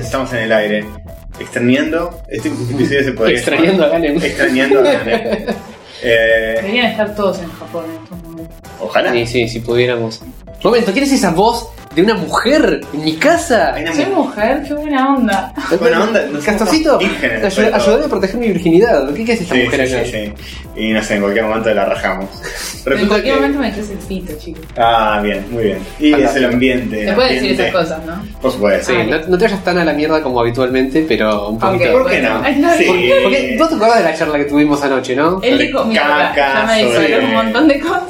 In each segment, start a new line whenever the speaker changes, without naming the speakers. estamos en el aire. Extrañando. Este episodio se podría
Extrañando a Ganem.
llamar Extrañando a Ganem. Eh,
Deberían estar todos en Japón en estos momentos.
ojalá.
Sí, sí, si pudiéramos. Momento, ¿quién es esa voz de una mujer en mi casa?
Hay una
Soy
mu-
mujer, qué buena onda.
Buena onda, no
Castorcito,
somos vírgenes,
ayu-
pero-
ayúdame a proteger mi virginidad. ¿Qué, qué hace esta
Sí,
mujer
sí,
acá?
sí, sí. Y no sé, en cualquier momento la rajamos.
en
Resulta
cualquier
que-
momento me metes el pito, chicos.
Ah, bien, muy bien. Y es el
Fantástico.
ambiente. el
Se puede decir
ambiente.
esas cosas, Ah, ¿no?
Por supuesto.
Sí, no, no te vayas tan a la mierda como habitualmente, pero un poquito.
Ok.
¿Por qué no?
Ay, no, ¿por
Sí.
qué?
Porque vos te acordás de la charla que tuvimos anoche, ¿no?
Él
Sobre
dijo, mira,
caca,
ya me dice
sobre-
un montón de cosas.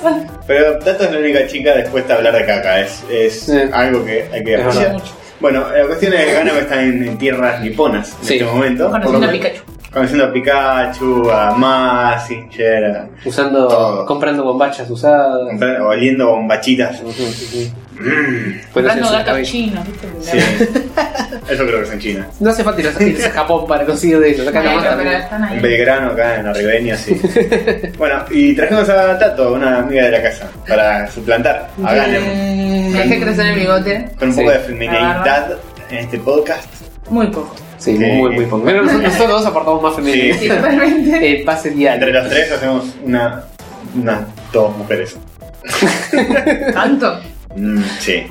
Pero Tato es la única chica dispuesta a hablar de caca. Es, es
Sí.
algo que hay que
Es verdad.
apreciar. Bueno, la cuestión es que Ganem está en, en tierras niponas en
Sí.
este momento. Por
Conociendo
lo
a
menos-
Pikachu.
Conociendo a Pikachu, a Mazinger, a-
Usando,
Todo.
comprando bombachas usadas.
oliendo bombachitas.
Ujú, ujú.
Mm,
Pues no
Comprando
hace-
gatos chinos, ¿viste?
sí. Eso creo que es en China.
No hace falta ir a, ir a Japón para conseguir de ellos. Acá
Bueno,
nomás
pero
también.
están
En
ahí.
Belgrano, acá en la ribeña, sí. bueno, y trajimos a Tato, una amiga de la casa, para suplantar a Ganem.
Me dejé crecer el bigote.
Con un
Sí.
poco de femineidad en este podcast.
Muy poco.
Sí,
Sí.
muy, muy poco. Pero nosotros, nosotros dos aportamos más femenino.
Sí, totalmente.
Eh, pase
Entre
diario.
los tres hacemos una. unas dos mujeres.
Tanto.
Mm, sí.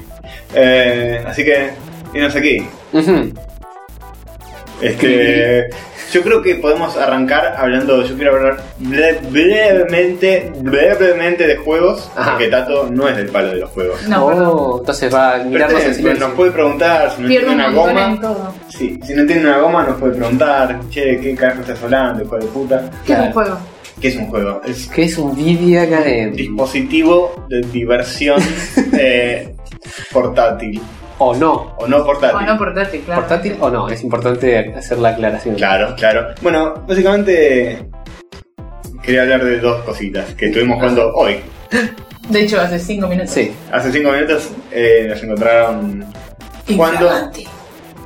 Eh, así que, venos aquí.
Ujú.
Este, yo creo que podemos arrancar hablando. Yo quiero hablar bre- brevemente, brevemente de juegos,
Ajá.
porque Tato no es del palo de los juegos.
No,
Oh,
perdón.
entonces va a
Pero
mirarnos en
este,
silencio.
nos puede preguntar si no
Pierdo
tiene
un
una
montón
goma.
en todo.
Sí, si no tiene una goma nos puede preguntar, che, ¿qué carajo estás hablando, hijo de puta?
¿Qué es
Claro.
un juego?
¿Qué es un juego? Es
¿Qué es un Vidia
un
Ganem?
dispositivo de diversión eh, portátil.
¿O no?
O no portátil.
O Ah, no portátil, claro.
¿Portátil o no? Es importante hacer la aclaración.
Claro, claro. Bueno, básicamente quería hablar de dos cositas que estuvimos jugando hoy.
De hecho, hace 5 minutos.
Sí.
Hace cinco minutos eh, nos encontraron. ¿Cuándo?
Inflamante.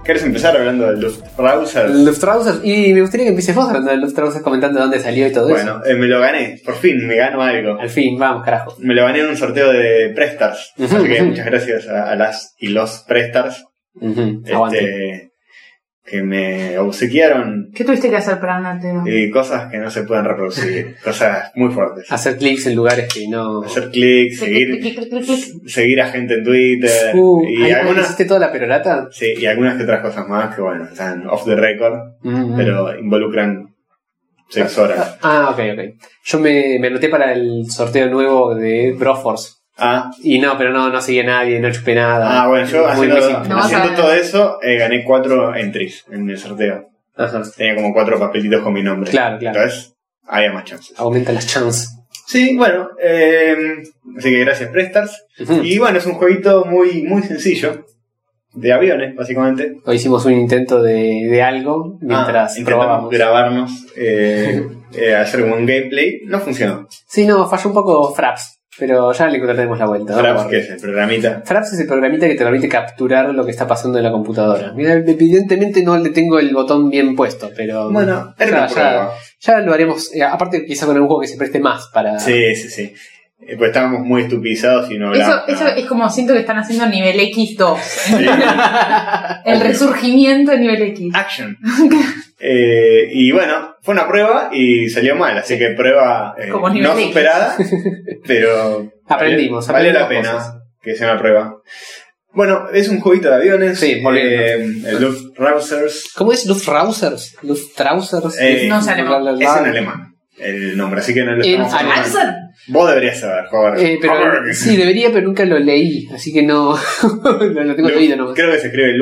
¿Quieres empezar hablando del Luftrausers?
Luftrausers. Y me gustaría que empieces vos hablando de Luftrausers comentando de dónde salió y todo
Bueno, eh, me lo gané. Por fin me gano algo.
eso. Al fin, vamos, carajo.
Me lo gané en un sorteo de Prestars.
Ujú,
Así que
ujú.
muchas gracias a, a las y los Prestars
Ujú, Aguante.
este, que me obsequiaron
¿Qué tuviste que hacer para ganarte? no?
eh, cosas que no se pueden reproducir. cosas muy fuertes.
Hacer clics en lugares que no.
Hacer clic,
Clic,
seguir
clic, clic, clic, clic.
seguir a gente en Twitter
Uh,
eh, y,
¿ahí
algunas,
¿Hiciste toda la perorata?
sí, y algunas que otras cosas más que bueno, están off the record,
Mm.
pero involucran seis horas.
Ah, ok, ok. Yo me, me anoté para el sorteo nuevo de Broforce.
Ah,
Y no, pero no, no seguí a nadie, no chupé nada.
ah, bueno, yo
Muy
haciendo,
simple.
No,
haciendo
o sea-
todo eso eh, gané cuatro entries en el sorteo.
Ajá.
Tenía como cuatro papelitos con mi nombre.
Claro, claro. Ah,
Entonces, había más chances.
Aumenta las chances.
Sí, bueno, eh, así que gracias Prestars.
Ujú.
Y bueno, es un jueguito muy, muy sencillo. De aviones, básicamente.
Hoy hicimos un intento de, de algo
Ah,
mientras
intentamos
probábamos.
grabarnos, eh, eh, hacer un gameplay, no funcionó.
Sí, no, falló un poco Fraps, pero ya le encontraremos la vuelta. ¿no?
Fraps,
Por-
que es el programita.
Fraps es el programita que te permite capturar lo que está pasando en la computadora. Mira, evidentemente no le tengo el botón bien puesto, pero.
Bueno,
ya,
era una
Ah, ya-
prueba.
ya lo haremos. eh, aparte, quizá con un juego que se preste más para.
Sí, sí, sí. Eh, Pues estábamos muy estupidizados y no
Eso,
hablábamos.
eso
nada.
es como siento que están haciendo nivel X2.
Sí.
El resurgimiento de nivel X.
Action. Eh, y bueno, fue una prueba y salió mal, así que prueba eh,
Como nivel
no
X.
superada, pero
Aprendimos,
vale, vale
aprendimos
la pena
cosas.
que sea una prueba. Bueno, es un jueguito de aviones,
Sí, volviendo.
eh, el Luftrausers.
¿Cómo es? Luftrausers. Luftrausers.
Eh,
No sé alemán.
Bla, bla, bla.
Es en alemán el nombre, así que no lo
En
estamos
alemán.
hablando. Vos deberías saber, joder.
Eh, pero,
Joder.
sí, debería, pero nunca lo leí, así que no lo, lo tengo
Luft-
leído nomás.
Creo que se escribe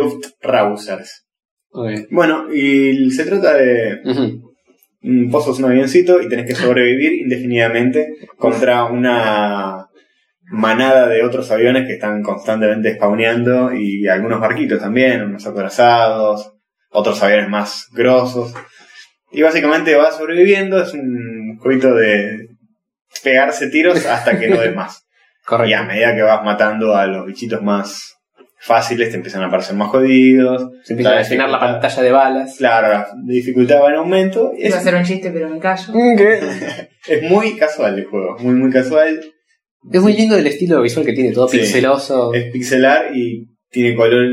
Luftrausers.
Ok.
Bueno, y se trata de
Ujú.
mm, vos sos un avioncito y tenés que sobrevivir indefinidamente contra una manada de otros aviones que están constantemente spawneando y algunos barquitos también, unos acorazados, otros aviones más grosos. Y básicamente vas sobreviviendo, es un jueguito de pegarse tiros hasta que no des más. Y a
Correcto.
medida que vas matando a los bichitos más fáciles, te empiezan a aparecer más jodidos.
Se empieza a
Claro,
llenar la
dificultad.
pantalla de balas.
Claro, la dificultad va en aumento. Es,
Iba a ser un chiste, pero me callo.
Mm, ¿qué?
es muy casual el juego, muy, muy casual.
Es muy lindo el estilo visual que tiene, todo
Sí.
pixeloso.
Es pixelar y tiene color,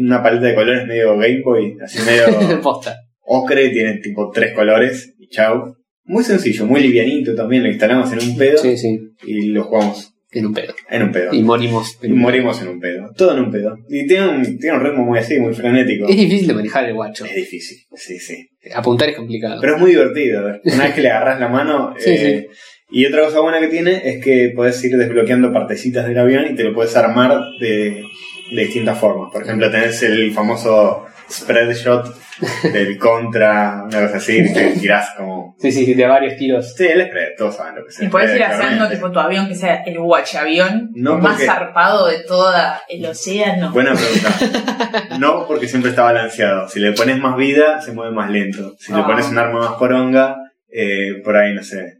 una paleta de colores medio Game Boy, así medio
Posta.
ocre, tiene tipo tres colores y chau. Muy sencillo, muy livianito también, lo instalamos en un pedo
Sí, sí.
y lo jugamos
En un pedo.
en un pedo.
Y morimos.
Y morimos en un pedo, todo en un pedo. Y tiene un, tiene un ritmo muy así, muy frenético.
Es difícil de manejar el guacho.
Es difícil, sí, sí.
Apuntar es complicado.
Pero es muy divertido. Una vez que le agarras la mano.
Sí,
eh, Y otra cosa buena que tiene es que podés ir desbloqueando partecitas del avión y te lo puedes armar de, de distintas formas. Por ejemplo, tenés el famoso spread shot del contra, una cosa así, que tirás como.
Sí, sí, sí, de varios tiros.
Sí, el spread, todos saben lo que es.
Y
el
podés
spread,
ir haciendo
claramente.
tipo tu avión que sea el guachavión
No,
más
porque-
zarpado de todo el océano.
Buena pregunta. No, porque siempre está balanceado. Si le pones más vida, se mueve más lento. Si le
Ah.
pones un arma más poronga, eh, por ahí no sé.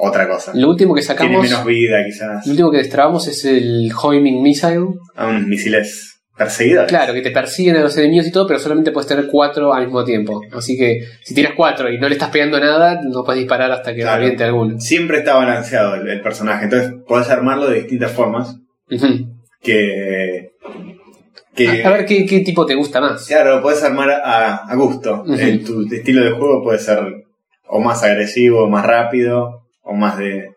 Otra cosa.
Lo último que
Tiene
sacamos,
menos
lo
vida, quizás. Ah,
último que destrabamos es el homing missile.
A unos misiles perseguidores.
Claro, que te persiguen a los enemigos y todo, pero solamente puedes tener cuatro al mismo tiempo. Así que si tiras cuatro y no le estás pegando nada, no puedes disparar hasta que
Claro.
reviente alguno.
Siempre está balanceado el, el personaje. Entonces, podés armarlo de distintas formas.
Ujú.
Que. que
A ver qué, qué tipo te gusta más.
Claro, lo podés armar a, a gusto.
Ujú.
El- tu estilo de juego puede ser o más agresivo, o más rápido, o más de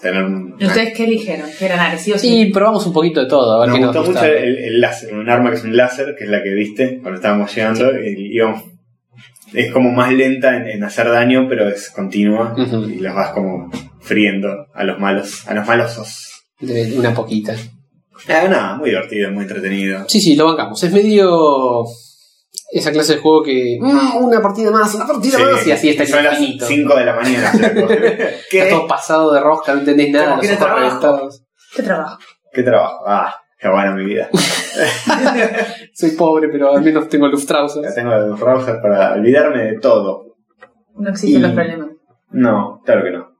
tener un.
¿Y ustedes qué eligieron? ¿Que eran agresivos?
Y probamos un poquito de todo, a ver
Nos
qué
gustó
nos
mucho
gusta.
el, el láser, un arma que es un láser, que es la que viste cuando estábamos llegando. y íbamos- es como más lenta en, en hacer daño, pero es continua
Ujú.
y los vas como friendo a los malos, a los malosos.
De Una poquita.
Ah, nada, muy divertido, muy entretenido.
Sí, sí, lo bancamos. Es medio esa clase de juego que. "Mm, una partida más, una partida
Sí,
más. Y así está
Son
el
las
infinito.
5 de la mañana. o sea, como-
Está
¿Qué?
todo pasado de rosca, no entendés nada,
Como
los
que no
ojos
trabajo.
reventados.
¿Qué trabajo?
¿Qué trabajo? Ah, qué buena mi vida.
Soy pobre, pero al menos tengo
Ya
Luftrausers.
tengo los browsers para olvidarme de todo.
No existen
Y-
los problemas.
No, claro que no.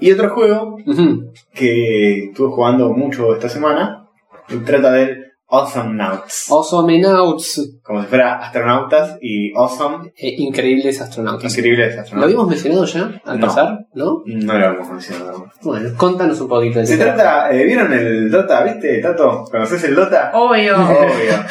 Y otro juego
Ujú.
que estuve jugando mucho esta semana. y Trata del Awesome Nauts.
Awesome Nauts, eh,
Como si fuera astronautas y Awesome,
increíbles astronautas.
increíbles
¿Lo
astronautas.
habíamos mencionado ya al
No.
pasar? ¿No?
No lo habíamos mencionado.
Bueno, contanos un poquito de
Se
qué
trata, eh, ¿vieron el Dota? ¿Viste, Tato? ¿Conoces el Dota?
Oh. Obvio.
Obvio.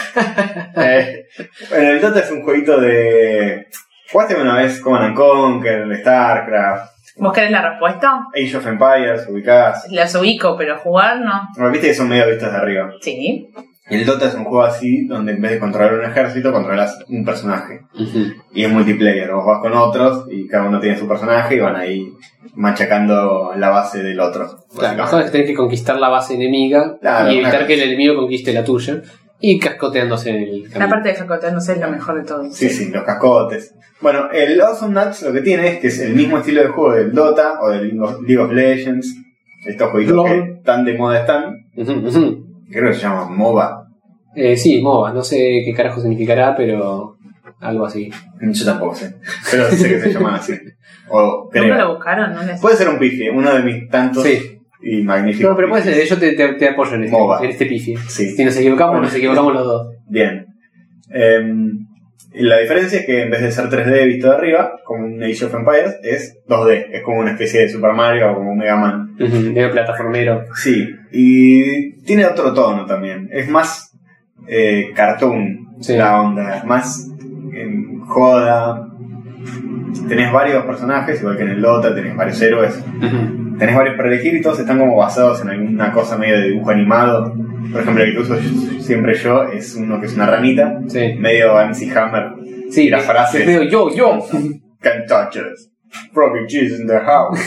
Eh, bueno, el Dota es un jueguito de. ¿Jugaste una vez Command and Conquer, StarCraft,
¿Vos querés la respuesta?
Age of Empires, ubicás?
Las ubico, pero jugar no.
Bueno, viste que son medio vistas de arriba.
Sí.
El Dota es un juego así donde en vez de controlar un ejército, controlas un personaje.
Ujú.
Y es multiplayer, vos vas con otros y cada uno tiene su personaje y van ahí machacando la base del otro.
Claro,
básicamente.
mejor es tener que conquistar la base enemiga
Claro,
y evitar
claro.
que el enemigo conquiste la tuya y cascoteándose en el
La
camino.
parte de jacoteándose es lo mejor de todo.
Sí, sí, los cascotes. Bueno, el Awesome Nuts lo que tiene es que es el mismo estilo de juego del Dota o del League of- League of Legends, estos jueguitos
LOL.
que tan de moda están,
Ujú, ujú.
creo que se llaman MOBA.
Eh, sí, MOBA, no sé qué carajo significará, pero algo así.
Yo tampoco sé, pero sé que se llaman así. O
¿Nunca
creo.
lo buscaron? No les...
Puede ser un pifie, uno de mis tantos
Sí.
y magníficos.
No, pero puede
pifies.
ser, yo te, te- te apoyo en este,
MOBA.
en este pifie.
Sí.
Si nos equivocamos,
Bueno.
nos equivocamos los dos.
Bien. Em, y la diferencia es que en vez de ser 3D visto de arriba, como un Age of Empires, es 2D. Es como una especie de Super Mario o como un Mega Man.
Ujú, Medio plataformero.
Sí. Y tiene otro tono también. Es más eh, cartoon
Sí.
la onda. Es más em, joda. Tenés varios personajes, igual que en el Dota, tenés varios héroes.
Ujú.
Tenés varios para elegir y todos están como basados en alguna cosa medio de dibujo animado. Por ejemplo, el que uso yo- siempre yo es uno que es una ranita
Sí.
medio MC Hammer.
Sí,
la
que-
frase.
que veo yo, yo.
Can't touch us. Probably cheese in the house.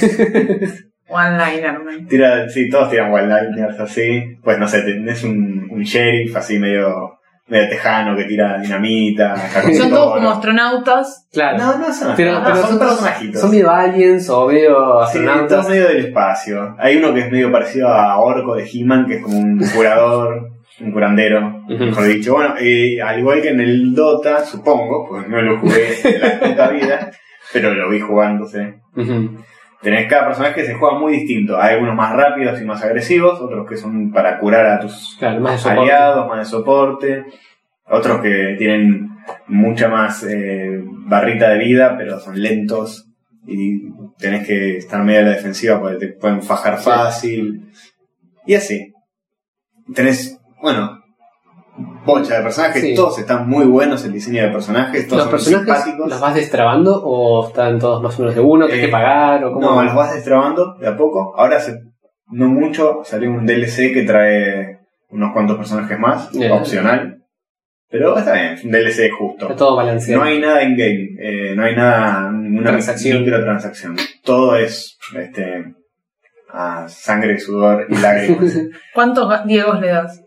One liner, man.
Tira, sí, todos tiran one-liners así. Pues no sé, tenés un, un sheriff así medio, medio tejano que tira dinamita. saca un
Son todos como
toro.
astronautas.
Claro.
No, no son
Pero-
astronautas,
pero
son,
son todos-
personajitos.
Son medio aliens o veo
Sí,
astronautas.
todos medio del espacio. Hay uno que es medio parecido a Orco de He-Man, que es como un curador, un curandero.
Ujú.
Mejor dicho, bueno, eh, al igual que en el Dota, supongo, pues no lo jugué en la puta vida, pero lo vi jugándose.
Ujú.
Tenés cada personaje que se juega muy distinto. Hay algunos más rápidos y más agresivos, otros que son para curar a tus
Claro, más de soporte.
aliados, más de soporte, otros que tienen mucha más eh, barrita de vida, pero son lentos y tenés que estar medio a la defensiva porque te pueden fajar
Sí.
fácil. Y así. Tenés, bueno, bocha de personajes,
Sí.
todos están muy buenos el diseño de personajes, todos
¿Los
son
personajes
simpáticos.
los vas destrabando o están todos más o menos de uno que hay
Eh,
que pagar o cómo?
No, los vas destrabando de a poco. Ahora hace no mucho salió un DLC que trae unos cuantos personajes más,
Bien.
opcional. Pero está bien, es un DLC
Está
justo.
todo balanceado.
No hay nada in-game, eh, no hay nada, una
Transacción.
microtransacción. Todo es este, a sangre, sudor y lágrimas.
¿Cuántos Diegos le das?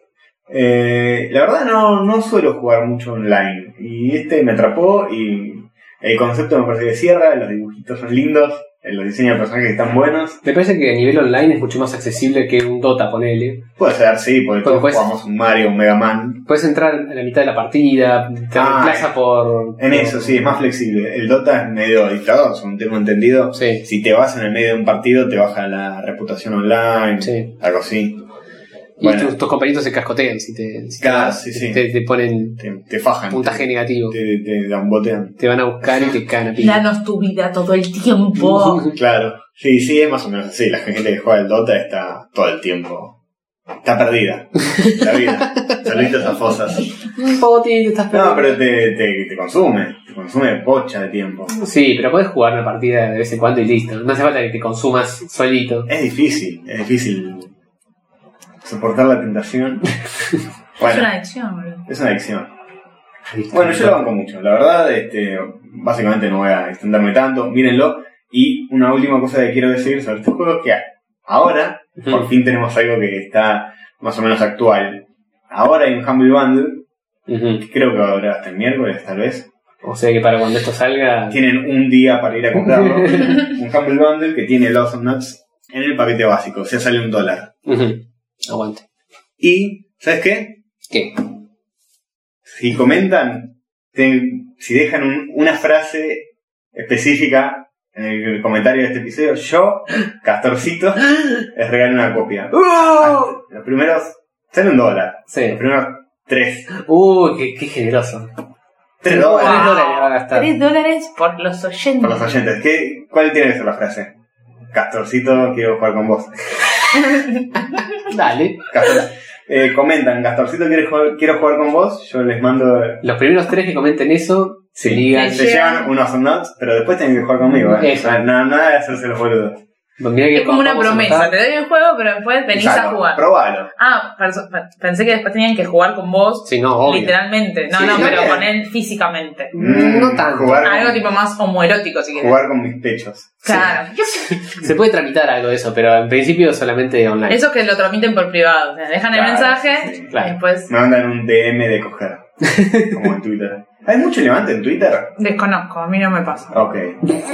Eh, la verdad no, no suelo jugar mucho online. Y este me atrapó y el concepto me parece que cierra, los dibujitos son lindos, eh, los diseños de personajes están buenos.
Me parece que a nivel online es mucho más accesible que un Dota, ponele.
Puede ser, sí, porque
Pero
todos
pues-
jugamos un Mario, un Mega Man.
Puedes entrar a la mitad de la partida, te
Ah,
reemplaza por...
En eso, sí, es más flexible. El Dota es medio dictador, según tengo entendido.
Sí,
Si te vas en el medio de un partido, te baja la reputación online,
sí.
algo así.
Y
Bueno.
tus, tus compañeros se cascotean si te, si te-
Claro, sí, sí.
te, te ponen
Te, te fajan.
puntaje negativo.
Te, te, te gambotean.
Te van a buscar y te caen a pila.
Danos tu vida todo el tiempo.
Claro. Sí, sí, es más o menos así. La gente que juega el Dota está todo el tiempo. Está perdida. La vida. Saluditos a fosas.
Poti, te estás
No, pero
perdiendo.
te, te, te consume. Te consume pocha de tiempo.
Sí, pero puedes jugar una partida de vez en cuando y listo. No hace falta que te consumas solito.
Es difícil, es difícil soportar la tentación.
Es
Bueno,
una adicción, boludo.
es una adicción. Bueno, yo lo banco mucho. La verdad, este, básicamente no voy a extenderme tanto. Mírenlo. Y una última cosa que quiero decir sobre este juego es que ahora,
Ujú.
por fin tenemos algo que está más o menos actual. Ahora hay un Humble Bundle,
Ujú.
que creo que va a durar hasta el miércoles, tal vez.
O sea que para cuando esto salga...
Tienen un día para ir a comprarlo. un Humble Bundle que tiene los Nuts en el paquete básico. O sea, sale un dólar.
Ujú. Aguante.
Y, ¿sabes qué?
¿Qué?
Si comentan, te- si dejan un- una frase específica en el comentario de este episodio, yo, Castorcito, les regalo una copia. Los primeros, sale un dólar.
Sí.
Los primeros, tres.
Uh, qué, qué generoso.
Tres
Wow.
dólares
Tres dólares va a gastar.
Tres dólares por los oyentes.
para los oyentes. ¿Qué, ¿Cuál tiene que ser la frase? Castorcito, quiero jugar con vos.
Dale.
Castor- eh, comentan, Castorcito, quiero jugar, quiero jugar con vos. Yo les mando.
Los primeros tres que comenten eso se ligan.
Se llevan unos nuts, pero después tienen que jugar conmigo. ¿eh? O sea, na- nada de hacerse los boludos.
Pues Mirá que
Es como una
vamos a
promesa. Te
notar.
doy el juego, pero después venís a
Usalo,
jugar.
Probalo.
Ah, perso- per- pensé que después tenían que jugar con vos.
Sí, no, obvio.
Literalmente. No,
Sí,
no,
sí.
pero con él físicamente.
Mm, No tanto.
Jugar,
Algo tipo más homoerótico, si quieres.
jugar con mis pechos.
Claro.
Se puede tramitar algo de eso, pero en principio solamente online.
Eso que lo transmiten por privado. O sea, dejan el
Claro,
mensaje
sí,
claro.
y después
Me mandan un DM de coger. Como en Twitter. ¿Hay mucho levante en Twitter?
desconozco. A mí no me pasa.
Ok.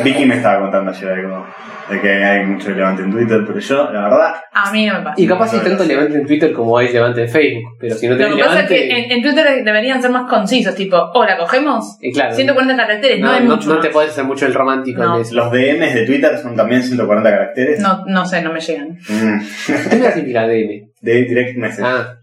Vicky me estaba contando ayer algo de que hay mucho levante en Twitter, pero yo, la verdad,
A mí no me pasa.
Y capaz hay
No,
tanto
no sé.
levante en Twitter como hay levante en Facebook, pero si no
Lo
tenés
que pasa es
levante.
que en, en Twitter deberían ser más concisos, tipo, hola, ¿cogemos?
eh, claro,
140 caracteres, no,
no,
hay
no-
mucho.
no
más.
te puedes hacer mucho el romántico
No.
en eso.
los DMs de Twitter son también 140 caracteres.
no, no sé, no me llegan.
Mm.
¿Qué me haces mirar DM?
De direct message.
Ah.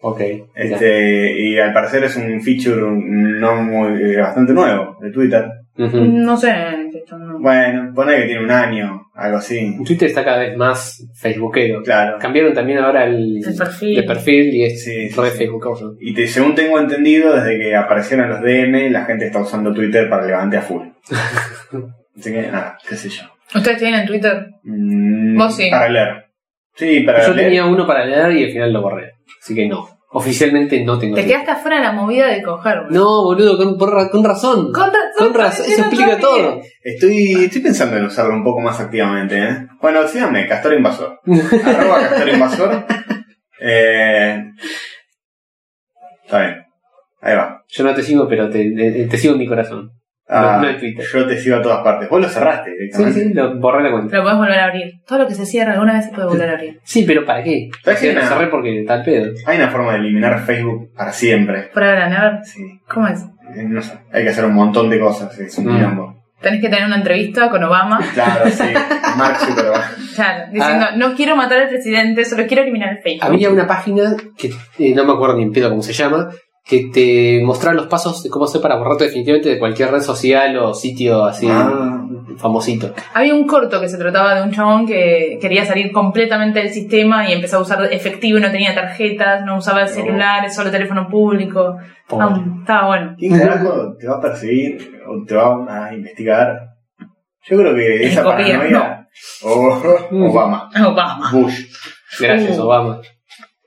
Ok. mirá.
este, y al parecer es un feature no muy, eh, bastante nuevo de Twitter.
Ujú.
No sé. esto no.
Bueno, pone que tiene un año, algo así.
Twitter está cada vez más facebookero.
Claro.
Cambiaron también ahora el,
El perfil.
de perfil y es
Sí, sí,
re
sí.
facebookoso.
Y te- según tengo entendido, desde que aparecieron los DM, la gente está usando Twitter para levante a full. Así que, nada, qué sé yo.
¿Ustedes tienen Twitter?
Mm,
Vos sí.
Para leer. Sí, para
Yo
leer.
tenía uno para leer y al final lo borré. Así que no. Oficialmente no tengo.
Te
Twitter.
quedaste afuera de la movida de coger. boludo.
No, boludo, con, por ra- con razón.
Con razón,
Con razón,
yo
eso
no
explica
sabía.
todo.
Estoy, estoy pensando en usarlo un poco más activamente, ¿eh? Bueno, síganme, Castor Invasor. Arroba Castor Invasor. Eh, está bien. Ahí va.
Yo no te sigo, pero te, te- te sigo en mi corazón.
Ah,
No, no en Twitter.
yo te sigo a todas partes. Vos lo cerraste
Sí,
directamente.
sí, lo borré la cuenta.
Pero podés volver a abrir. Todo lo que se cierra alguna vez se puede volver a abrir.
Sí, pero ¿para qué?
¿Sabes
O sea,
qué?
lo
Nada.
cerré porque tal pedo.
Hay una forma de eliminar Facebook para siempre.
Por ahora, a ver,
Sí.
¿cómo es?
Eh, No sé. Hay que hacer un montón de cosas. Es un
Mm.
quilombo.
Tenés que tener una entrevista con Obama.
Claro, sí. Mark Zuckerberg.
Claro, diciendo,
Ah.
no quiero matar al presidente, solo quiero eliminar el Facebook.
Había una página que eh, no me acuerdo ni en pedo cómo se llama, que te mostraba los pasos de cómo hacer para borrarte definitivamente de cualquier red social o sitio así
Ah.
famosito.
Había un corto que se trataba de un chabón que quería salir completamente del sistema y empezó a usar efectivo y no tenía tarjetas, no usaba celulares, solo teléfono público.
Pobre.
Ah, estaba bueno.
¿Quién carajo te va a perseguir o te va a investigar? Yo creo que
El
esa
gobierno.
paranoia.
Mm.
O Obama.
Ah, Obama.
Bush.
Gracias,
Uh.
Obama.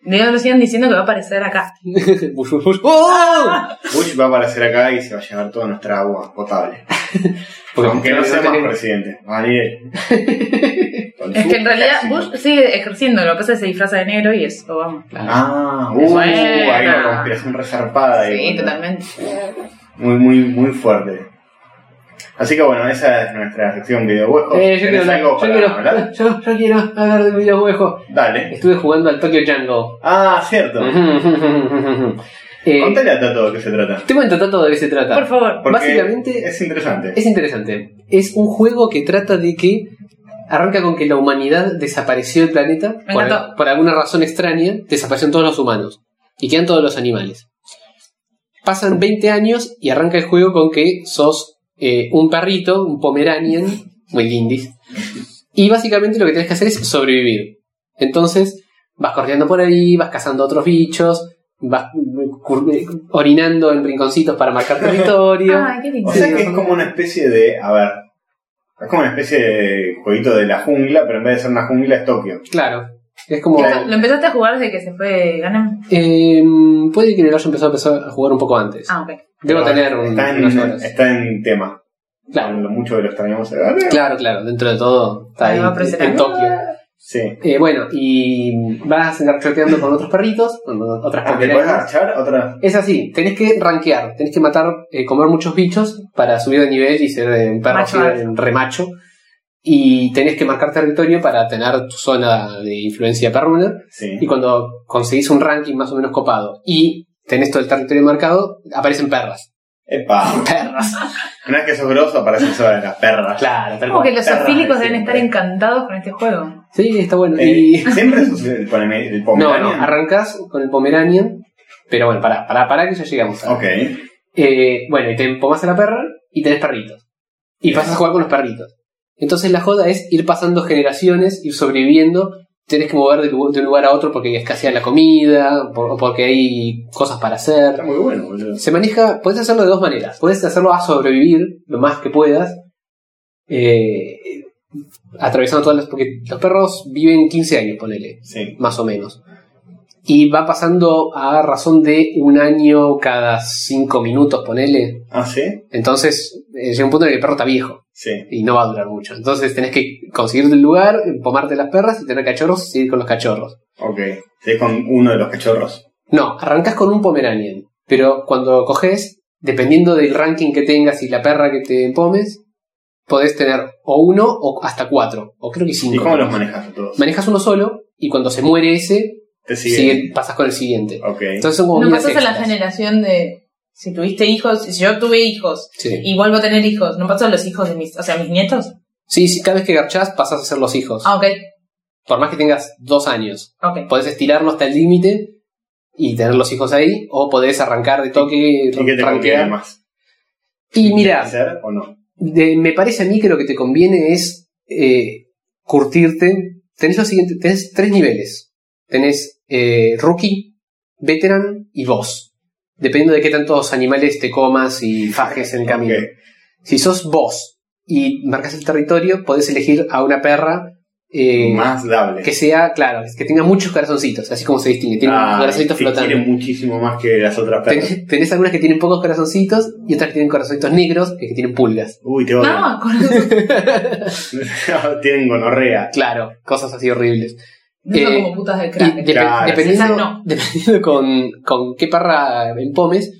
De lo siguen diciendo que va a aparecer acá.
Bush, bush, bush. ¡Oh!
Bush va a aparecer acá y se va a llevar toda nuestra agua potable.
Porque
Aunque no sea más
tenés-
presidente. Va a venir él. Con
Es
su
que en realidad
ejército.
Bush sigue ejerciendo, lo que pasa es que se disfraza de negro y es Obama.
Claro.
Ah, uh,
Buena.
hay una conspiración resarpada. ahí,
Sí,
bueno.
totalmente.
Muy, muy, muy fuerte. Así que bueno, esa es nuestra sección videojuegos.
Eh, yo
¿Tenés
quiero hablar,
algo
yo
para
quiero,
hablar?
yo- yo quiero hablar de videojuegos.
Dale.
Estuve jugando al Tokyo Jungle.
Ah, cierto.
Eh,
Contale a Tato de qué se trata.
te voy a intentar todo de qué se trata.
Por favor.
Porque
Básicamente-
es interesante.
Es interesante. Es un juego que trata de que arranca con que la humanidad desapareció del planeta.
Me
por,
encantó.
por alguna razón extraña, desaparecieron todos los humanos. Y quedan todos los animales. Pasan 20 años y arranca el juego con que sos eh, un perrito, un pomeranian, muy lindis. Y básicamente lo que tienes que hacer es sobrevivir. Entonces, vas corriendo por ahí, vas cazando otros bichos, vas eh, cur- orinando en rinconcitos para marcar territorio.
Ay, qué lindo.
O sea que es como una especie de. A ver. Es como una especie de jueguito de la jungla, pero en vez de ser una jungla es Tokio.
Claro. Es como.
Claro.
¿Lo empezaste a jugar desde que se fue Ganem?
Eh, puede que lo haya empezado a empezar a jugar un poco antes.
Ah, ok.
Debo
Pero
tener un-
Está
unas
en,
horas.
está en tema.
Claro,
Con Lo mucho que lo extrañamos. ¿verdad?
claro, claro. Dentro de todo, está
Ahí
ahí,
va a aparecer
en
algo.
Tokio.
Sí.
Eh, bueno, y vas a andar choteando con otros perritos, con otras
Ah, ¿Te puedes
populares.
marchar? Otra.
Es así, tenés que rankear, tenés que matar, eh, comer muchos bichos para subir de nivel y ser eh, un perro
Macho
así,
alfa.
un remacho. Y tenés que marcar territorio para tener tu zona de influencia perruna.
Sí.
Y cuando conseguís un ranking más o menos copado y tenés todo el territorio marcado, aparecen perras.
Epa.
Perras.
Una vez que sos grosso aparece eso de las perras.
Claro, tal
Como
cual.
que los
Terra,
afílicos deben
siempre.
estar encantados con este juego.
Sí, está bueno.
Eh,
Y...
Siempre sos el, poneme- el
No, no,
Pomeranian?
arrancás con el Pomeranian. Pero bueno, pará, pará, pará que ya llegamos.
Ok.
Eh, bueno, y te empomás a la perra y tenés perritos. Y pasas a jugar con los perritos. Entonces la joda es ir pasando generaciones, ir sobreviviendo. Tenés que mover de, lu- de un lugar a otro porque escasea la comida, por- o porque hay cosas para hacer.
Está muy bueno, boludo.
Se maneja, puedes hacerlo de dos maneras. Puedes hacerlo a sobrevivir lo más que puedas, eh, atravesando todas las. Porque los perros viven 15 años, ponele,
Sí.
más o menos. Y va pasando a razón de un año cada 5 minutos, ponele.
¿Ah, sí?
Entonces eh, llega un punto en el que el perro está viejo
Sí.
y no va a durar mucho. Entonces tenés que conseguirte el lugar, pomarte las perras y tener cachorros y seguir con los cachorros.
Ok. Sí, es con uno de los cachorros.
No, arrancas con un Pomeranian, pero cuando coges, dependiendo del ranking que tengas y la perra que te empomes, podés tener o uno o hasta cuatro, o creo que cinco.
¿Y cómo los manejas a todos?
Manejas uno solo y cuando se muere ese,
Te siguen.
sigue- pasas con el siguiente.
Ok.
Entonces son como
No
vidas
pasas a la
extras.
generación de. Si tuviste hijos, si yo tuve hijos
Sí.
y vuelvo a tener hijos, ¿no paso a los hijos de mis. O sea, mis nietos?
sí, sí, cada vez que garchás pasas a ser los hijos.
Ah, ok.
Por más que tengas dos años,
Ok.
podés estirarlo hasta el límite y tener los hijos ahí, o podés arrancar de toque,
¿Y qué te conviene
rankear.
más?
Y mira,
¿Hacer o no?
de- me parece a mí que lo que te conviene es eh, curtirte. Tenés los siguientes, tenés tres niveles. Tenés eh, rookie, veteran y boss. Dependiendo de qué tantos animales te comas y fajes en el camino.
Ok.
Si sos boss y marcas el territorio, podés elegir a una perra eh,
más dable.
que sea, claro, que tenga muchos corazoncitos, así como se distingue. Tiene
Ah,
corazoncitos
que
flotando.
quieren muchísimo más que las otras perras.
Tenés, tenés algunas que tienen pocos corazoncitos y otras que tienen corazoncitos negros y que tienen pulgas.
Uy, te odio.
No, con-
Tienen gonorrea.
Claro, cosas así horribles.
no son
Eh,
como putas de
Y
crack.
depe-
Claro.
dependiendo,
Esa no.
dependiendo con, con qué parra empomes,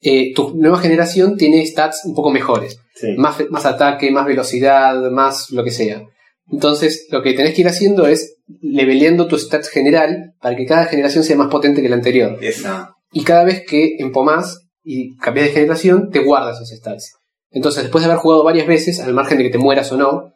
eh, tu nueva generación tiene stats un poco mejores.
Sí.
Más, fe- más ataque, más velocidad, más lo que sea. Entonces, lo que tenés que ir haciendo es leveleando tu stats general para que cada generación sea más potente que la anterior.
Esa.
Y cada vez que empomás y cambias de generación, te guardas esos stats. Entonces, después de haber jugado varias veces, al margen de que te mueras o no,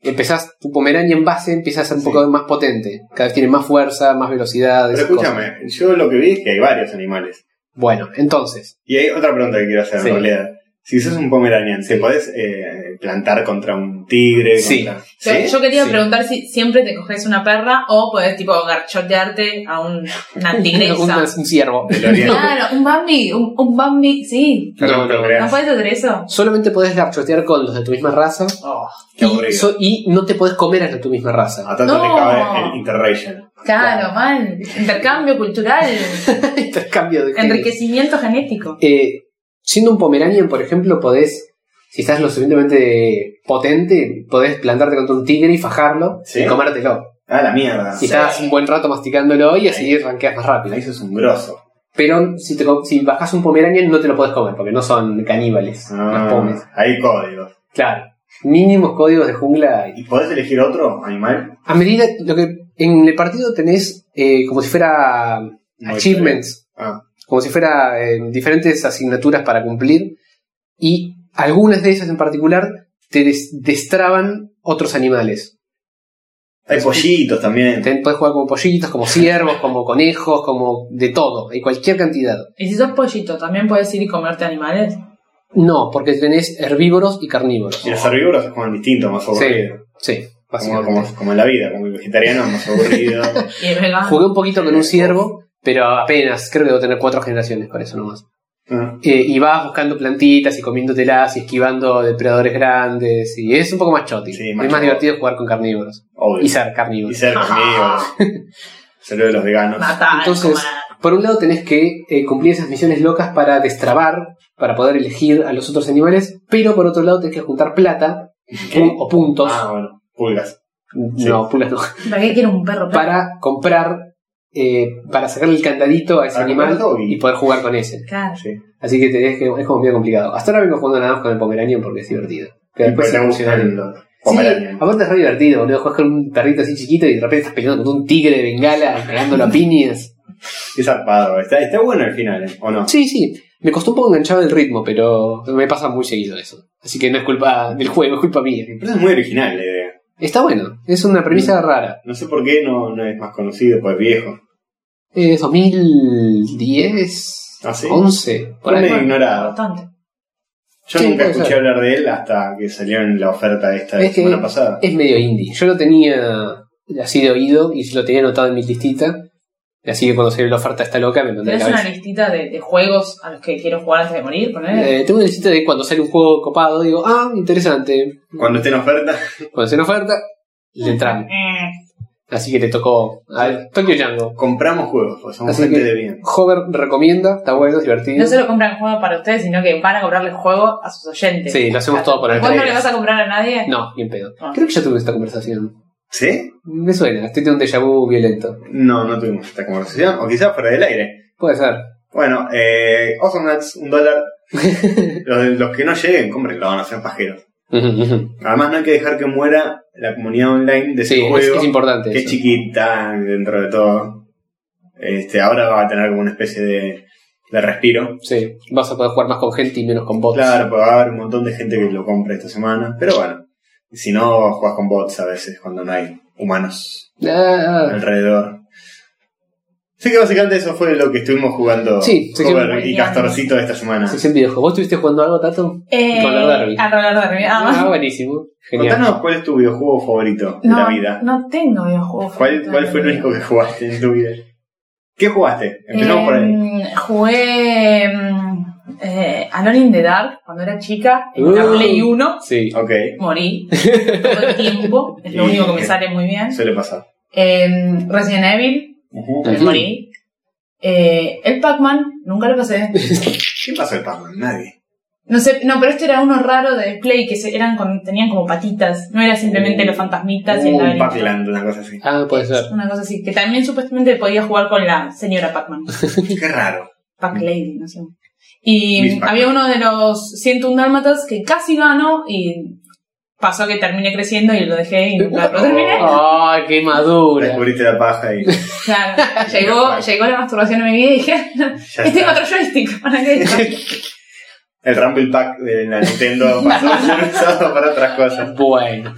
empezás tu pomerania en base, empiezas a ser un
Sí.
poco más potente. Cada vez tiene más fuerza, más velocidad.
Pero
esas cosas.
escúchame, yo lo que vi es que hay varios animales.
Bueno, entonces,
Y hay otra pregunta que quiero hacer
Sí.
en realidad. Si sos un pomeranian, ¿te podés eh, plantar contra un tigre?
Sí.
Contra...
Yo, yo quería
Sí.
preguntar si siempre te coges una perra o podés tipo garchotearte a un- una tigresa.
un, un ciervo.
Del oriente.
Claro, un Bambi, un, un Bambi, sí.
Perdón,
No,
pero
no.
creas.
¿No puedes hacer eso?
Solamente podés garchotear con los de tu misma raza
Oh,
Qué
y,
aburrido. Ah.
so- y no te podés comer a los de tu misma raza.
A tanto te
No.
cabe el interracial.
claro,
Claro.
mal. Intercambio cultural,
Intercambio de genes.
enriquecimiento genético.
Eh, siendo un pomeranian, por ejemplo, podés, si estás lo suficientemente potente, podés plantarte contra un tigre y fajarlo
Sí.
y comértelo.
Ah, la mierda.
Y estás un buen rato masticándolo y así ranqueas más rápido.
Ahí sos un grosso.
Pero si, te, co- si bajás un pomeranian no te lo podés comer porque no son caníbales
Ah,
los pomes.
hay códigos.
Claro. Mínimos códigos de jungla.
¿Y podés elegir otro animal?
A medida lo que en el partido tenés eh, como si fuera achievements,
Ah.
como si fuera eh, diferentes asignaturas para cumplir y algunas de esas en particular te des- destraban otros animales.
Hay pollitos también.
Te puedes jugar como pollitos, como ciervos, como conejos, como de todo, hay cualquier cantidad.
Y si sos pollito, ¿también puedes ir y comerte animales?
No, porque tenés herbívoros y carnívoros.
Y los herbívoros es como distinto, más aburrido.
Sí,
como,
básicamente.
como, como en la vida, como el vegetariano, más aburrido.
Y es vegano.
Jugué un poquito con un ciervo, pero apenas, creo que debo tener cuatro generaciones con eso nomás.
Ah,
Eh, y vas buscando plantitas y comiéndotelas y esquivando depredadores grandes. Y es un poco más choti.
Sí,
es
más
más
choti.
divertido jugar con carnívoros.
obvio.
Y ser
Y
carnívoros.
ser carnívoros. Saludos a los veganos.
Matar,
Entonces-
comer.
Por un lado tenés que eh, cumplir esas misiones locas para destrabar, para poder elegir a los otros animales. Pero por otro lado tenés que juntar plata pun- o puntos.
Ah, bueno. Pulgas. sí.
No, pulas no.
¿Para qué quiero un perro? perro?
Para comprar, eh, para sacarle el candadito a ese
Para
animal
comprarlo y-
y poder jugar con ese.
Claro.
Sí.
Así que tenés que, es como medio complicado. Hasta ahora vengo jugando nada más con el Pomeranian porque es divertido. Pero
Y
después se
podemos
funciona
buscar los
Sí,
pomeranian.
aparte es re divertido, boludo. Juegas con un perrito así chiquito y de repente estás peleando con un tigre de bengala y pegándolo a piñas.
Qué zarpado. Está, está bueno el final, ¿eh? ¿o no?
Sí, sí. Me costó un poco enganchar el ritmo, pero me pasa muy seguido eso. Así que no es culpa del juego, es culpa mía.
Pero es muy original eh. la idea.
Está bueno, es una premisa
Mm.
rara.
No sé por qué no, no es más conocido, pues viejo.
Es 2010,
Ah, ¿sí?
11, por
Fue
ahí.
medio ignorado.
Bastante.
Yo
Sí,
nunca
puede
escuché
ser.
hablar de él hasta que salió en la oferta esta de la
Es que-
semana pasada.
Es medio indie. Yo lo tenía así de oído y lo tenía anotado en mi listita. Así que cuando se la oferta está loca me mandé la
¿Tenés
cabeza.
una listita de, de juegos a los que quiero jugar antes de morir? ponele?
Eh, tengo una lista de cuando sale un juego copado, digo, ah, interesante.
Cuando esté en oferta,
Cuando sale una oferta, le entramos.
Eh,
Así que le tocó a ver, Tokyo Django.
compramos juegos, pues somos
Así
gente
que-
de bien.
Hover recomienda, está bueno, es divertido.
No solo compran el juego para ustedes, sino que van a comprarle el juego a sus oyentes.
Sí, lo hacemos todo por el
¿Vos no
trailer.
le vas a comprar a nadie?
No, bien pedo.
Ah.
Creo que ya tuve esta conversación.
¿Sí?
Me suena, estoy teniendo un déjà vu violento.
No, no tuvimos esta conversación, o quizás fuera del aire.
Puede ser.
Bueno, eh, Awesome Nuts, un dólar. los, de- los que no lleguen, cómprenlo, van a ser pajeros.
Ujú, ujú.
Además, no hay que dejar que muera la comunidad online de ese
sí, es-
juego,
es, importante.
que es
eso.
chiquita dentro de todo. Este, ahora va a tener como una especie de, de respiro.
Sí, vas a poder jugar más con gente y menos con bots.
Claro, porque va a haber un montón de gente que lo compre esta semana. Pero bueno, si no, juegas con bots a veces cuando no hay humanos
Ah,
alrededor. Así que básicamente eso fue lo que estuvimos jugando
Sí, sí,
Hover
sí.
y Castorcito esta semana.
sección videojuegos. ¿Vos estuviste jugando algo, Tato?
Eh,
Roller Derby.
Al Roller Derby. Ah,
Ah, buenísimo. Genial.
Contanos cuál es tu videojuego favorito de
no,
la vida.
no tengo videojuegos.
¿Cuál, ¿Cuál fue el único que jugaste en tu vida? ¿Qué jugaste? Empezamos por ahí.
Eh, Jugué mm, eh, Alone in the Dark cuando era chica, en la
Uh.
Play 1.
Sí.
Ok,
Morí todo el tiempo, es lo
Y-
único que me sale muy bien.
suele pasar.
Eh, Resident Evil,
Ujú.
me
Ujú.
morí. Eh, el Pac-Man, nunca lo pasé.
¿Quién pasó el Pac-Man? Nadie.
No sé, no, pero este era uno raro de Play que se- eran con- tenían como patitas, no era simplemente
Uh,
los fantasmitas y el
Un
laberinto.
Pac-Land, una cosa así.
Ah, puede ser.
Una cosa así, que también supuestamente podía jugar con la señora Pac-Man.
Qué raro.
Pac-Lady, no sé.
Miss
Y
Pac-Man.
había uno de los 101 dálmatas que casi ganó y pasó que terminé creciendo y lo dejé y nunca lo terminé.
¡Ay, qué madura!
Descubriste la paja y ya
Claro, llegó, llegó la masturbación a mi vida y dije, y tengo
está.
otro joystick, ¿para qué?
El Rumble Pack de la Nintendo pasó a ser usado para otras cosas.
Bueno,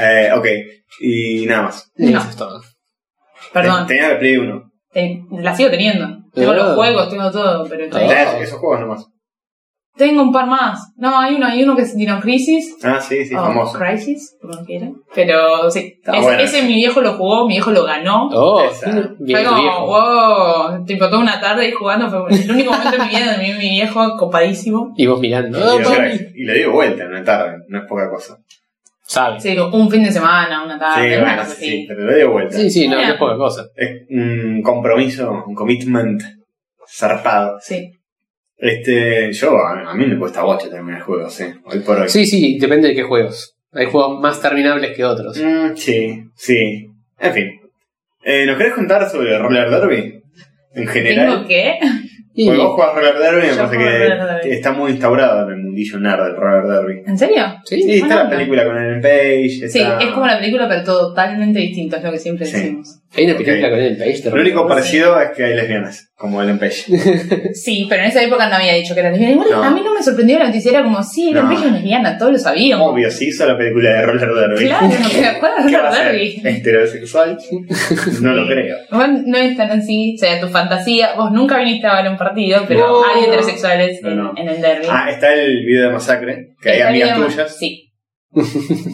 Eh, ok, y nada más.
No.
eso es todo.
Perdón.
Tenía la Play 1.
Te- Eh, la sigo teniendo. Tengo
Ah.
los juegos, tengo todo, pero está ahí.
Tenés Esos juegos nomás.
Tengo un par más. No, hay uno, hay uno que es Dino Crisis.
Ah, sí, sí,
o
famoso.
Crisis, como quieran. Pero sí,
Está
ese,
bueno.
ese mi viejo lo jugó, mi viejo lo ganó.
Oh,
Esa.
bien
fue
tu
como,
viejo.
wow, tipo toda una tarde ahí jugando. Fue el único momento de mi vida donde vi a mi viejo copadísimo.
Y vos mirando.
Y
"Oh,
lo
mami".
traes. Y le dio vuelta en una tarde, no es poca cosa.
Sabes.
Sí, un fin de semana, una tarde,
Sí,
una
bueno, sí,
cosa así.
sí, pero le dio vuelta.
Sí, sí, no,
Mira.
no es poca cosa.
Es un compromiso, un commitment zarpado.
Sí.
Este, yo, a, a mí me cuesta bocha terminar juegos, eh, hoy por hoy.
Sí, sí, depende de qué juegos. Hay juegos más terminables que otros.
Mm, sí, sí. En fin. Eh, ¿Nos querés contar sobre el roller derby? En
¿Tengo
general.
que?
Y,
Porque vos jugás roller derby, me
Yo
parece
juego roller
que
derby.
está muy instaurado en el mundillo nerd del roller derby.
¿En serio?
sí,
Sí, está la
Ah, no.
película con Ellen Page.
Sí,
está-
es como la película, pero totalmente distinto, es lo que siempre
Sí.
decimos.
hay una
Ok.
película con el país
Lo único parecido es que hay lesbianas, como Ellen Page.
Sí, pero en esa época no había dicho que era lesbiana. Igual
No.
a mí no me sorprendió la noticia, era como, sí, era
No.
bella lesbiana, todos lo sabíamos.
Obvio, sí hizo la película de roller derby.
Claro, no me acuerdo
¿Qué va a
de
ser?
Derby.
¿Heterosexual? No lo creo.
Igual no es tan así, o sea, tu fantasía, vos nunca viniste a ver un partido, pero
No.
hay heterosexuales
No,
en,
no.
en el derby.
Ah, está el video de Masacre, que hay
Está
amigas
bien,
tuyas.
Sí.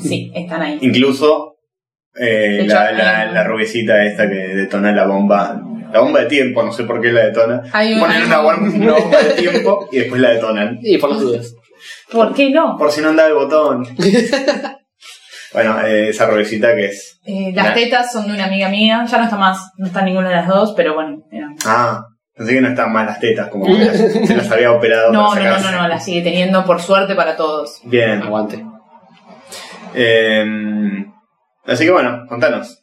sí, están ahí.
Incluso eh,
De
la,
hecho,
la,
hay-
la rubiecita esta que detona la bomba. La bomba de tiempo, no sé por qué la detona.
Hay una-
Ponen una, bom- una bomba de tiempo y después la detonan.
Y por las dudas.
¿Por qué no?
Por si no anda el botón. Bueno, eh, esa rubiecita que es.
Eh, las
Nah.
tetas son de una amiga mía, ya no está más, no está ninguna de las dos, pero bueno. eh. era-
Ah, pensé que no están más las tetas, como que las- se las había operado.
No, no,
para
no, no,
sacarse.
no, la sigue teniendo por suerte para todos.
Bien.
Aguante.
Eh, así que bueno, contanos.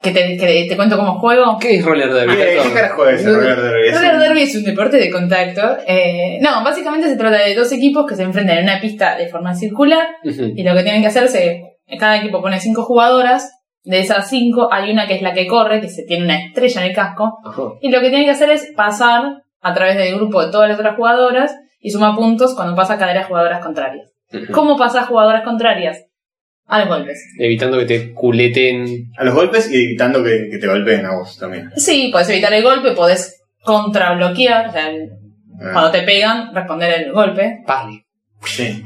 Que te, que te cuento cómo juego.
¿Qué es roller derby?
¿Qué, qué carajo es el roller derby? Es
Roller
un-
derby es un deporte de contacto. eh, no, básicamente se trata de dos equipos que se enfrentan en una pista de forma circular
Ujú.
y lo que tienen que hacer es cada equipo pone cinco jugadoras. De esas cinco hay una que es la que corre, que se tiene una estrella en el casco.
Ajá.
Y lo que tienen que hacer es pasar a través del grupo de todas las otras jugadoras y suma puntos cuando pasa cada de las jugadoras contrarias.
Ujú.
¿Cómo pasa a jugadoras contrarias? A los golpes.
Evitando que te culeten.
A los golpes y evitando que, que te golpeen a vos también.
Sí, podés evitar el golpe, podés contrabloquear, o sea, el-
Ah,
cuando te pegan, responder el golpe.
Parry.
sí.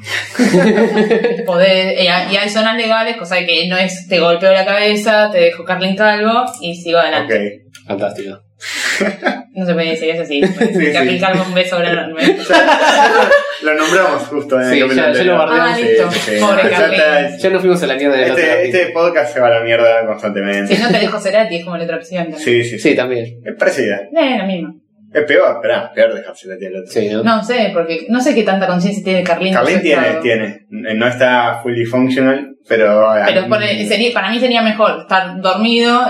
Podés, eh, y hay zonas legales, cosa que no es te golpeo la cabeza, te dejo Carlin Calvo y sigo
Ok.
adelante.
Fantástico.
No se puede decir eso así. Carlin
sí.
Calvo, un beso enorme.
Lo nombramos justo en el
Sí,
capítulo
ya- ya lo
anterior.
bardeamos.
Ah, listo. Pobre
Ya está-
Carlin.
Ya nos fuimos a la mierda de la otra
Este,
vez.
este podcast se va a la mierda constantemente.
Si no te dejo Cerati, es como la otra opción. también.
Sí, sí, sí.
Sí, también.
Es parecida.
Eh, lo mismo.
Es peor, esperá, peor dejarse la tía del otro.
Sí, ¿no?
No sé, porque no sé qué tanta conciencia tiene Carlin.
Carlin
en su
tiene,
estado.
tiene. No está fully functional, pero.
Pero pone- sería- para mí sería mejor estar dormido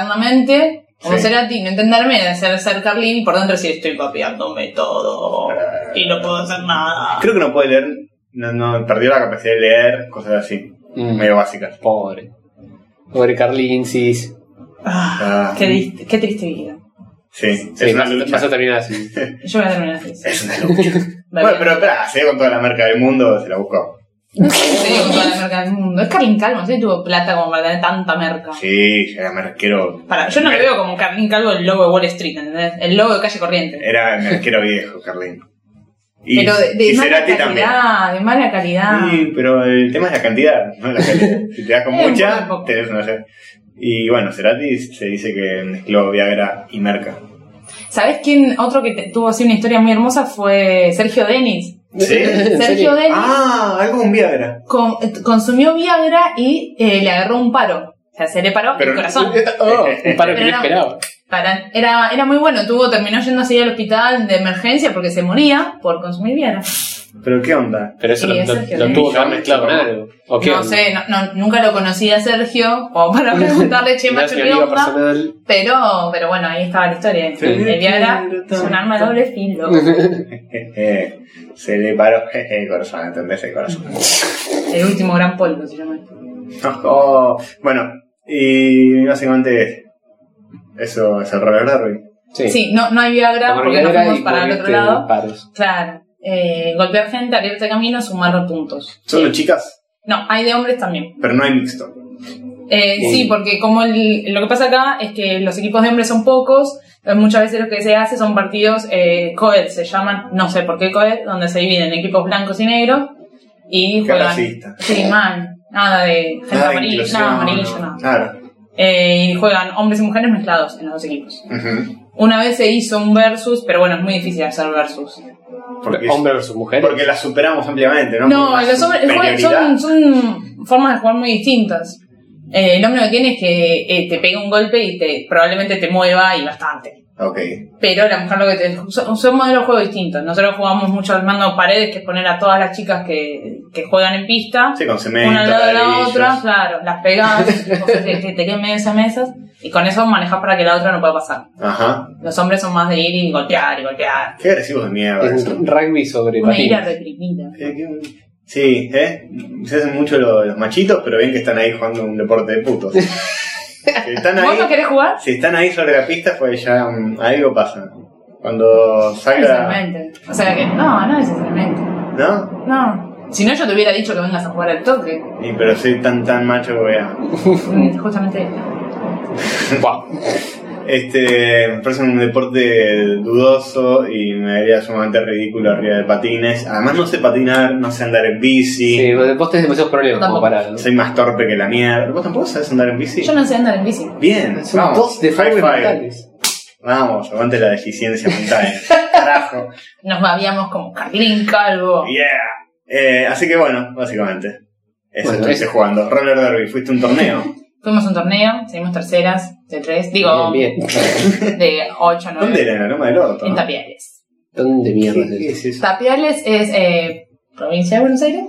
eternamente, como
Sí.
Cerati, no entenderme, de ser, ser Carlin y por dentro decir estoy copiándome todo
Ah.
y no puedo hacer nada.
Creo que no puede leer. No, no, perdió la capacidad de leer, cosas así.
Mm.
Medio básicas.
Pobre. Pobre Carlinsis.
Ah,
Ah,
qué, dist- qué triste vida.
sí,
Sí,
es una
vas,
lucha.
vas a terminar así.
Yo voy a terminar así.
Es una lucha. bueno, pero espera, se ve con toda la marca del mundo, se la buscó.
No sé, te digo, toda la merca del mundo. Es Carlin Calvo, no sé si tuvo plata como para tener tanta merca.
Sí, era merquero.
Para, yo no me veo como Carlin Calvo el logo de Wall Street, ¿entendés? El logo de Calle Corriente.
Era merquero viejo, Carlín. Eh, Y,
pero de, de
y
mala
Cerati también.
calidad, de mala calidad.
Sí, pero el tema es la cantidad, no la calidad. Si te das con
Eh, un
mucha,
poco, un poco.
tenés una sé. Y bueno, Cerati se dice que mezcló Viagra y Merca.
¿Sabés quién? Otro que te- tuvo así una historia muy hermosa fue Sergio Denis.
Sí.
¿En
Sergio
serio?
Denis
Ah, algo con Viagra.
con- eh, consumió Viagra y eh, le agarró un paro. O sea, se le paró
Pero-
el corazón.
Oh, un paro que no
Pero no.
esperaba.
Para- era, era muy bueno. Tuvo, terminó yéndose al hospital de emergencia porque se moría por consumir Viagra.
Pero qué onda.
Pero eso
Sí,
lo,
es
lo-
Sergio
lo
Denis.
tuvo que haber mezclado con algo. ¿O qué
No
onda?
sé, no, no- nunca lo conocí a Sergio, como para preguntarle, che,
Una
macho, ¿qué
teoría
onda?
personal.
Pero, pero bueno, ahí estaba la historia.
Sí.
El Viagra es un arma de doble filo.
Jeje, Eh, se le paró jeje, el corazón, ¿entendés? El corazón.
El último gran polvo se llama.
Oh, bueno, y básicamente eso es el roller derby.
Sí.
Sí, no, no hay Viagra
Tomar
porque nos
Viagra
fuimos
y
para el otro
morirte de
lado.
paros.
Claro. Eh, golpear gente, abrirte camino, sumar puntos.
Solo chicas,
No, hay de hombres también.
pero no hay mixto.
Eh,
Bien.
sí, porque como el- lo que pasa acá es que los equipos de hombres son pocos, eh, muchas veces lo que se hace son partidos eh, coed, se llaman, no sé por qué coed, donde se dividen equipos blancos y negros y
Qué
juegan.
racista.
Sí, mal. Nada de gente
Nada de
amarilla,
inclusión,
nada amarillo, nada.
Claro.
Eh, y juegan hombres y mujeres mezclados en los dos equipos.
Ujú.
Una vez se hizo un versus, pero bueno, es muy difícil hacer versus.
Porque,
Hombre versus mujer.
porque las superamos ampliamente, ¿no?
No,
Por la
los hombres juegan-
superioridad.
son, son formas de jugar muy distintas. Eh, el hombre lo que tiene es que eh, te pega un golpe y te, probablemente te mueva y bastante.
Ok.
Pero la mujer lo que te. Son, son modelos de juego distintos. Nosotros jugamos mucho armando paredes, que es poner a todas las chicas que, que juegan en pista.
Sí, con cemento,
Una al lado de la
ladrillos.
otra, claro, las pegas, cosas que, que te queden medio esas mesas, y con eso manejas para que la otra no pueda pasar.
Ajá.
Los hombres son más de ir y golpear y golpear.
Qué agresivos de mierda.
Es
eso.
un rugby sobre
Una ira
patines.
reprimida.
Eh, que- Sí, ¿eh? Se hacen mucho lo- los machitos, pero ven que están ahí jugando un deporte de putos. si, están
¿Vos no
ahí,
querés jugar?
si están ahí sobre la pista, pues ya mm, algo pasa. Cuando salga...
Necesariamente. O sea que, no, no necesariamente.
¿No?
No. Si no, yo te hubiera dicho que vengas a jugar al toque.
Y, pero soy tan tan macho que voy a...
Mm, Justamente.
Buah.
Este, me parece un deporte dudoso y me vería sumamente ridículo arriba de patines. Además no sé patinar, no sé andar en bici.
Sí, vos tenés demasiados problemas como
Tampoco.
para. ¿no?
Soy más torpe que la mierda. ¿Vos tampoco sabés andar en bici?
Yo no sé andar en bici.
Bien,
Son
vamos.
dos de
High
five
five.
mentales.
Vamos, aguante la deficiencia mental. Carajo.
Nos babiamos como Carlín Calvo.
Yeah. Eh, así que bueno, básicamente. Eso
Bueno,
estuviste
es-
jugando. Roller Derby, fuiste a un torneo.
Fuimos a un torneo, seguimos terceras, de tres, digo,
Bien, bien.
de ocho,
¿Dónde
nueve.
era? En la Loma del Orto.
En
¿no?
Tapiales.
¿Dónde mierda es
¿Qué
eso?
es eso?
Tapiales es eh, provincia de Buenos Aires.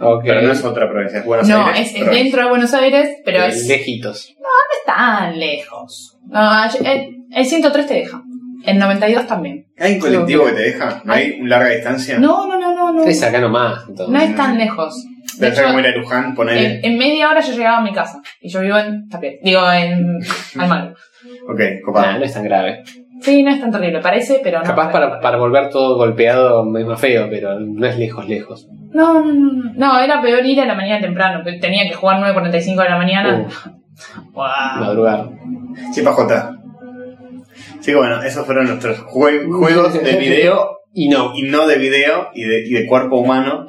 Ok.
Pero no es otra provincia, es Buenos
no,
Aires.
es, es
provincia.
dentro de Buenos Aires, pero
Eh,
es, no
Lejitos.
es tan lejos. No, el, el 103 te deja. El 92 también.
¿Hay un colectivo que te deja? ¿No hay una larga distancia?
No, no, no, no. No,
Es acá nomás.
no
entonces.
es tan lejos. De
Pensá
hecho, eh,
como era Luján, ponele.
en, en media hora yo llegaba a mi casa. Y yo vivo en Tapiales. Digo, en Almagro.
Ok,
Nah,
copado.
no es tan grave.
Sí, no es tan terrible, parece, pero no.
Capaz para, para volver todo golpeado es más feo, pero no es lejos, lejos.
No, no, no, no. No, era peor ir a la mañana temprano. que Tenía que jugar 9.45 de la mañana.
Uh,
Guau.
madrugar.
Sí, Pajota. Así que bueno, esos fueron nuestros jue- juegos de video
Y no.
y no de video y de, y de cuerpo humano.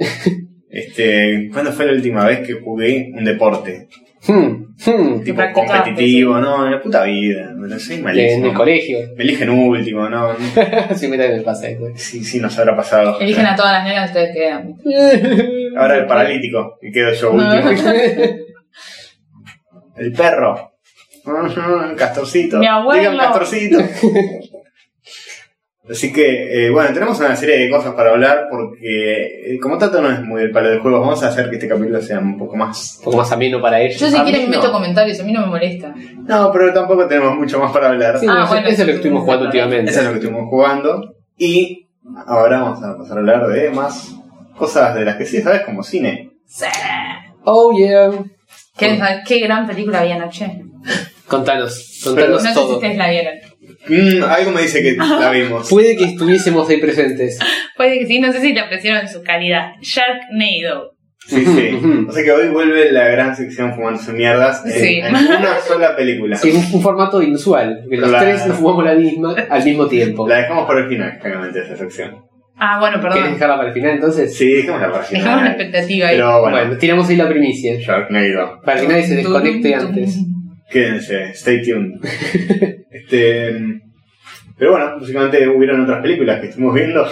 Este, ¿Cuándo fue la última vez que jugué un deporte?
Hmm, hmm.
tipo
practicaste,
competitivo, no, en la puta vida, no soy
En el
malísimo.
colegio.
Me eligen último, no, no,
si me en el paseo.
sí, sí nos habrá pasado.
Eligen a todas las negras ustedes quedan.
Ahora el paralítico, y quedo yo
No.
último. El perro. El castorcito.
Mi abuelo.
Digan castorcito. Así que, eh, bueno, tenemos una serie de cosas para hablar porque, eh, como tanto no es muy el palo de juegos, vamos a hacer que este capítulo sea un poco más.
Un poco más ameno para
Yo
ellos.
si
A
quieren
mí no.
meto comentarios, a mí no me molesta.
No, pero tampoco tenemos mucho más para hablar.
Sí,
Ah,
eso-
bueno,
eso es lo que
sí,
estuvimos
sí,
jugando
sí.
últimamente.
Eso es lo que estuvimos jugando. Y ahora vamos a pasar a hablar de más cosas de las que sí sabes, como cine.
Sí.
Oh yeah.
¿Quieren saber qué gran película había anoche?
Contanos,
No
contanos
sé si
todo.
ustedes la vieron.
Mm, algo me dice que la vimos.
Puede que estuviésemos ahí presentes.
Puede que sí, no sé si la apreciaron en su calidad. Sharknado.
Sí, sí. O sea que hoy vuelve la gran sección fumándose mierdas en,
Sí.
en una sola película.
Sí, un, un formato inusual. Porque los
La-
tres nos jugamos la misma al mismo tiempo.
La dejamos para el final, claramente, esa sección.
Ah, bueno,
¿Querés
perdón.
dejarla para el final entonces?
Sí, dejémosla para el final.
Dejamos la expectativa ahí.
Pero bueno,
Bueno, tiramos ahí la primicia.
Sharknado.
Para que nadie se desconecte antes.
Quédense, stay tuned. este. Pero bueno, básicamente hubieron otras películas que estuvimos viendo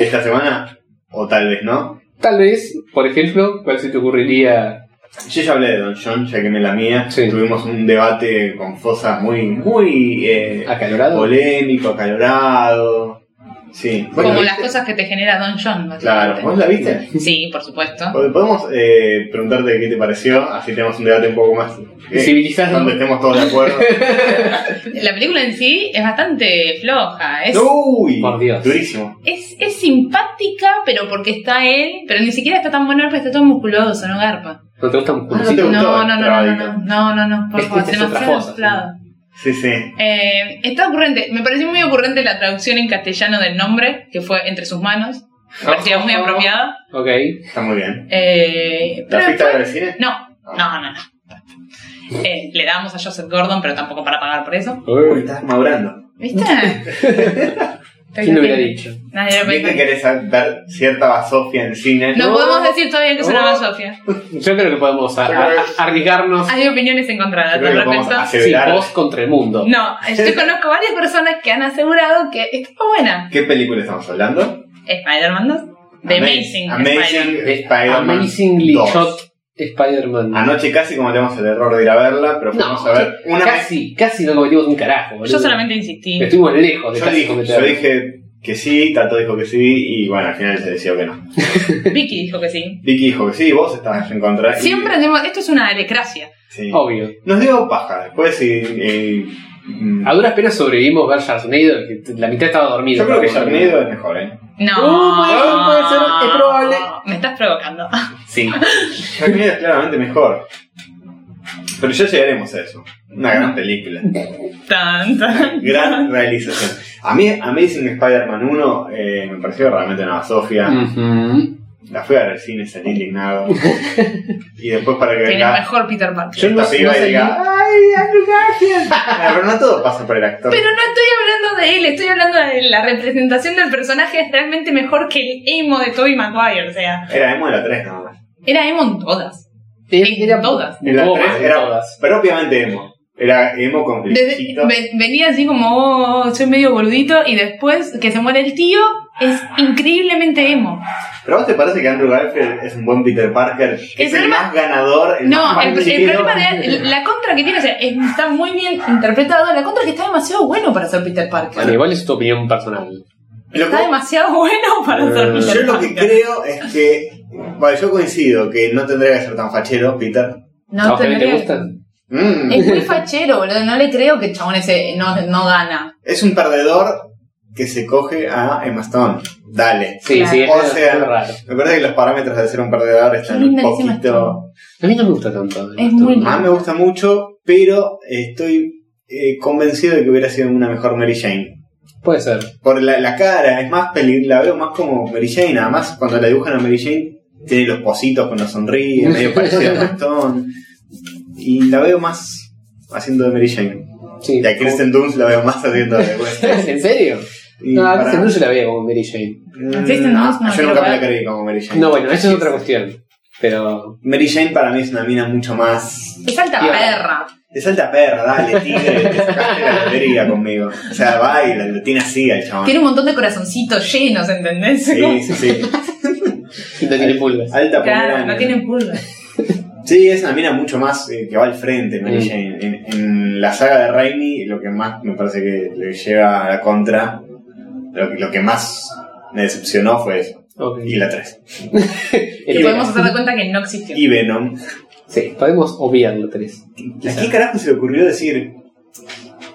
esta semana, o tal vez no.
Tal vez, por ejemplo, ¿cuál se te ocurriría?
Yo ya hablé de Don John, ya quemé la mía.
Sí.
Tuvimos un debate con Fosa muy, muy eh,
¿Acalorado?
polémico, acalorado. Sí. ¿Vos la
Como
viste?
las cosas que te genera Don John,
Claro,
básicamente.
¿vos la viste?
Sí, por supuesto.
Pod- Podemos eh, preguntarte qué te pareció, así tenemos un debate un poco más. eh,
Civilizado.
Donde estemos todos de acuerdo.
La película en sí es bastante floja. Es,
¡Uy!
Por Dios.
Durísimo.
es, es simpática, pero porque está él, pero ni siquiera está tan bueno, pero está todo musculoso, no garpa.
¿No te gustan
Ah, no te
No,
gustó
no,
el
no, no, no,
trabadito.
no, no, no, no, por
Es que
favor,
esta es otra
demasiado
cosa,
inflado.
Sí, sí.
Eh, está ocurrente, me pareció muy ocurrente la traducción en castellano del nombre, que fue Entre sus manos, me parecía muy apropiada.
Ok.
Está muy bien.
Eh,
¿La
pero
fuiste a ver
después-
al cine?
No, no, no, no. Eh, le damos a Joseph Gordon, pero tampoco para pagar por eso.
Uy, estás madurando.
¿Viste?
¿Quién lo hubiera dicho?
Nadie lo
Bien que
pensó.
querés ver cierta basofia en cine.
No
No.
podemos decir todavía que es una
No.
basofia.
Yo creo que podemos a- a- a- arriesgarnos.
Hay opiniones encontradas
Yo creo que lo
al
podemos
respecto.
Sí,
aseverar.
vos contra el mundo.
No, eh, yo conozco varias personas que han asegurado que está buena.
¿Qué película estamos hablando?
Spider-Man 2. The
Ama-
Amazing.
Amazing
Spider-Man.
De
Spider-Man
Eh, Amazingly
2.
Shot Spider-Man.
Anoche casi cometemos el error de ir a verla, pero
No,
fuimos a ver una vez.
casi, casi no cometimos un carajo, boludo.
Yo solamente insistí.
Estuvimos lejos de
Yo
casi
dije,
cometer.
yo dije que sí, Tato dijo que sí, y bueno, al final se decidió que no.
Vicky dijo que sí.
Vicky dijo que sí, vos estabas en contra. y-
Siempre decimos, esto es una alecracia.
Sí.
Obvio.
Nos dio paja después y. y- mm.
A duras penas sobrevivimos ver Sharknado, que la mitad estaba dormido.
yo creo que
Pero bueno.
Sharknado es mejor, ¿eh?
No.
Uh, puede ser, puede ser, es probable.
Me estás provocando.
Sí.
Sharknado es claramente mejor. Pero ya llegaremos a eso. Una gran película.
Tan, tan.
gran realización. A mí, Amazing Spider-Man 1 eh, me pareció realmente una basofia.
Mm. Ujú.
La fui a ver al cine, salí indignado. y después para que
Tiene el
venga
mejor Peter Parker.
esta
Yo no-
piba
no
y
salí.
diga ¡Ay, Andrew Garfield! Ah, Pero no todo pasa por el actor.
Pero no estoy hablando de él, estoy hablando de la representación del personaje es realmente mejor que el emo de Tobey Maguire, o sea,
Era emo de la 3 nada más.
era emo en todas.
Era- era-
todas.
En la
Todas,
3 era
todas.
propiamente emo. Era emo con
Desde-
flequillito.
ve- venía así como, "Oh, soy medio boludito, y después que se muere el tío, es increíblemente emo.
¿Pero a vos te parece que Andrew Garfield es un buen Peter Parker? Es,
Es
el,
el
más ganador, el
No,
más
el, el
parecido?
problema de la contra que tiene, o sea, está muy bien interpretado, la contra es que está demasiado bueno para ser Peter
Bueno,
Parker.
igual es tu opinión personal.
Lo
Está
que-
demasiado bueno para ser
Eh,
Yo
Peter
lo que
Parker.
creo es que. Bueno, yo coincido que no tendría que ser tan fachero, Peter.
¿A
No
vos también te
tendría-
gustan?
Mm.
Es muy fachero, boludo. No le creo que el chabón ese no, no gana.
Es un perdedor que se coge a Emma Stone. Dale.
Sí,
Claro.
sí, es
O
es
sea-
raro.
Me parece que los parámetros de ser un perdedor están
Qué
un
linda que es Emma
poquito.
A mí no me gusta tanto. Ah,
Es muy
Esto.
Más me gusta mucho, pero estoy eh, convencido de que hubiera sido una mejor Mary Jane.
Puede ser.
Por la, la cara, es más peli, la veo más como Mary Jane. Además, cuando la dibujan a Mary Jane, tiene los positos cuando sonríe, medio parecido a Emma Stone. Y la veo más haciendo de Mary Jane.
Sí.
Y a Kristen Dunst la veo más haciendo de Gwen Stacy.
¿En serio?
Y
No, a
para-
Kristen Dunst yo la veo como Mary Jane.
Mm,
Kristen Dunst no
Yo
quiero
nunca me la
ver.
creí como Mary Jane.
No, bueno, eso es otra cuestión. Pero.
Mary Jane para mí es una mina mucho más.
Es alta
Tía.
perra.
Es alta perra, dale, tigre, te sacaste la lotería conmigo. O sea, baila, lo tiene así al chabón.
Tiene un montón de corazoncitos llenos, ¿entendés?
Sí, sí, sí.
Y no tiene pulgas.
Alta
Claro,
pomerania.
no tienen pulga.
Sí, es una mina mucho más eh, que va al frente, Mary
Mm.
Jane. En, en la saga de Raimi, lo que más me parece que le lleva a la contra, lo, que- lo que más me decepcionó fue eso.
Ok.
Y la 3.
Y
El-
podemos hacer de cuenta que no existió.
Y Venom.
Sí, podemos obviarlo tres.
¿A qué carajo se le ocurrió decir?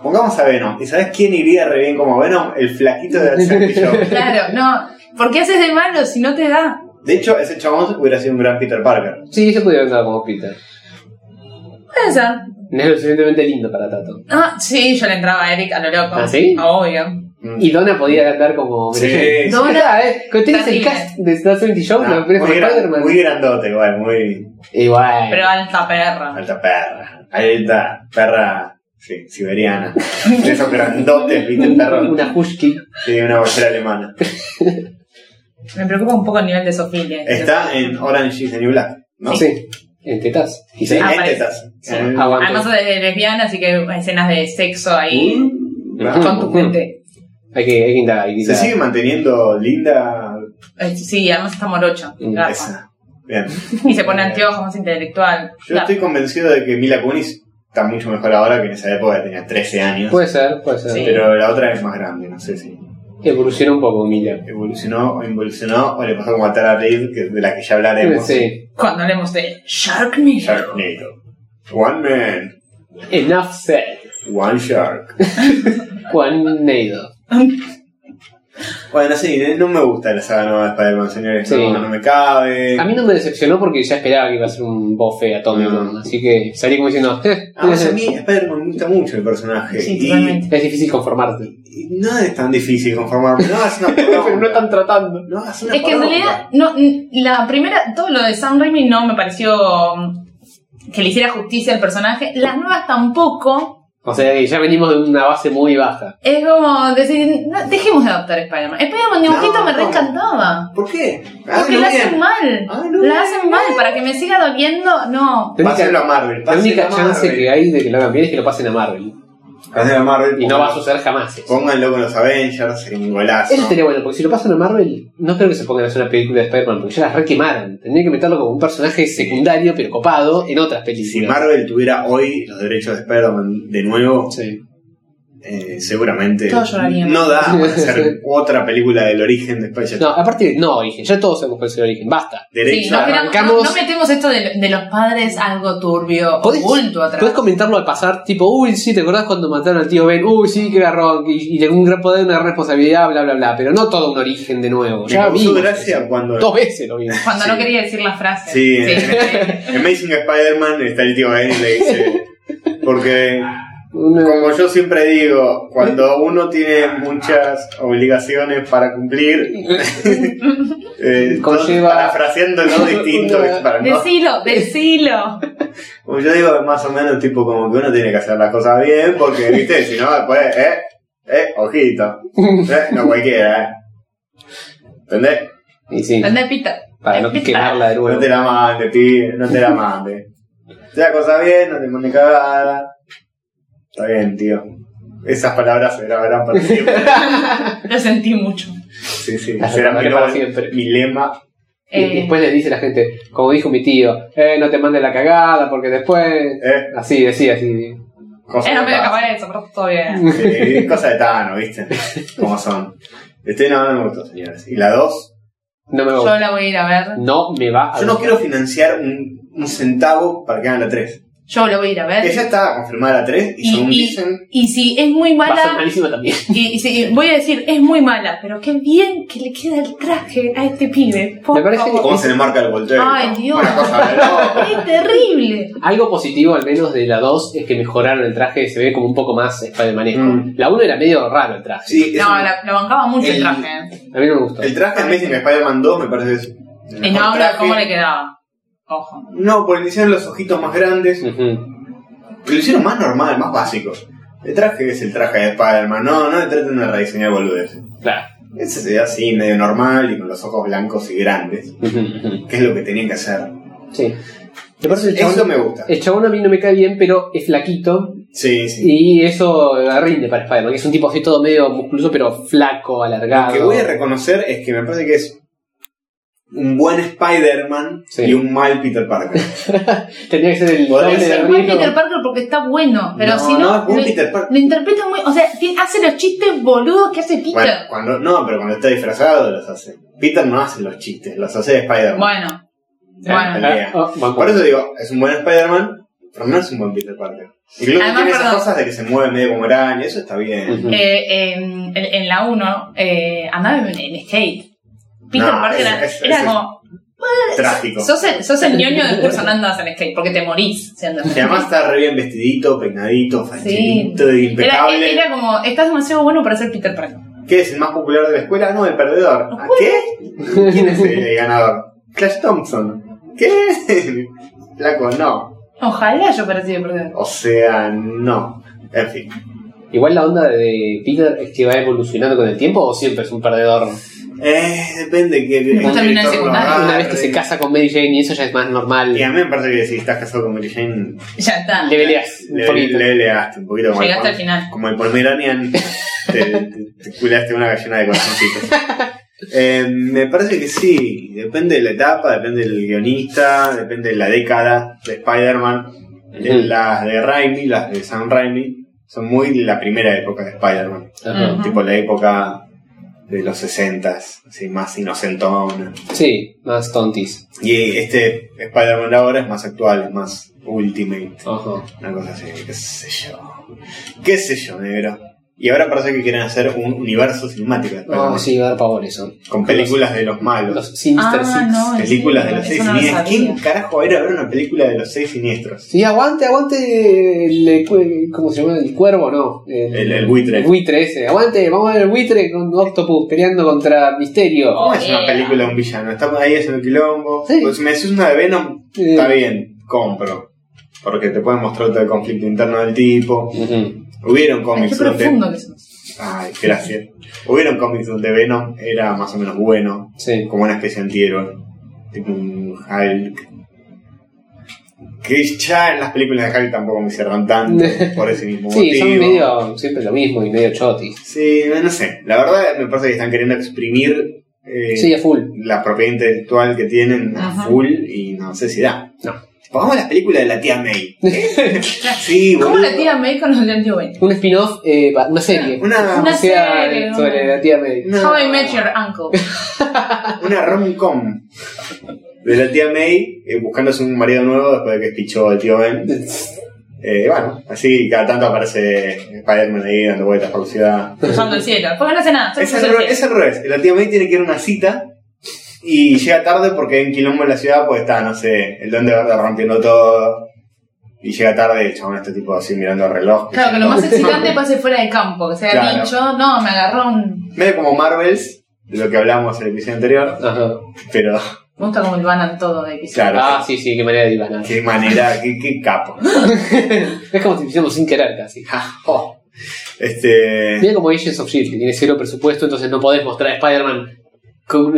Pongamos a Venom. ¿Y sabes quién iría re bien como Venom? El flaquito de Alzheimer Show.
Claro, no. ¿Por qué haces de malo si no te da?
De hecho, ese chabón hubiera sido un gran Peter Parker.
Sí, yo podría haber andado como Peter.
Puede ser.
No es lo suficientemente lindo para Tato.
Ah, sí, yo le entraba a Eric a lo loco.
¿Ah, sí?
Obvio.
Mm.
Y Donna podía andar como.
Sí,
Mary Jane.
sí.
Donna, eh. Cuando tenés el
Fácil.
cast de Star 70 Show,
Ah,
lo pones como
muy, gran-
Spider-Man.
muy grandote, igual, muy
Igual.
Pero alta perra.
alta perra. Alta perra sí, siberiana. De esos grandotes, viste, perro.
Una husky.
Sí, una bolsera alemana.
Me preocupa un poco el nivel de Sofía.
Está en Orange is the New Black, ¿no?
Sí. En tetas.
Sí,
Quizás.
Ah,
en
parece.
tetas.
Sí.
En-
Aguante.
Además es lesbiana, así que escenas de sexo ahí.
Mm.
Ujú.
Con tu mente.
Hay que, hay que indagar. hay que
Se
indagar.
sigue manteniendo linda
Eh, Sí, además está morocha.
Mm,
garpa.
esa. Bien.
Y se pone anteojos más intelectual.
Yo estoy convencido de que Mila Kunis está mucho mejor ahora que en esa época tenía 13 años.
Puede ser, puede ser.
Sí.
pero la otra es más grande, no sé si
Evoluciona un poco, Mila.
evolucionó o involucionó o le pasó como a Tara Reid, que de la que ya hablaremos.
Sí.
Cuando hablemos de Sharknado.
Sharknado. One man,
Enough said.
one shark.
Juan Neido.
Bueno, sí, no me gusta la saga nueva de Spider-Man, señores.
Sí.
No, no me cabe.
A mí no me decepcionó porque ya esperaba que iba a ser un bofe atómico.
No.
Así que salí como diciendo, eh,
Ah, o sea, a mí Spider-Man me gusta mucho el personaje.
Sí,
y-
totalmente.
es difícil conformarte.
y, no es tan difícil conformarme. No, es una
Pero no
poronga.
están tratando.
No, es una
Es que en
poronga.
realidad, no, n- la primera, todo lo de Sam Raimi no me pareció mm, que le hiciera justicia al personaje. Las nuevas tampoco.
O sea que ya venimos de una base muy baja.
Es como decir, no, dejemos de adaptar a Spider-Man. Spider-Man dibujito
No.
me reencantaba.
¿Por qué?
Porque
Hazlo
la
bien.
hacen mal.
Hazlo
la
bien.
hacen mal. Para que me siga doliendo, no.
La única,
Pásenlo a Marvel.
la única
pásenlo a
chance
Marvel.
que hay de que lo hagan bien es que lo pasen a Marvel.
Pásenlo a Marvel.
Y no va a
pónganlo-
suceder jamás. eso.
Pónganlo con los Avengers, sería un golazo.
Eso estaría bueno, porque si lo pasan a Marvel, no creo que se pongan a hacer una película de Spider-Man, porque ya las requemaron. Tendrían que meterlo como un personaje secundario, pero copado, en otras
Si
películas.
Marvel tuviera hoy los derechos de Spider-Man de nuevo,
Sí.
eh, seguramente
Todos lloraríamos.
no da para hacer
Sí.
otra película del origen de Spider-Man.
No, aparte, no origen, ya todos sabemos cuál es el origen, basta.
Sí,
Derecho
no,
a-
queramos-
arrancamos-
no- no metemos esto de, de los padres algo turbio,
¿Podés-
oculto atrás.
Puedes comentarlo al pasar, tipo, uy, sí, ¿te acordás cuando mataron al tío Ben? Uy, sí, qué garrón, y, y de un gran poder, una gran responsabilidad, bla, bla, bla, pero no todo un origen de nuevo.
Me
Ya
causó
vimos
gracia
eso.
cuando
Dos veces lo vimos.
Cuando no
Sí.
quería decir la frase.
Sí, en Amazing Spider-Man está el tío Ben y le dice. Porque,
Una-
como yo siempre digo, cuando uno tiene muchas obligaciones para cumplir, eh,
Conlleva-
parafraseándolo distinto, es para no-
Decilo, decilo.
Como Pues yo digo, más o menos, tipo, como que uno tiene que hacer las cosas bien, porque, viste, si no, después, eh, eh, ojito. Eh, no cualquiera, eh. ¿Entendés?
y sí,
Anda, pita.
para no quemarla de
No
nuevo.
te la mande, pibe, no te la mande. Hacé las cosas bien, no te mande cagada. Está bien, tío. Esas palabras se grabarán para siempre.
Lo sentí mucho.
Sí, sí,
Las
será mi,
recordaré para
lema-
siempre.
mi lema.
Y
Eh,
después le dice la gente, como dijo mi tío, eh, no te mandes la cagada porque después...
Eh,
Así, decía, así.
cosa
eh, no
de
me voy a acabar eso, pero todo bien.
Thanos. Sí, cosa de Tano, ¿viste? Como son. Este no, no me gustó, señores. Y la dos,
No me
Yo
va.
la voy a ir a ver.
No me va a
yo no
gustar.
quiero financiar un, un centavo para que hagan la tres.
Yo la voy a ir a
Que ya
ver.
está confirmada la tres y,
Y-
según
y-
dicen,
Y si es muy
Va a ser
mala,
malísima también.
y, y si- voy a decir, es muy mala, pero qué bien que le queda el traje a este pibe. Por
Me parece
favor.
cómo se le marca el volteo.
Ay, Dios.
Una cosa de loco.
Es terrible.
Algo positivo, al menos de la 2, es que mejoraron el traje, se ve como un poco más Spider-Manesco.
Mm.
La 1 era medio raro el traje.
Sí, es
No,
un-
la, lo bancaba mucho el,
el-
traje. ¿eh?
A mí no me gustó.
El traje de Amazing Spider-Man 2 me parece eso.
Y no habla cómo le quedaba. Ojo.
No, porque le hicieron los ojitos más grandes.
Ujú.
Pero lo hicieron más normal, más básico. El traje es el traje de Spider-Man. No, no le traten de rediseñar boludez.
Claro.
Ese se ve así, medio normal y con los ojos blancos y grandes.
Ujú, ujú.
Que es lo que tenían que hacer.
Sí. Me parece el
Eso
chabón,
me gusta.
el chabón a mí no me cae bien, pero es flaquito
Sí, sí.
eh, y eso rinde para Spider-Man, que es un tipo así todo medio musculoso, pero flaco,
Lo
alargado.
que voy a reconocer es que me parece que es un buen Spider-Man
Sí.
y un mal Peter Parker.
Tendría que ser el
Podría
doble
ser
de
Igual Peter
rico.
Parker porque está bueno, pero si no.
no, es buen
lo-
Peter Parker.
Lo interpreta muy. O sea, ti- hace los chistes boludos que hace
Bueno,
Peter.
cuando, no, pero cuando está disfrazado los hace. Peter no hace los chistes, los hace Spider-Man.
Bueno. Bueno.
el día.
Ah, ah, buen
Por
punto.
eso digo, es un buen Spider-man, pero no es un buen Peter Parker. Y luego
Además,
tiene esas
perdón.
cosas de que se mueve medio como araña, eso está bien.
Ujú.
Eh, en, en- en la 1 eh, andaba en, en skate. Peter
No,
Parker
eso-
era,
eso-
era
eso-
como.
Trágico.
Sos el, sos el ñoño de curso, no andabas en skate porque te morís siendo
Y además está re bien vestidito, peinadito, facherito,
Era,
impecable.
era como, estás demasiado bueno para ser Peter Parker.
¿Qué es el más popular de la escuela? No, el perdedor. ¿Ah, ¿Qué? ¿Quién es el ganador? Clash Thompson. ¿Qué? Flaco, no.
Ojalá yo pareciera perder.
O sea, no. En fin.
Igual la onda de Peter es que va evolucionando con el tiempo o siempre es un perdedor.
Eh, depende que Ah, eh,
Después termina el secundario,
Una vez que se casa con Mary Jane y eso ya es más normal.
Y a mí me parece que si estás casado con Mary Jane,
Ya está.
Le peleas un
le,
poquito.
le leaste un poquito como el
Llegaste
pan.
al final.
Como el Pomeranian, te, te- te culeaste una gallina de corazoncitos. Eh, me parece que sí, depende de la etapa, depende del guionista, depende de la década de Spider-Man. Eh,
Ujú.
Las de Raimi, las de Sam Raimi, son muy la primera época de Spider-Man.
Ajá.
Ujú.
Tipo la época de los 60 así más inocentona.
Sí, más tontis.
Y este Spider-Man de ahora es más actual, es más Ultimate.
Ajá.
Una cosa así, qué sé yo. Qué sé yo, negro. Y ahora parece que quieren hacer un universo cinemático de Spider-Man.
No, Ah, sí, va a dar pavor eso.
Con películas de los malos.
Los Sinister Six.
Ah, no, en
películas de
serio,
los seis
eso no lo
siniestros.
sabía.
¿Quién carajo va a ir a ver una película de los seis siniestros?
Sí, aguante, aguante el, cu- ¿cómo se llama? El cuervo, no.
El- el buitre.
El buitre ese. Aguante, vamos a ver el buitre con Octopus peleando contra Misterio.
¿Cómo es una
yeah.
película de un villano? Estamos ahí haciendo quilombo.
Sí.
Pues si me decís una de Venom,
Eh,
está bien, compro. Porque te pueden mostrar todo el conflicto interno del tipo.
Ujú.
Hubieron
Ay, qué
cómics donde.
profundo que sos.
Ay, gracias. Hubieron cómics donde Venom era más o menos bueno,
Sí.
como una especie de antihéroe. Tipo un Hulk. Que ya en las películas de Hulk tampoco me hicieron tanto por ese mismo
Sí, son
motivo.
medio siempre lo mismo y medio chotis.
Sí, no sé. La verdad me parece que están queriendo exprimir eh,
Sí, a full.
la propiedad intelectual que tienen a
Ajá.
full y no sé si da.
No.
Pongamos las películas de la tía May. sí,
¿Cómo
boludo.
la tía May con los Lady Wayne?
Un spin-off, eh, va- una serie.
Una,
Una
una,
O sea,
serie, una-
sobre la tía May.
How I Met Your Uncle.
una rom-com de la tía May eh, buscándose un marido nuevo después de que pichó el tío Ben. Eh, bueno, así cada tanto aparece Spider-Man ahí dando vueltas por la ciudad.
Cruzando el cielo. Porque no hace nada. solo
Es
cruza
al,
el
revés,
cielo.
es al revés. La tía May tiene que ir a una cita y llega tarde porque hay un quilombo en la ciudad, pues está, no sé, el don de verde rompiendo todo. Y llega tarde y el chabón este tipo así mirando el reloj.
Claro, que lo más excitante pase fuera de campo, que sea
Claro.
pincho. No, me agarró un.
Medio como Marvels, de lo que hablamos en el episodio anterior,
Ajá.
pero
Me gusta como el banan todo de piso.
Claro.
Ah, sí, sí, qué manera de divanar.
qué manera, qué, qué capo.
Es como si hiciéramos sin querer casi.
Ja, oh. Este.
Mira como Agents of Shield, que tiene cero presupuesto, entonces no podés mostrar a Spider-Man con-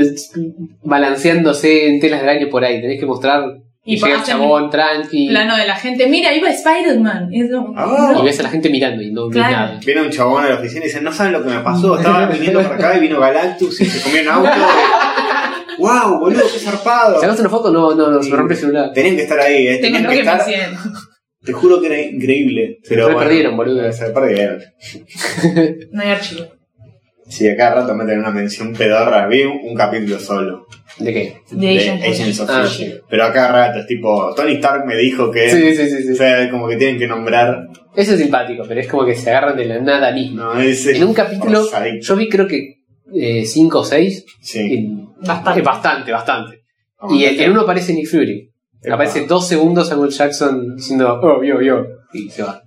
balanceándose en telas de araña por ahí. Tenés que mostrar
Y
y llega el
hacen
chabón, tranqui,
Plano de la gente. Mira, iba Spider-Man. Y es como-
Ah.
y ves a la gente mirando y no ves
Claro.
nada.
Viene un chabón a la oficina y dice, no saben lo que me pasó, estaba viniendo para acá y vino Galactus y se comió un auto. wow, boludo, qué zarpado.
¿Sacaste una foto? No, no, no, se me rompe el celular.
Tenían que estar ahí, eh.
Tengo
tenían
lo
que
que
estar.
paciente.
Te juro que era increíble. Pero
Se
bueno,
perdieron, boludo.
Se perdieron.
No hay archivo.
Sí, acá cada rato meten una mención pedorra. Vi un, un capítulo solo
¿De qué?
De
de
Agents of
Agents of
Ah,
Shield. Pero acá cada rato es tipo, Tony Stark me dijo que.
Sí, sí, sí,
O
sí.
sea, como que tienen que nombrar.
Eso es simpático, pero es como que se agarran de la nada misma.
No, ese.
En un capítulo,
forzadito.
yo vi creo que 5 o 6.
Sí. Ah,
Bastante.
Bastante, bastante. Y en- en uno aparece Nick Fury.
Epa.
Aparece dos segundos Samuel Jackson diciendo, oh, yo, yo. Y se va.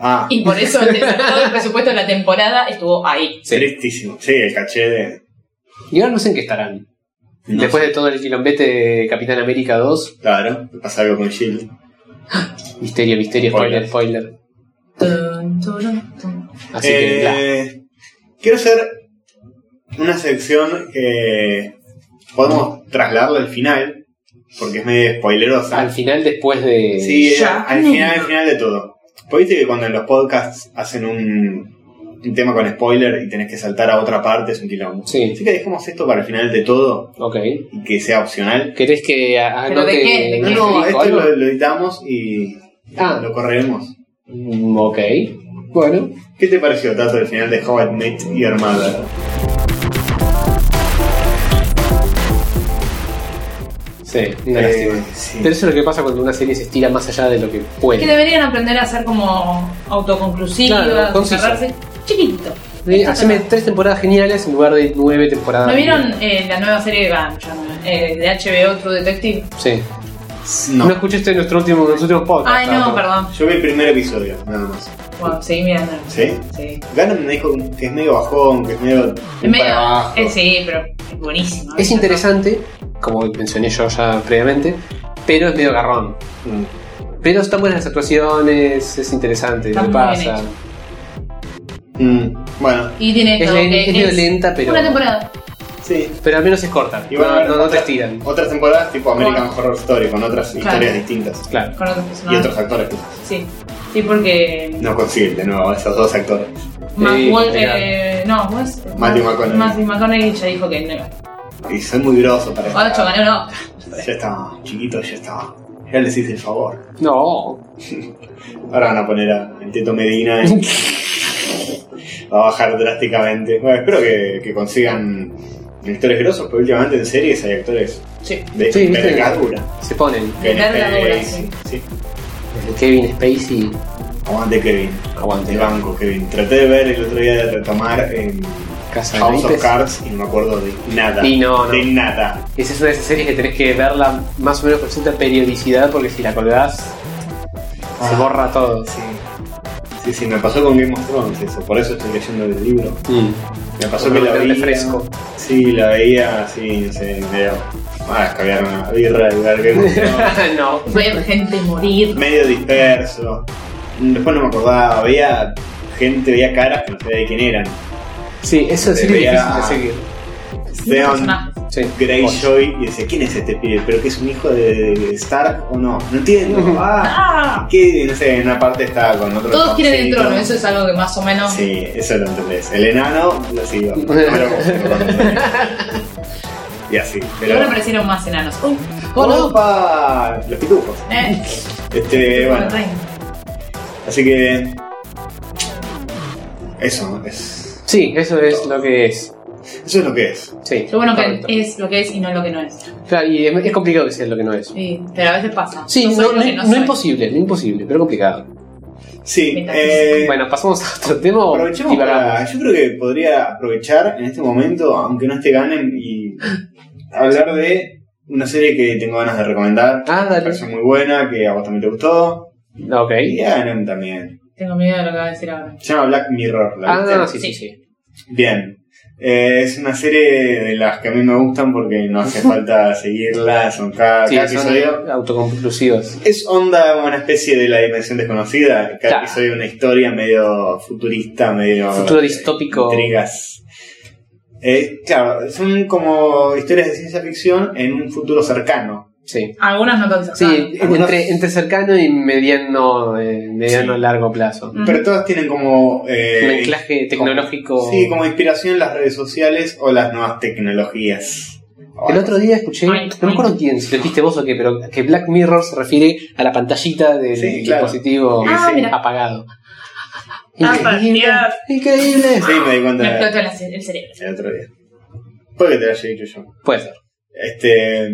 Ah,
Y por eso el- todo el presupuesto de la temporada estuvo ahí.
Sí.
tristísimo. Sí, el caché de.
Y ahora no sé en qué estarán.
no
Después de todo el quilombete de Capitán América 2,
sé. Claro, pasa algo con Shield.
misterio, misterio, spoiler,
Spoiler.
spoiler.
Tun, turun, tun.
Así que, bla.
Eh, quiero hacer una sección que podemos trasladarla al final, porque es medio spoilerosa.
al final, después de.
sí,
ya.
al final, al final de todo. Porque viste que cuando en los podcasts hacen un, un tema con spoiler y tenés que saltar a otra parte, es un quilombo.
Sí,
Así que dejemos esto para el final de todo
ok.
y que sea opcional.
¿Querés que ah, a-
¿Pero de
anote-
qué? ¿De
No,
qué?
no,
dijo
esto
algo?
lo, lo editamos y
Ah.
lo correremos.
Mm, Ok. Bueno,
¿Qué te pareció, Tato, el final de How I Met y Armada?
sí, una
Eh,
lástima. Eh, Pero eso es lo que pasa cuando una serie se estira más allá de lo que
Que
puede.
deberían aprender a ser como autoconclusivas,
Claro, conciso.
cerrarse. Chiquitito.
Eh, Haceme tres temporadas geniales en lugar de nueve temporadas.
¿No vieron eh, la nueva serie de Bam, ya no, eh, de HBO True Detective?
Sí. No,
No.
escuchaste nuestro último, nuestro último podcast.
Ay, no,
Tato.
perdón.
Yo vi el primer episodio, nada más.
Bueno, seguí mirando.
¿Sí?
Sí.
Gannon me dijo que es medio bajón, que es medio.
Es
para
medio.
abajo.
eh, sí, pero es buenísimo.
Es interesante, como mencioné yo ya previamente, pero es medio garrón.
Mm.
Pero están buenas las actuaciones, es interesante,
Está
lo que
muy
pasa.
bien
Mm. Bueno,
Y tiene
Es,
esto,
len-
que
es medio lenta, pero,
Una temporada.
sí.
pero al menos es corta.
Y van a
No,
haber
no- no te
otras-
estiran.
Otras temporadas tipo American
Bueno.
Horror Story con otras historias distintas.
Claro.
Con otros
Y
personajes.
otros actores que
Sí. Sí, porque.
no consiguen de nuevo esos dos actores.
Matt
Sí,
Wal-
claro.
eh, no, ¿cómo es?
Matthew McConaughey.
Matthew McConaughey ya dijo que no.
Y son muy grosos para
Ahora
esa-
ganó, no.
Ya estaba chiquito, ya estaba. Ya les hice el favor.
No.
Ahora van a poner a el Teto Medina. en- Va a bajar drásticamente. Bueno, espero que, que consigan actores grosos, porque últimamente en series hay actores
Sí.
de
Sí, viste.
envergadura.
Se ponen.
De larga
Kevin
duración.
Spacey, sí.
Desde Kevin Spacey.
Aguante Kevin,
Aguante.
de banco Kevin. Traté de ver el otro día de retomar en
Casa de
House of
Naipes.
Cards y no me acuerdo de nada.
Y no, no.
De nada.
Esa es una de esas series que tenés que verla más o menos con cierta periodicidad porque si la colgás se
Ah.
borra todo.
Sí. sí, sí, me pasó con Game of Thrones eso. Por eso estoy leyendo el libro.
Mm.
Me pasó que lo
Mantenerle
veía,
fresco.
Sí, la veía así, se medio. Ah, escabiar una birra del lugar que encontró.
no.
Ver gente morir.
medio disperso. Después no me acordaba, veía gente, veía caras que no sabía de quién eran.
Sí, eso sí es
Debería-
difícil de seguir.
Theon
personajes.
Sí.
Greyjoy y decía, ¿quién es este pibe? ¿Pero que es un hijo de de Stark o no? No entiendo.
Ujú.
Ah,
¡Ah!
que no sé, en una parte estaba con otro.
Todos quieren el
chaboncito.
trono, eso es algo que más o menos.
Sí, eso lo entendés. El enano lo sigo. No me lo confundo con el enano. y así. Pero.
Ahora aparecieron más enanos. Uy,
Oh, no.
¡Opa! Los pitufos.
eh,
Este, bueno.
Rey.
Así que. Eso es.
Sí, eso es lo que es.
Eso es lo que es.
Sí.
Lo bueno que
correcto.
es lo que es y no lo que no es.
Claro, y es, es complicado decir lo que no es.
Sí, pero a veces pasa.
Sí,
No soy
no,
lo
no,
que
no
soy.
imposible, no imposible, pero complicado.
Sí.
Venga,
Eh,
Bueno, pasamos a otro tema o
aprovechemos para.
divagamos?
Yo creo que podría aprovechar en este momento, aunque no esté Ganem, y hablar de una serie que tengo ganas de recomendar.
Ah,
Me
dale.
pareció muy buena, que a vos también te gustó.
Ok.
Y a Ganem también.
Tengo miedo de lo que va a decir ahora.
Se llama Black Mirror. ¿la
Ah,
viste?
no, sí, sí, sí.
Bien. Eh, es una serie de las que a mí me gustan porque no hace falta seguirla, son cada,
Sí,
cada
son
episodio.
autoconclusivos.
Es onda una especie de la dimensión desconocida. Cada
Claro.
episodio una historia medio futurista, medio.
Futuro distópico.
Intrigas. Eh, claro, son como historias de ciencia ficción en un futuro cercano.
Sí.
Algunas no tan
Sí,
cercanas.
algunos-
entre, entre cercano y mediano, eh, mediano
Sí.
largo plazo.
Ujú.
Pero todas tienen como.
Un
Eh,
anclaje tecnológico.
sí, como inspiración las redes sociales o las nuevas tecnologías.
El otro día escuché,
Ay,
no me acuerdo quién, si lo dijiste vos o qué, pero que Black Mirror se refiere a la pantallita del
Sí, claro.
dispositivo
Ah,
Sí.
mira.
apagado.
Ah,
Increíble.
para-
Increíble.
Sí, me di
Me
cuenta
explotó la ce- el cerebro.
el otro día. Puede que te lo haya dicho yo.
Puede ser.
Este.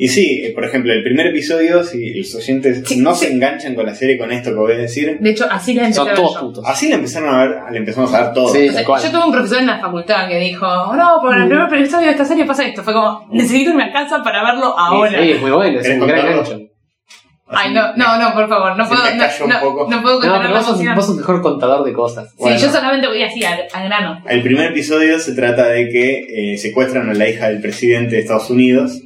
Y sí, eh, por ejemplo, el primer episodio, si los oyentes
Sí,
no
sí.
se enganchan con la serie con esto que voy a decir,
De hecho, así la empecé a
Son
ver
todos
yo.
putos.
así la empezaron a ver, la empezamos a ver todos.
Sí.
O sea,
Tal cual.
yo tuve un profesor en la facultad que dijo, no, por el
Mm.
primer episodio de esta serie pasa esto. Fue como, necesito una casa para verlo ahora.
Sí, es muy bueno, es
¿Querés
un gran
contarlo?
gancho.
Ay, no, no, no, por favor, no
Se
puedo,
me cayó
no,
un
no-
poco.
no puedo
No,
contar
pero
la
vos sos,
emoción.
vos sos mejor contador de cosas.
Sí,
Bueno.
yo solamente voy así, al, al grano.
El primer episodio se trata de que eh, secuestran a la hija del presidente de Estados Unidos.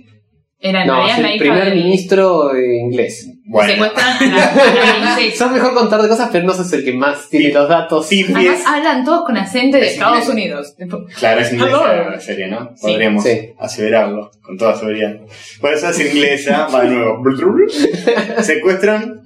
Era en
No,
realidad
es
la
el
hija
primer
del-
ministro eh, inglés.
Bueno,
Secuestran a la, a la princesa.
Sos mejor contador de cosas, pero no sos el que más tiene
Sí.
los datos.
Phoebe
Además,
es-
hablan todos con acento de
Es
Estados
inglés.
Unidos.
Claro, es
Hello.
inglesa la serie, ¿no?
Sí.
Podríamos
Sí.
aseverarlo con toda seguridad. Por eso es inglesa, va de nuevo. Secuestran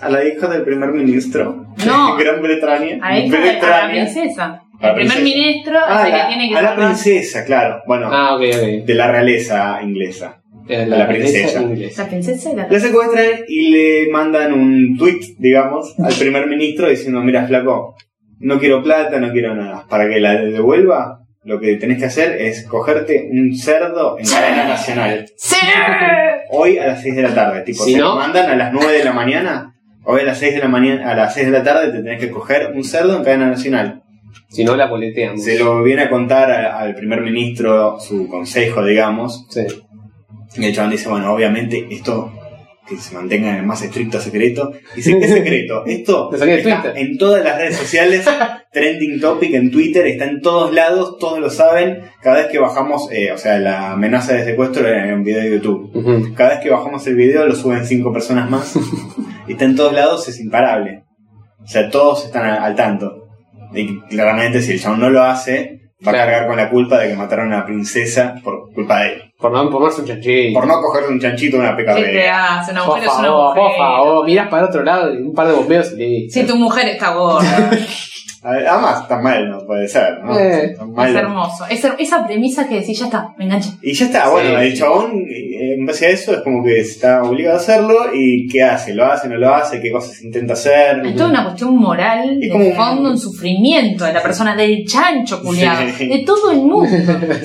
a la hija del primer ministro
No.
de Gran Bretaña.
A ella, a la princesa.
La
El primer
princesa.
ministro
Ah,
es el
la-
que tiene que
a la
salvar-
princesa, claro. Bueno,
Ah, ok, ok.
de la realeza inglesa.
Eh,
La princesa.
inglesa.
La princesa era.
La secuestran y le mandan un tweet, digamos, al primer ministro diciendo, mira, flaco, no quiero plata, no quiero nada. Para que la devuelva, lo que tenés que hacer es cogerte un cerdo en cadena nacional.
¡Sí!
Hoy a las 6 de la tarde, tipo,
Si
te
no-
lo mandan a las 9 de la mañana. Hoy a las 6 de la mañana, a las 6 de la tarde te tenés que coger un cerdo en cadena nacional.
Si no, la boleteamos.
Se lo viene a contar a- al primer ministro su consejo, digamos.
Sí.
Y el chabón dice, bueno, obviamente esto que se mantenga en el más estricto secreto. Dice, ¿qué secreto? Esto
Lo saqué de
está
Twitter.
en todas las redes sociales, trending topic en Twitter, está en todos lados, todos lo saben. Cada vez que bajamos, eh, o sea, la amenaza de secuestro era en un video de YouTube.
Ujú.
Cada vez que bajamos el video lo suben cinco personas más. Y está en todos lados, es imparable. O sea, todos están al, al tanto. Y claramente si el chabón no lo hace, va a
Claro.
cargar con la culpa de que mataron a la princesa por culpa de él.
Por no por más un chanchillo.
Por no coger un chanchito de una
¿Qué te
pecadera.
hace? Un
Por
agujero es un
favor, por
agujero.
favor, mirás para otro lado y un par de bombeos y listo.
Si tu mujer está gorda,
Además, tan mal no puede ser, ¿no?
Eh,
Tan
es
mal.
hermoso. Es her- esa premisa que decís, ya está, me engancha.
Y ya está, bueno,
Sí.
el chabón eh, en base a eso es como que está obligado a hacerlo y ¿qué hace? ¿Lo hace? ¿No lo hace? ¿Qué cosas intenta hacer?
Es toda una cuestión moral,
Es
de
como un-
fondo, un sufrimiento de la persona, del chancho culiado,
Sí.
de todo el mundo.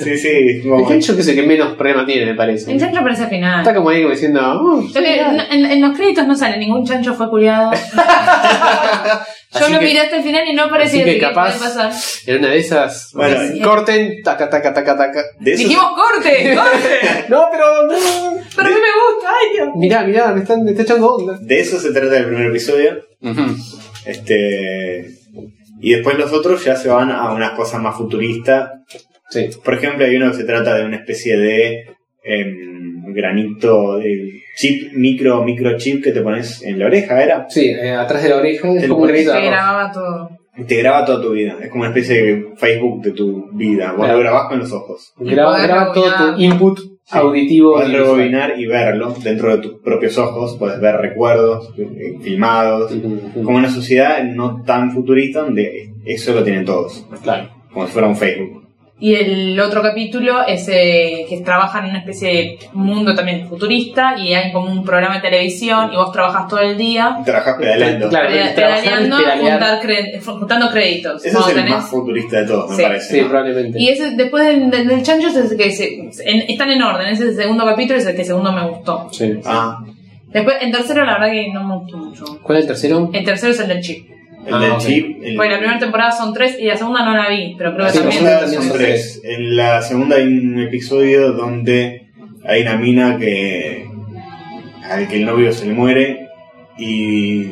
Sí, sí, es como-
El chancho que es el que menos problema tiene, me parece.
El chancho aparece al final.
Está como ahí como diciendo. "Oh,
Yo que- en, en los créditos no sale ningún chancho fue culiado. Yo
Así
lo
que-
miré hasta el final y no aparecía.
así que
así que
capaz-
puede pasar.
En una de esas.
Bueno,
eh.
pues, corten, taca, taca, taca, taca.
de eso-
Dijimos corte, corte.
No, pero. No.
Pero a mí me gusta, ay Dios.
Mirá, mirá, me, están, me está echando onda.
de eso se trata el primer episodio. Este. Y después los otros ya se van a unas cosas más futuristas.
Sí.
Por ejemplo, hay uno que se trata de una especie de em, granito, de chip, micro, microchip que te pones en la oreja, ¿era?
Sí, eh, atrás de la oreja es
Te
como un
lo pones
granito de
Que
arroz.
grababa todo.
Te graba toda tu vida. Es como una especie de Facebook de tu vida. Vos
Claro.
lo grabás con los ojos.
Graba,
Podés
graba todo
rebobinar.
tu input auditivo.
Podés
y visual.
rebobinar y verlo dentro de tus propios ojos. Podés ver recuerdos eh, filmados.
Ujú, ujú.
Como una sociedad no tan futurista donde eso lo tienen todos.
Claro.
Como si fuera un Facebook.
Y el otro capítulo es eh, que trabajan en una especie de mundo también futurista y hay como un programa de televisión y vos trabajas todo el día
Trabajás pedaleando.
Claro,
eh,
trabajar y
pedaleando,
pedalear.
juntar cre- eh, juntando créditos.
Ese
Cuando
es el
tenés-
más futurista de todos, me
Sí.
parece.
Sí,
¿no?
probablemente.
Y ese, después del, del, del chancho es el que se- en- están en orden, ese es el segundo capítulo, es el que segundo me gustó.
Sí.
Ah,
Después, el tercero la verdad que no me gustó mucho.
¿Cuál es el tercero?
El tercero es el del chip.
el
Ah,
del
ok.
chip. el-
Porque la primera temporada son tres y la segunda no la vi, pero creo que
Sí,
la
los
también.
segunda
juegos
también
son
son
tres. En la segunda hay un episodio donde hay una mina que. al que el novio se le muere y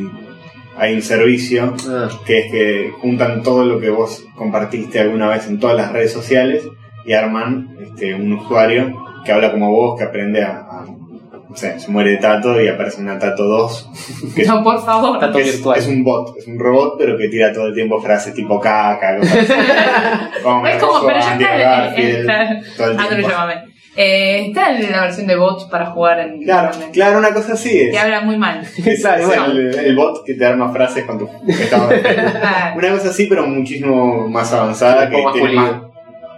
hay un servicio
Ah,
que es que juntan todo lo que vos compartiste alguna vez en todas las redes sociales y arman este, un usuario que habla como vos, que aprende a. a- no sé, se muere de Tato y aparece una Tato 2 que
No, por favor.
Tato
es,
virtual.
es un bot, es un robot, pero que tira todo el tiempo frases tipo caca, cosas así. Vamos,
Es como,
eso,
pero ya
Andy
está el- el- el-
Garfield, todo el
Ah, no lo
tiempo.
llamame. Eh, está en la versión de bots para jugar en
Claro,
internet,
claro, una cosa así es.
Que habla muy mal.
Es-
Claro,
es
bueno.
el, el bot que te arma frases con tu estado de Facebook.
Ah,
Una cosa así, pero muchísimo más avanzada,
Un
que
poco más
tiene más
pulido.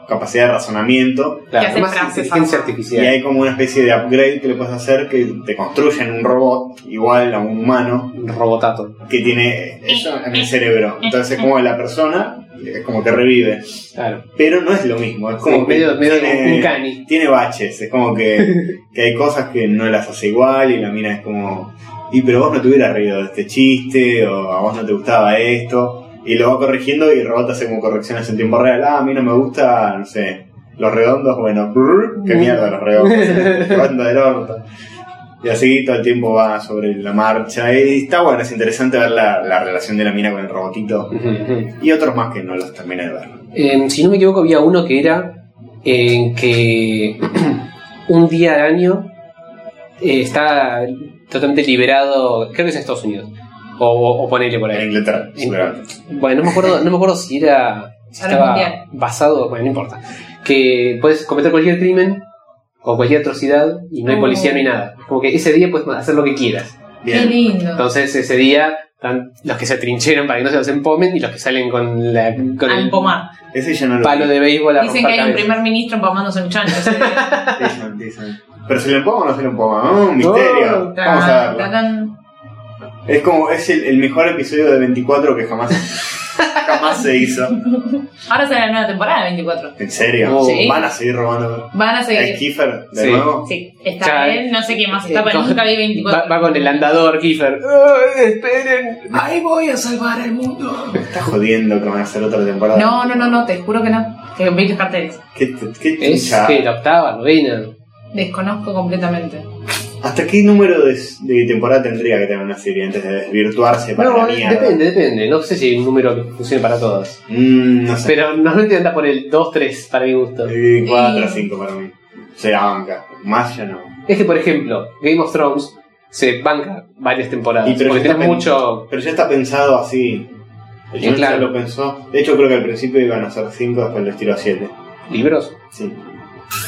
capacidad de razonamiento.
Claro,
hace
más
frases,
inteligencia
ah.
Y
artificial.
hay como una especie de upgrade que le puedes hacer que te construyen un robot igual a un humano
Un robotato.
que tiene eso en el cerebro. Entonces, como la persona, es como que revive.
Claro.
pero no es lo mismo. Es como
Sí,
que
medio, medio
tiene,
un cani.
tiene baches, es como que, que hay cosas que no las hace igual y la mina es como, y pero vos no te hubieras reído de este chiste o a vos no te gustaba esto. Y lo va corrigiendo y el robot hace como correcciones en tiempo real. Ah, a mí no me gusta, no sé, los redondos, bueno, brr, qué mierda los redondos, redonda del orto. Y así todo el tiempo va sobre la marcha. Y está bueno, es interesante ver la, la relación de la mina con el robotito.
Ujú, ujú.
Y otros más que no los terminé de ver.
Eh, si no me equivoco, había uno que era en que un día al año eh, está totalmente liberado, creo que es en Estados Unidos, o, o, o ponele por
En
ahí.
Inglaterra, seguramente.
Bueno, no me acuerdo, no me acuerdo si era si
Ahora
estaba
mundial.
basado, bueno, no importa, que puedes cometer cualquier crimen o cualquier atrocidad y no hay
Oh.
policía, no hay nada. Como que ese día puedes hacer lo que quieras.
qué
Bien.
lindo.
Entonces ese día están los que se trincheran para que no se los empomen y los que salen con, la, con
Al
el
pomar.
Ese ya no lo
palo de béisbol a
Dicen que
romper
hay un
cabezas.
primer ministro empamándose un chancho. ese día.
Dicen, dicen. Pero se lo empoma o no se lo empoma, ¿no? Un misterio.
Oh,
Vamos a
Tan,
verlo.
tan.
Es como, es el, el mejor episodio de 24 que jamás, jamás se hizo.
Ahora sale la nueva temporada de 24.
¿En serio?
Oh.
Sí.
Van a seguir robando.
Van a
¿Hay
seguir.
Kiefer de
Sí.
nuevo?
Sí, está
Ya,
él, no sé quién más está,
eh,
pero
con-
nunca vi
Va,
24.
va con el andador, Kiefer. ¡Ay, esperen. Ahí voy a salvar al mundo.
Está jodiendo que van a hacer otra temporada.
No, no, no, no, te juro que no. Que vi los carteles.
Qué, t- qué
Es
trucha.
que la octava, novena.
Desconozco completamente.
¿Hasta qué número de, de temporada tendría que tener una serie antes de desvirtuarse para
No,
la mierda?
depende, depende. No sé si hay un número que funcione para todas.
Mm, no sé.
Pero normalmente anda por el 2-3 para mi gusto.
4
Y-
5 para mí. Se la banca. Más ya no.
Es que, por ejemplo, Game of Thrones se banca varias temporadas.
Y pero
porque
ya está
tenés mucho...
Pero ya está pensado así. El
Sí,
guionista
claro.
lo pensó. De hecho, creo que al principio iban a ser 5, después lo estiró a 7.
libros.
Sí.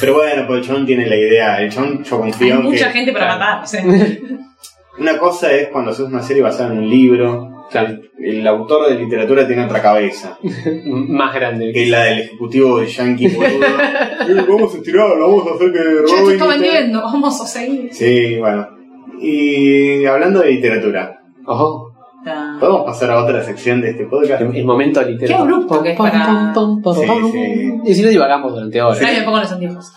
Pero bueno, pues el chabón tiene la idea. El chabón, yo
Hay
confío en
mucha
que-
gente para
claro.
matar. o sea.
Una cosa es cuando haces una serie basada en un libro,
Claro.
el autor de literatura tiene otra cabeza.
más grande.
Que es la del ejecutivo de Yankee, boludo. Eh, vamos a estirarlo, vamos a hacer que
Che, esto
Robin
está
esté-
vendiendo, vamos a seguir.
Sí, bueno. Y hablando de literatura,
Ojo.
Ah.
¿podemos pasar a otra sección de este podcast?
El, el momento literario.
Qué abrupto que es para-
Sí, sí.
Y si no divagamos durante horas.
Ahí me pongo los anteojos.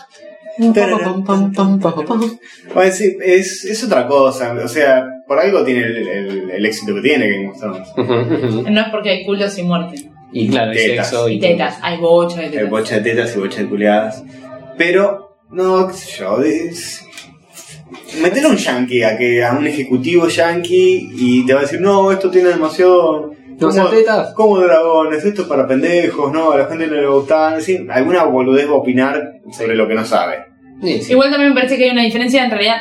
Bueno, sí, es, es otra cosa. O sea, por algo tiene el, el- el éxito que tiene Game of Thrones.
Ujú, ujú.
No es porque hay culos y muerte.
y claro, el
Tetas.
sexo
Y tetas, hay bocha de
Hay
tetas.
bocha de tetas y bocha de culiadas. Pero, no, qué sé yo. es- Meter a un yankee a, que, a un ejecutivo yankee y te va a decir, no, esto tiene demasiado
No
¿Cómo-
seas teta.
¿Cómo dragones? Esto es para pendejos, ¿no? A la gente no le gusta. Sí, alguna boludez va a opinar sobre lo que no sabe.
Sí, sí.
Igual también me parece que hay una diferencia, en realidad,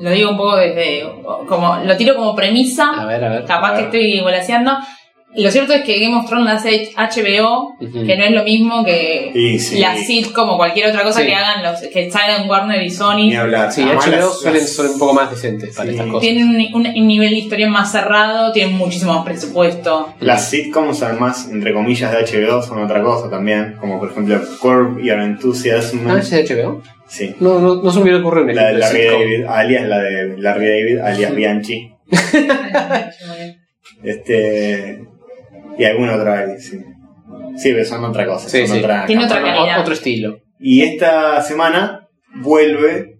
lo digo un poco desde, como, lo tiro como
A
premisa,
ver, a
Ah,
ver.
capaz que estoy volaseando. Lo cierto es que Game of Thrones la hace HBO,
Ujú.
que no es lo mismo que
Mm. Y sí.
la sitcom o cualquier otra cosa
Sí.
que hagan los, que salgan Warner y
Ni
Sony.
hablar.
Sí,
Además,
HBO
las-
suelen
Ah, las-
ser un poco más decentes para
Sí.
estas cosas.
Tienen un, un nivel de historia más cerrado, tienen muchísimo más presupuesto.
Las sitcoms, además, entre comillas, de HBO son otra cosa también. Como por ejemplo Curb Your Enthusiasm.
¿No es HBO?
Sí.
No, no, no se me hubiera ocurrido un
La de
Ah, ejemplo de
Larry
sitcom.
David, alias la de Larry David, alias Bianchi. Este. Y alguna otra ahí, sí. Sí, pero son otra cosa.
Sí,
son
sí.
otra
Tiene otra
capa, ¿no?
calidad.
O- Otro estilo.
Y esta semana vuelve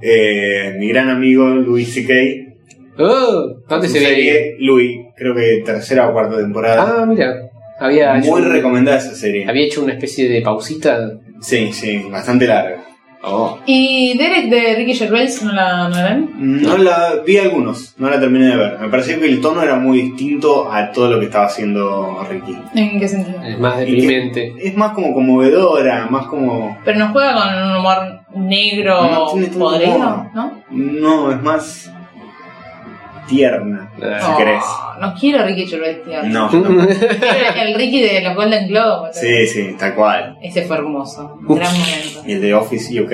eh, mi gran amigo Luis C.K.
¡Oh! ¿Dónde
Su
se ve?
serie Louis, creo que tercera o cuarta temporada.
Ah, mira. Había hecho,
Muy recomendada esa serie.
había hecho una especie de pausita.
Sí, sí, bastante larga.
Oh.
¿Y Derek de Ricky Gervais no la, no la ven?
No la vi algunos, no la terminé de ver. Me pareció que el tono era muy distinto a todo lo que estaba haciendo Ricky.
¿En qué sentido?
Es eh, más
Y que-
deprimente.
Es más como conmovedora, más como...
Pero no juega con un humor negro
No tiene tanto
podrido,
humor.
¿no?
No, es más tierna,
Ah.
si querés.
Oh, no quiero Ricky Gervais, tío.
No, no.
Quiero el Ricky de los Golden Globes.
Sí, sí, tal cual.
Ese fue hermoso. Un
Uf.
gran momento.
Y el de Office UK.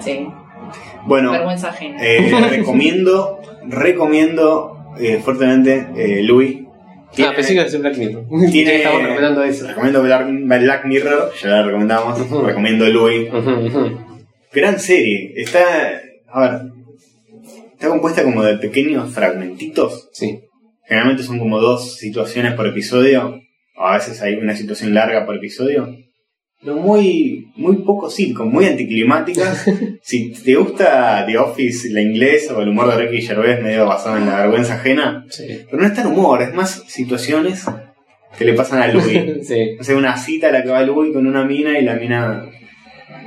Sí.
Bueno,
Vergüenza ajena.
Eh, recomiendo, recomiendo eh, fuertemente eh, Louis.
ah, pensé que iba a ser Black Mirror.
tiene-
Estamos recomendando eso.
Recomiendo Black, Black Mirror, ya la recomendamos.
Ujú.
Recomiendo Louis.
Ujú, ujú.
Gran serie. Está, a ver, está compuesta como de pequeños fragmentitos.
Sí.
Generalmente son como dos situaciones por episodio. O a veces hay una situación larga por episodio. Pero muy, muy poco sitcom, muy anticlimáticas. si te gusta The Office, la inglesa o el humor de Ricky Gervais medio basado en la vergüenza ajena,
Sí.
Pero no es tan humor, es más situaciones que le pasan a Louis.
sí.
O sea, una cita a la que va Louis con una mina y la mina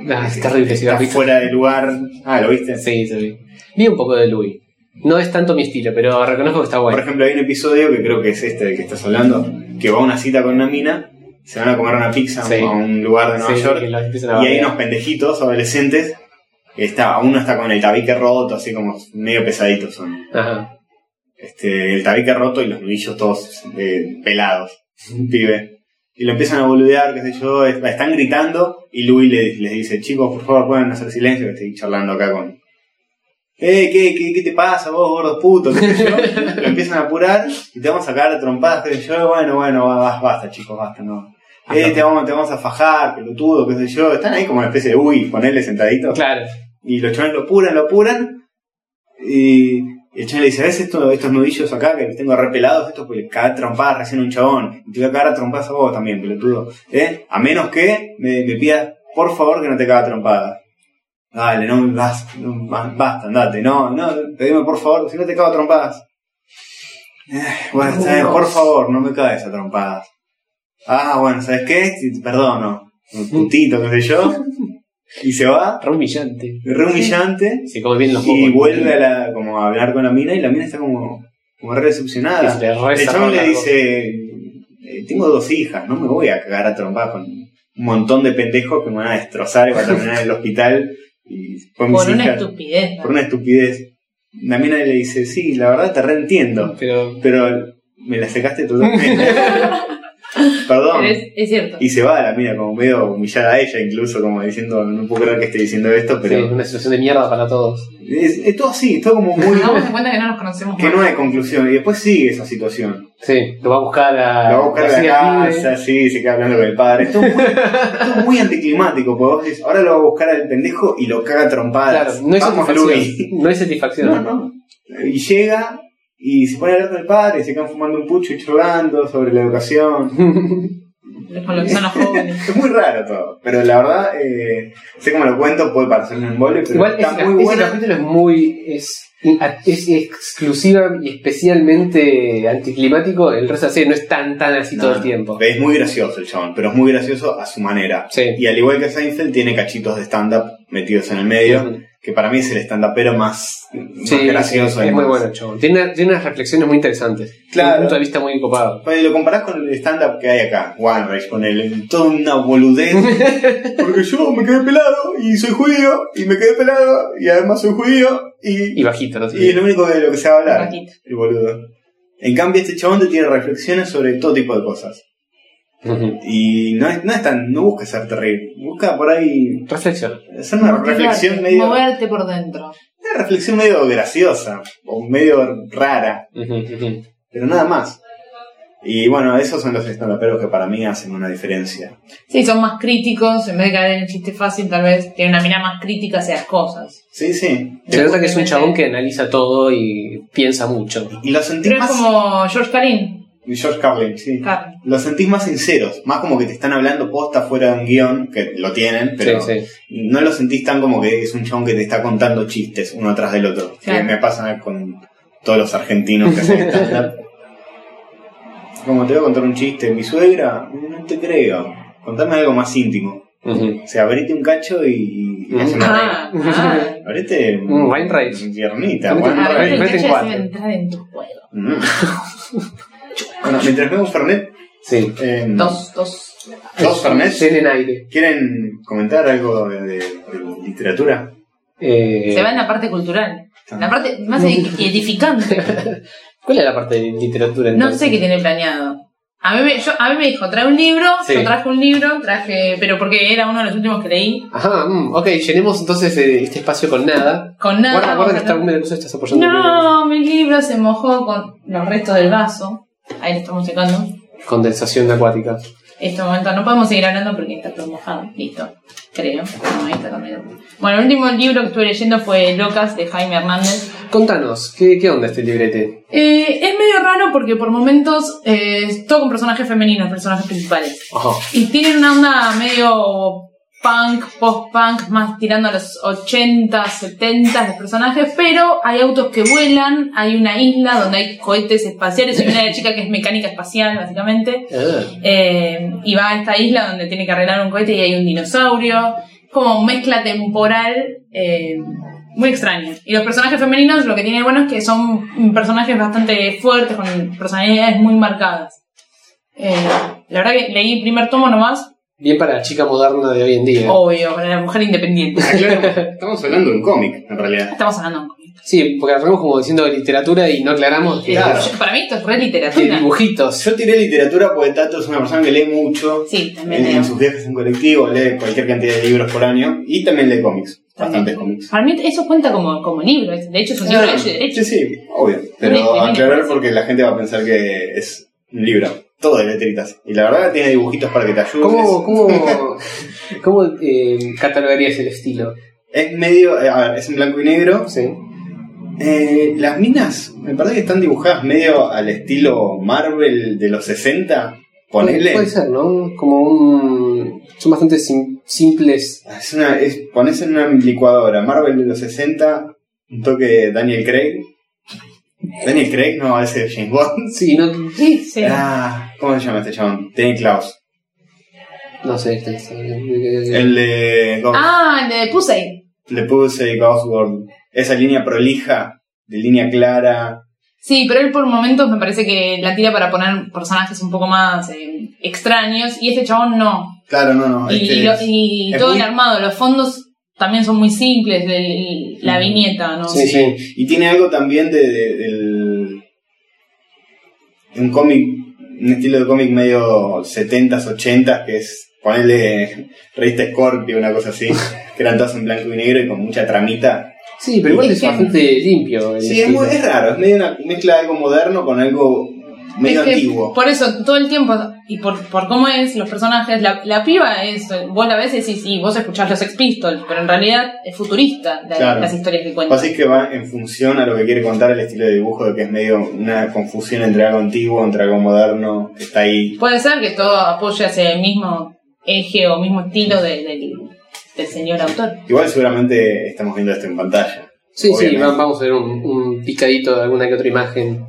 Ah, es terrible si lo
está
has visto.
fuera de lugar. Ah, ¿lo viste?
Sí, sí. vi. Vi un poco de Louis. No es tanto mi estilo, pero reconozco que está
Por
bueno.
ejemplo, hay un episodio que creo que es este del que estás hablando, que va a una cita con una mina, se van a comer una pizza
Sí.
a un lugar de Nueva
Sí,
York,
que los empiezan a
y hay
bardear.
unos pendejitos adolescentes, que está, uno está con el tabique roto, así como medio pesaditos son.
Ajá.
Este, el tabique roto y los nudillos todos eh, pelados. un pibe. Y lo empiezan a boludear, qué sé yo, es- la están gritando y Louis le- les, dice, chicos, por favor, pueden hacer silencio, que estoy charlando acá con... Eh, ¿qué, qué, qué te pasa vos, gordo puto? qué sé yo. lo empiezan a apurar y te vamos a cagar de trompadas, qué sé yo, bueno, bueno, va- va- basta, chicos, basta, no. Eh,
Ajá.
te vamos, te vamos a fajar, pelotudo, qué sé yo. Están ahí como una especie de uy, ponerle sentadito.
Claro.
Y los chavales lo apuran, lo apuran. Y el chaval le dice, ¿ves esto, estos nudillos acá que los tengo repelados? Esto porque le cagar trompadas recién a un chabón. Y te voy a cagar a trompadas a vos también, pelotudo. ¿Eh? A menos que me, me pidas, por favor, que no te caga trompadas. Dale, no, basta, no, ba- basta, andate. No, no, pedime por favor, si no te cago a trompadas. Eh, Bueno, está bien, por favor, no me caes a trompadas. Ah, bueno, ¿sabes qué? Te Perdono. Un puntito, qué sé yo. Y se va
Re humillante.
re humillante
Se come bien los mocos.
y vuelve a, la, como a hablar con la mina y la mina está como, como re
Y se
decepcionada.
le re
El
zapa
chabón le
la
dice, "Eh, tengo dos hijas, no me voy a cagar a trompar con un montón de pendejos que me van a destrozar y va a terminar en el hospital y con mis
Por una
hijas,
estupidez. ¿no?
por una estupidez. La mina le dice, sí, la verdad te
boca.
reentiendo,
Pero
pero me la secaste totalmente. Perdón.
Pero es, es cierto.
Y se va la mina como medio humillada a ella, incluso como diciendo, no puedo creer que esté diciendo esto, pero...
sí, es una situación de mierda para todos.
Es, es todo así, todo como muy.
Hagamos en cuenta que no nos conocemos
que
más.
no hay conclusión. Y después sigue esa situación.
Sí, lo va a buscar a.
La va a buscar a
siga
la
vive.
casa, sí, se queda hablando con el padre. Esto es muy, esto es muy anticlimático, porque vos decís, ahora lo va a buscar al pendejo y lo caga a
Claro,
trompadas.
no hay
Vamos, Luis.
satisfacción. No hay satisfacción.
No, no. Y llega y se pone a hablar con el padre, se quedan fumando un pucho y chorando sobre la educación.
Con lo que son los jóvenes.
Es muy raro todo, pero la verdad, eh, sé cómo lo cuento, puede parecer un embole, pero
Igual
está
ese,
muy
ese
buena.
capítulo es muy. Es, es exclusiva y especialmente anticlimático. El resto de la serie no es tan, tan así
No,
todo el
no.
tiempo.
Es muy gracioso el chabón, pero es muy gracioso a su manera.
Sí.
Y al igual que Seinfeld, tiene cachitos de stand-up metidos en el medio.
Ujú.
que para mí es el estandapero más, más
Sí,
gracioso. y
es muy
más-
bueno el chabón. Tiene, una- tiene unas reflexiones muy interesantes. Tiene
Claro.
un punto de vista muy copado.
Bueno, y Pues, lo comparás con el stand-up que hay acá, One Race, con el, toda una boludez. porque yo me quedé pelado y soy judío, y me quedé pelado y además soy judío, y,
Y bajito, ¿no?
y es lo único de lo que se va a hablar,
Bajito.
el boludo. En cambio, este chabón te tiene reflexiones sobre todo tipo de cosas.
Ujú.
Y no es, no es tan, no busca ser terrible, busca por ahí
Reflexión.
hacer una reflexión medio, una
Moverte por dentro.
reflexión medio graciosa, o medio rara.
Ujú, ujú.
pero nada más. Y bueno, esos son los estandaperos que para mí hacen una diferencia.
Sí, son más críticos, en vez de caer en el chiste fácil, tal vez tienen una mirada más crítica hacia las cosas.
Sí, sí.
Se nota que es un chabón que analiza todo y piensa mucho.
Y los sentís
Pero
más...
es como George Karin.
George Carlin, sí.
Carlin.
Los sentís más sinceros, más como que te están hablando posta fuera de un guión, que lo tienen, pero
Sí, sí.
no lo sentís tan como que es un chabón que te está contando chistes uno atrás del otro. Que
Claro.
me pasa con todos los argentinos que hacen stand Como te voy a contar un chiste, mi suegra, no te creo. Contame algo más íntimo.
Ujú.
O sea, abrite un cacho y, y
Mm.
hace una regla.
Ah, ah.
Abrete
Un wine race.
Piernita,
Abrete
wine
un
A
race.
ver,
Vete
el
en
cacho
cuatro.
debe entrar en tu juego.
Mm. bueno, mientras vemos Fernet,
Sí.
eh,
Dos, dos.
dos Fernet.
Tienen aire.
¿Quieren comentar algo de, de- de literatura?
Eh,
Se va en la parte cultural. La parte más edi- edificante.
¿Cuál es la parte de literatura
No
entonces?
sé qué tiene planeado. A mí, me, yo, a mí me dijo, trae un libro,
Sí.
yo traje un libro, traje, pero porque era uno de los últimos que leí,
Ajá, mm, ok, llenemos entonces eh, este espacio con nada.
con nada.
Guarda, guarda que
vamos a
está
traer-
húmedo, incluso estás apoyando el libro.
No, mi libro se mojó con los restos del vaso. Ahí lo estamos secando.
Condensación acuática.
En este momento no podemos seguir hablando porque está todo mojado. Listo. Creo. No, ahí está todo medio. Bueno, el último libro que estuve leyendo fue Locas de Jaime Hernández.
Contanos, ¿qué, qué onda este librete?
Eh, es medio raro porque por momentos eh, es todo con personajes femeninos, personajes principales.
Ajá.
Y tienen una onda medio punk, post-punk, más tirando a los 80, 70 los personajes, pero hay autos que vuelan, hay una isla donde hay cohetes espaciales, hay una chica que es mecánica espacial, básicamente,
Ah,
eh, y va a esta isla donde tiene que arreglar un cohete y hay un dinosaurio, como mezcla temporal eh, muy extraña. Y los personajes femeninos lo que tienen bueno es que son personajes bastante fuertes, con personalidades muy marcadas. Eh, la verdad que leí el primer tomo nomás,
bien para la chica moderna de hoy en día.
obvio, para la mujer independiente.
Aclaremos, Ah, Estamos hablando de un cómic, en realidad.
Estamos hablando.
Sí, porque arrancamos como diciendo literatura y no aclaramos que,
Claro.
Yo- Eh, Para mí esto es re
que
literatura.
dibujitos.
Yo tiré literatura porque Tato es una persona que lee mucho.
Sí, también
En, en
leo.
sus viajes en colectivo lee cualquier cantidad de libros por año y también lee cómics,
También.
bastantes cómics.
Para mí eso cuenta como, como libro, de hecho es un libro hecho y derecho.
Sí, sí, obvio. Pero
discrimina.
aclarar porque la gente va a pensar que es un libro, todo de letritas. Y la verdad tiene dibujitos para que te ayudes.
¿Cómo, cómo, cómo, eh, catalogarías el estilo?
Es medio, eh, a ver, es en blanco y negro.
Sí.
Eh, las minas, me parece que están dibujadas medio al estilo Marvel de los 60. Ponele.
Puede ser, ¿no? Como un... Son bastante sim- simples.
Es una, es- pones en una licuadora Marvel de los 60, un toque de Daniel Craig. Daniel Craig, no, ese es James Bond.
Sí, no,
Sí, sí.
Ah, ¿Cómo se llama este chabón? Danny Klaus.
no sé. este- este-
El de Ghost,
Ah, el de Pusey.
Le puse Ghost World. Esa línea prolija, de línea clara.
Sí, pero él por momentos me parece que la tira para poner personajes un poco más eh, extraños y este chabón no.
Claro, no, no.
y
este
lo-
es-
y
es
todo
muy-
el armado, los fondos también son muy simples, el- la
Mm.
viñeta, ¿no?
Sí, sí.
Y tiene algo también de, de- del- de un cómic, un estilo de cómic medio 70s, 80s, que es ponerle revista Scorpio, una cosa así, que eran todas en blanco y negro y con mucha tramita.
Sí, pero igual es bastante limpio. este, el
Sí, es, muy-
estilo.
es raro, es medio una mezcla de algo moderno con algo medio
Es que
antiguo.
Por eso, todo el tiempo, y por, por cómo es los personajes, la, la piba es, vos la ves y decís, sí, vos escuchás los Sex Pistols, pero en realidad es futurista la-
Claro.
las historias que cuentan.
Así que va en función a lo que quiere contar el estilo de dibujo, de que es medio una confusión entre algo antiguo, entre algo moderno, que está ahí.
Puede ser que todo apoye hacia el mismo eje o mismo estilo de- del- del señor autor.
Igual seguramente estamos viendo esto en pantalla.
Sí, sí,
Obviamente.
va- vamos a ver un, un picadito de alguna que otra imagen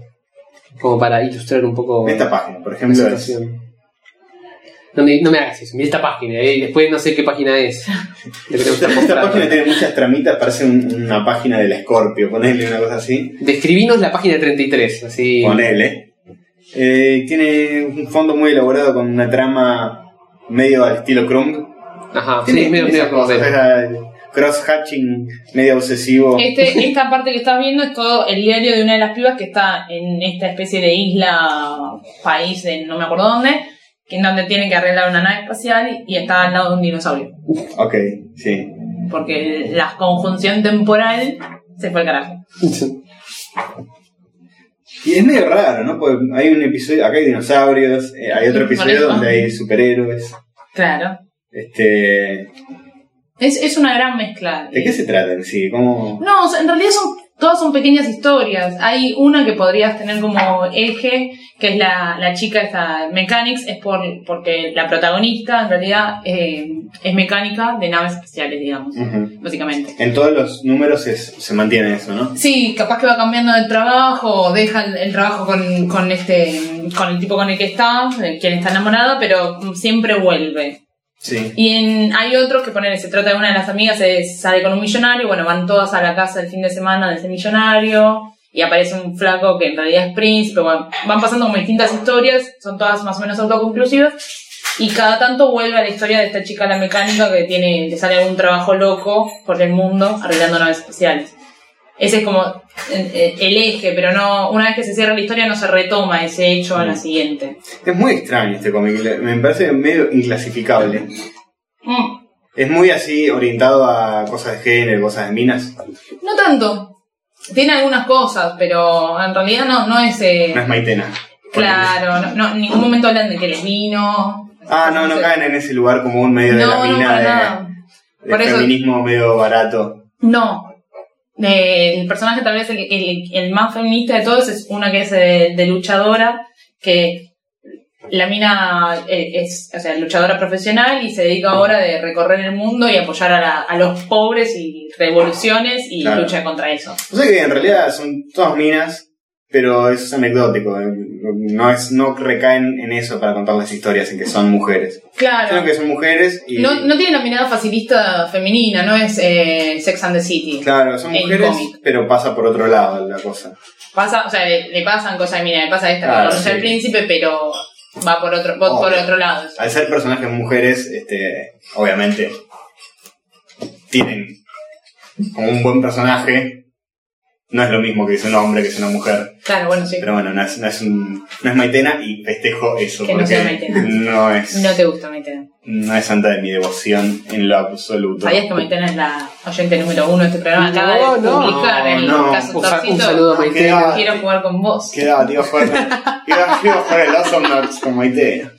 como para ilustrar un poco
En esta página, por
la
ejemplo, es
situación. No me, no me hagas eso, mira esta página, eh, y después no sé qué página es. Lo que
Esta,
te gusta
esta
mostrar.
página tiene muchas tramitas, parece un- una página del Scorpio, ponele una cosa así.
Describinos la página 33, así.
Ponele. Eh, tiene un fondo muy elaborado con una trama medio al estilo Krung.
Ajá, sí,
Tiene
medio, medio
esas cosas,
cordero.
esa cross-hatching medio obsesivo.
Este, esta parte que estás viendo es todo el diario de una de las pibas que está en esta especie de isla, país, en no me acuerdo dónde, que en donde tiene que arreglar una nave espacial y está al lado de un dinosaurio.
Ok, sí.
Porque la conjunción temporal se fue al carajo.
Y es medio raro, ¿no? Porque hay un episodio, acá hay dinosaurios, eh, hay otro
Por
episodio
eso.
donde hay superhéroes.
Claro.
Este,
Es, es una gran mezcla.
¿De qué se trata en sí? ¿Cómo?
No, o sea, en realidad son todas son pequeñas historias. Hay una que podrías tener como eje, que es la, la chica esta Mechanics, es por, porque la protagonista en realidad eh, es mecánica de naves espaciales, digamos,
Ujú.
básicamente.
En todos los números es- se mantiene eso, ¿no?
Sí, capaz que va cambiando de trabajo, o deja el, el trabajo con, con este con el tipo con el que está, de quien está enamorada, pero mm, siempre vuelve.
Sí.
Y en- hay otros que ponen, se trata de una de las amigas, se sale con un millonario, bueno, van todas a la casa el fin de semana de ese millonario, y aparece un flaco que en realidad es príncipe, bueno, van pasando como distintas historias, son todas más o menos autoconclusivas, y cada tanto vuelve a la historia de esta chica la mecánica que tiene, le sale algún trabajo loco por el mundo arreglando naves especiales. Ese es como eh, eh, el eje, pero no, una vez que se cierra la historia no se retoma ese hecho a la
Mm.
siguiente.
Es muy extraño este cómic, le- me parece medio inclasificable.
Mm.
Es muy así orientado a cosas de género, cosas de minas.
No tanto. Tiene algunas cosas, pero en realidad no, no es. eh,
No es maitena.
claro, no, no, en ningún momento hablan de que les vino.
Ah, no, no caen en ese lugar común medio de la
No, no,
mina
para
de-
nada.
de,
Por eso-
feminismo medio barato.
No. Eh, el personaje, tal vez el, el- el más feminista de todos, es una que es eh, de luchadora, que la mina eh, es, o sea, luchadora profesional y se dedica ahora de recorrer el mundo y apoyar a, la- a los pobres y revoluciones y
Claro.
lucha contra eso.
O sea que en realidad son todas minas, pero es anecdótico. eh, No, es, no recaen en eso para contar las historias, en que son mujeres.
Claro.
Sino que son mujeres y...
No, no tiene la mirada facilista femenina, no es eh, Sex and the City.
Claro, son
El
mujeres,
cómic.
pero pasa por otro lado la cosa.
Pasa, o sea, le, le pasan cosas, mira, le pasa esta,
Claro,
que conoce
Ah, sí.
al príncipe, pero va por otro, va por
Obvio.
otro lado.
Al ser personajes mujeres, este, obviamente, tienen como un buen personaje. No es lo mismo que es un hombre, que es una mujer.
Claro, bueno, sí.
Pero bueno, no es, no es, un- no es Maitena y festejo eso.
Que no
porque
sea Maitena.
no es,
No te gusta Maitena.
no es santa de mi devoción en lo absoluto.
¿Sabías que Maitena es la oyente número uno de este programa? Acaba
No,
de
no,
publicar el
no.
caso
Un, sa- un
Torcito.
saludo a
Queda-
Maitena.
Quiero jugar con vos.
Quedaba, tío, fue, quedaba, tío, fue el Awesome Nuts con Maitena.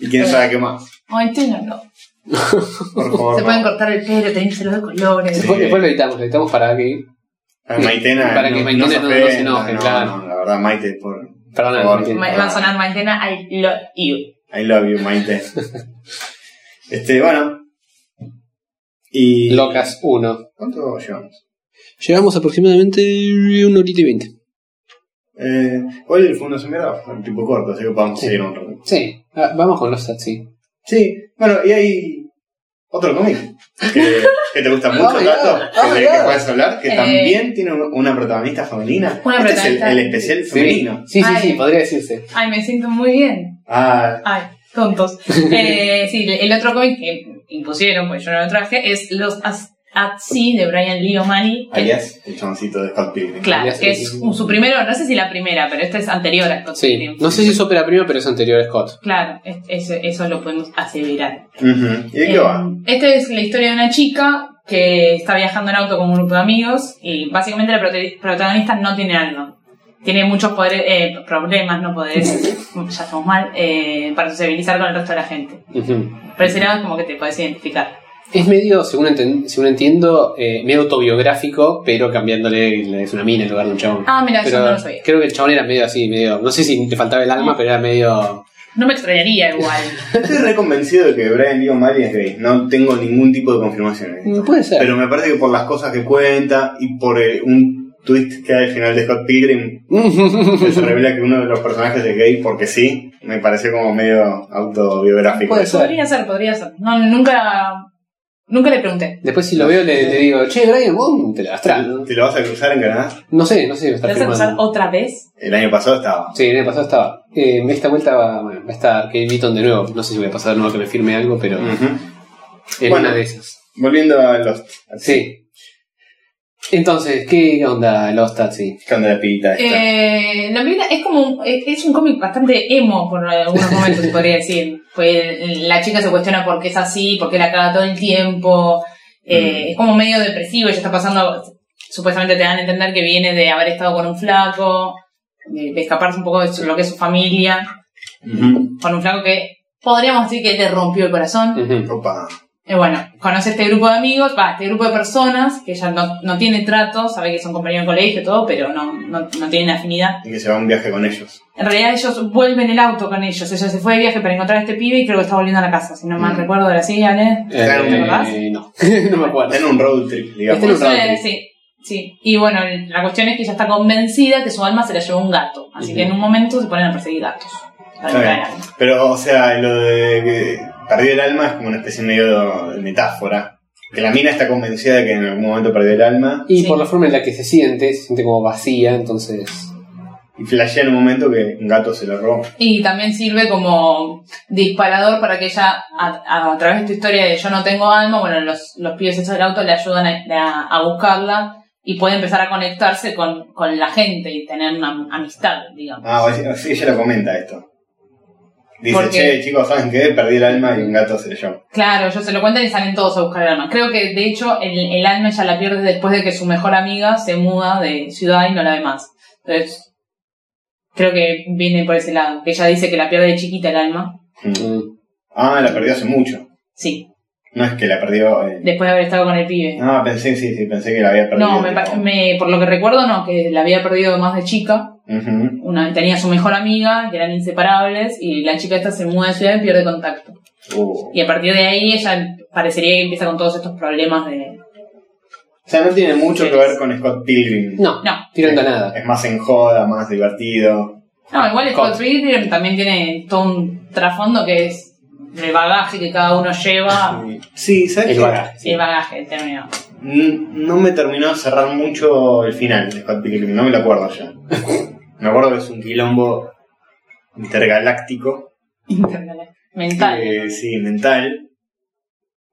Y quién sabe qué más.
Maitena no.
Por favor.
Se pueden
no.
cortar el pelo, tenérselo de colores.
Sí.
Después, después lo editamos, lo editamos para que.
Ah, Maitena.
Para que Maitena no- no se
ofenda,
enoje,
no,
claro.
no, la verdad, Maite, por.
Perdona,
Por-
Maitena.
Ma- Va a sonar Maitena, I love you.
I love you, Maite. este, bueno. Y.
Locas 1.
¿Cuánto llevamos?
Llegamos aproximadamente una horita y veinte.
Eh, hoy fue una semana un tipo corto, así que podemos seguir un rato.
Sí, ah, vamos con los stats, sí.
Sí, bueno, y hay otro cómic que, que te
Ah,
gusta mucho,
Oh,
Tato,
yeah.
que,
Oh,
de- que
yeah.
puedes hablar, que
Eh.
también tiene un- una protagonista femenina.
Una
este
protagonista.
es el, el especial femenino.
Sí, sí, sí,
Ay.
sí, podría decirse.
Ay, me siento muy bien.
Ah,
Ay, tontos. Eh, sí, el otro cómic que impusieron, pues yo no lo traje, es Los As- At Sea de Brian Lee O'Malley. que-
alias el chaboncito de Scott Pilgrim.
Claro,
Alias,
que
sí,
es
sí.
un- su primero, no sé si la primera, pero esta es anterior a Scott
Sí.
Pilgrim.
No sé si es ópera prima, pero es anterior a Scott.
Claro, es- es- eso lo podemos aseverar.
Ujú. ¿Y de qué
Eh,
va?
Esta es la historia de una chica que está viajando en auto con un grupo de amigos y básicamente la prote- protagonista no tiene alma. Tiene muchos poderes, eh, problemas, no poderes, ya estamos mal, eh, para sociabilizar con el resto de la gente.
Ujú.
Por ese lado es como que te puedes identificar.
Es medio, según, enten- según entiendo, eh, medio autobiográfico, pero cambiándole es una mina en lugar de un chabón.
Ah, mira,
pero
yo no lo sabía.
creo que el chabón era medio así, medio. No sé si le faltaba el alma, pero era medio.
No me extrañaría igual.
Estoy re convencido de que Brian Lee O'Malley es gay. No tengo ningún tipo de confirmación en esto.
Mm, Puede ser.
Pero me parece que por las cosas que cuenta y por eh, un tweet que hay al final de Scott Pilgrim, que se revela que uno de los personajes es gay porque sí, me pareció como medio autobiográfico.
Puede ser.
Podría ser, podría ser. No, nunca, nunca le pregunté.
Después si lo veo le, le digo, che, Brian, vos te la vas
¿Te lo vas a cruzar en Canadá?
No sé, no sé, me
¿Te
está
vas a cruzar
filmando.
otra vez?
El año pasado estaba.
Sí, en el pasado estaba. Eh, esta vuelta va, bueno, va a estar Kate Beaton de nuevo. No sé si voy a pasar de nuevo que me firme algo, pero
Ujú.
en
Bueno.
una Mm. de esas.
Volviendo a Lost.
Sí. Entonces, ¿qué onda los taxis?
¿Qué onda la pibita esta?
Eh, la película es como un- es es un cómic bastante emo por algunos momentos, se podría decir. Pues la chica se cuestiona por qué es así, por qué la caga todo el tiempo. Eh,
Mm.
Es como medio depresivo, ella está pasando, supuestamente te dan a entender que viene de haber estado con un flaco, eh, de, de escaparse un poco de su- lo que es su familia,
Ujú.
con un flaco que podríamos decir que le rompió el corazón.
Ujú.
Opa.
Eh, bueno, conoce este grupo de amigos, va, este grupo de personas, que ella no, no tiene trato, sabe que son compañeros de colegio y todo, pero no, no, no tienen afinidad.
Y que se va a un viaje con ellos.
En realidad ellos vuelven el auto con ellos. Ella se fue de viaje para encontrar a este pibe y creo que está volviendo a la ¿eh? casa. Si no mal
Mm.
recuerdo, era así, ¿vale?
Claro, ¿te
acordás?
Eh, no, no me acuerdo.
En un road trip, digamos.
Este Era un road
Eh,
trip.
sí, sí. Y bueno, la cuestión es que ella está convencida que su alma se la llevó un gato. Así
Ujú.
que en un momento se ponen a perseguir gatos.
Está
Para encontrar
bien.
el alma.
Pero, o sea, lo de que perdió el alma es como una especie medio de metáfora. Que la mina está convencida de que en algún momento perdió el alma
Y
Sí.
por la forma en la que se siente, se siente como vacía, entonces.
y flashea en un momento que un gato se lo robó.
Y también sirve como disparador para que ella, a, a- a través de esta historia de yo no tengo alma, bueno, los, los pibes esos del auto le ayudan a, a- a buscarla y puede empezar a conectarse con, con la gente y tener una amistad, digamos.
Ah, o sea, sí, ella lo comenta esto. Dice,
¿Por qué?
che, chicos, ¿saben qué? Perdí el alma y un gato se lo llevó.
Claro, ellos se lo cuentan y salen todos a buscar el alma. Creo que de hecho el, el alma ya la pierde después de que su mejor amiga se muda de ciudad y no la ve más. Entonces, creo que viene por ese lado. Que ella dice que la pierde de chiquita el alma.
Mm.
mm,
Ah, la perdió hace mucho.
Sí,
No es que la perdió... eh.
después de haber estado con el pibe.
Ah, pensé, sí, sí, pensé que la había perdido.
No, me, pa-
tipo.
me- por lo que recuerdo, no, que la había perdido más de chica.
Ujú.
Una, tenía su mejor amiga, que eran inseparables, y la chica esta se muda de ciudad y pierde contacto.
Uh.
Y a partir de ahí ella parecería que empieza con todos estos problemas de...
O sea, no tiene mucho que ver con Scott Pilgrim.
No,
No,
tirando a nada.
Es más en joda, más divertido.
No, igual
Con-
Scott Pilgrim también tiene todo un trasfondo que es el bagaje que cada uno lleva.
Sí, ¿sabes
El
qué?
bagaje. sí.
El bagaje, el término.
N- No me terminó de cerrar mucho el final de Scott Pilgrim, no me lo acuerdo ya. me acuerdo que es un quilombo intergaláctico,
Mental.
eh, sí, mental.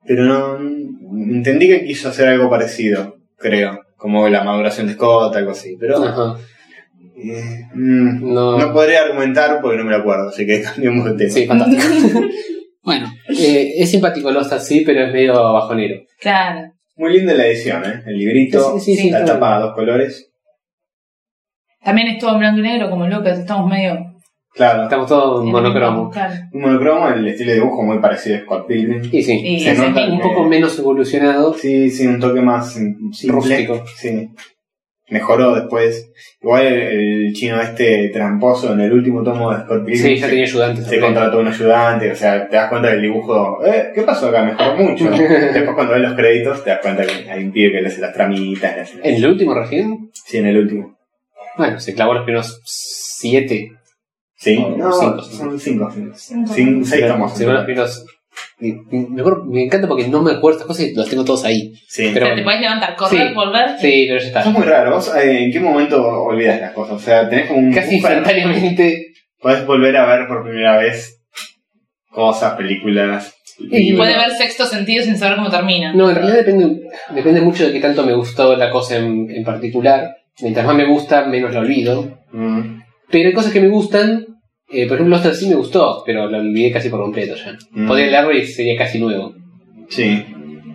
Pero no. Entendí que quiso hacer algo parecido, creo. Como la maduración de Scott, algo así.
Ah.
Pero.
Ajá.
eh, mm,
No.
no podría argumentar porque no me lo acuerdo, así que cambiamos de tema.
Sí, fantástico. bueno, eh, es simpático los taxis, pero es medio bajonero.
Claro.
Muy linda la edición, ¿eh? El librito,
Sí, sí, sí,
la
está
tapa a dos colores.
También es todo en blanco y negro como Lucas, estamos medio...
Claro.
Estamos todos monocromos.
Claro.
Un monocromo, el estilo de dibujo muy parecido a Scott Pilgrim.
Y sí,
Y
Se
es el
nota
mismo.
un poco menos evolucionado.
Sí, sí, un toque más sim- simple.
Rústico.
Sí. Mejoró después. Igual el, el chino este tramposo en el último tomo de Scott Pilgrim
Sí, ya
se,
tenía ayudantes.
se contrató un ayudante. O sea, te das cuenta del dibujo. Eh, ¿Qué pasó acá? Mejoró mucho. después cuando ves los créditos te das cuenta que hay un pibe que le hace las tramitas. le hace-
¿En el último región?
Sí, en el último.
Bueno, se clavó los primeros siete.
Sí,
Oh,
no,
cinco.
son cinco. cinco.
Cinco.
Cin- seis
Pero
tomos.
Se clavó los primeros. Me, me acuerdo- me encanta porque no me acuerdo estas cosas y los tengo todos ahí.
Sí.
O
Pero-
sea, te podés levantar, correr,
Sí.
volver.
Sí, pero ya está.
Eso es muy raro. ¿Vos, eh, ¿En qué momento olvidas las cosas? O sea, tenés como un.
Casi
un par-
instantáneamente.
Podés volver a ver por primera vez cosas, películas.
Y
Y puede
no.
ver sexto sentido sin saber cómo termina.
No, en realidad depende, depende mucho de qué tanto me gustó la cosa en, en particular. Mientras más me gusta, menos la olvido.
Mm,
Pero hay cosas que me gustan. eh, por ejemplo, Lost sí me gustó, pero la olvidé casi por completo ya.
Mm.
Podría leerlo y sería casi nuevo.
Sí.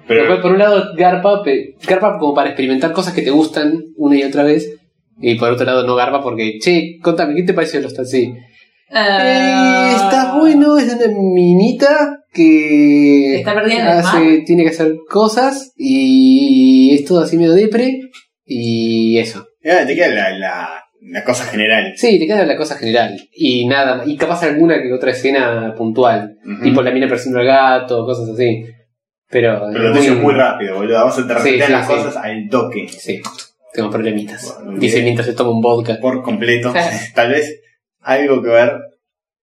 Pero
Pero
por un lado, garpa, pe- garpa como para experimentar cosas que te gustan una y otra vez. Y por otro lado, no garpa porque, che, contame, ¿qué te pareció los taxis?
Eh,
Eh, está bueno, es una minita que
Está perdida en el
hace, tiene que hacer cosas y es todo así medio depre y eso.
Ah, te queda la, la, la cosa general.
Sí, te queda la cosa general y nada, más. y capaz alguna que otra escena puntual,
Ujú.
tipo la mina persiguiendo al gato, cosas así. Pero,
Pero lo te
muy-
dicen muy rápido, boludo. Vos se te
Sí,
repiten
sí,
las
sí.
cosas al toque.
Sí. Tengo problemitas.
Bueno, bien.
Dice mientras se toma un vodka.
por completo.
Claro.
Tal vez algo que ver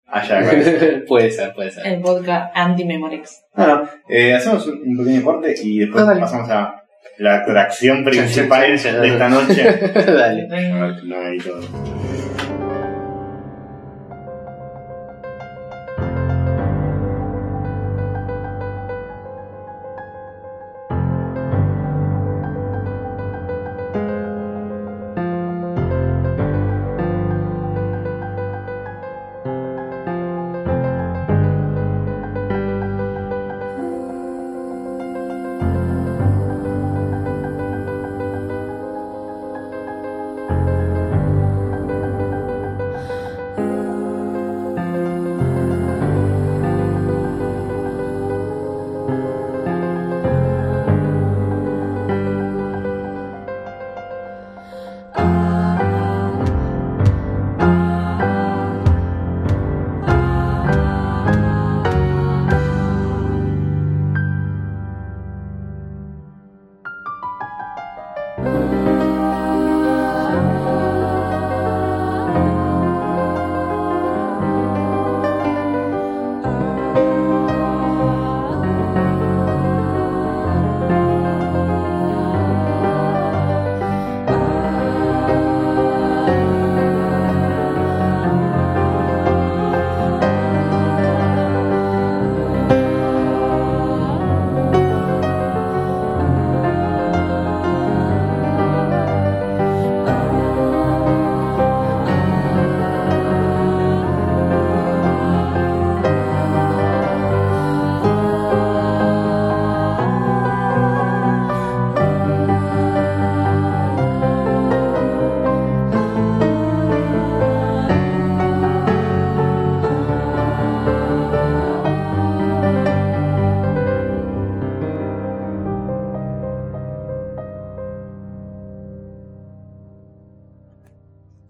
allá. con eso.
puede ser, puede ser.
El vodka anti-memorex.
Bueno, eh, hacemos un un pequeño corte y después
Ah, dale.
pasamos a la atracción principal
chan, chan.
de esta noche.
Dale.
A ver, no hay todo.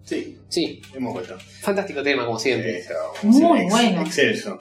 Sí,
Sí,
hemos vuelto.
fantástico tema, como siempre.
Eso,
Muy
ex-
bueno.
Excelso.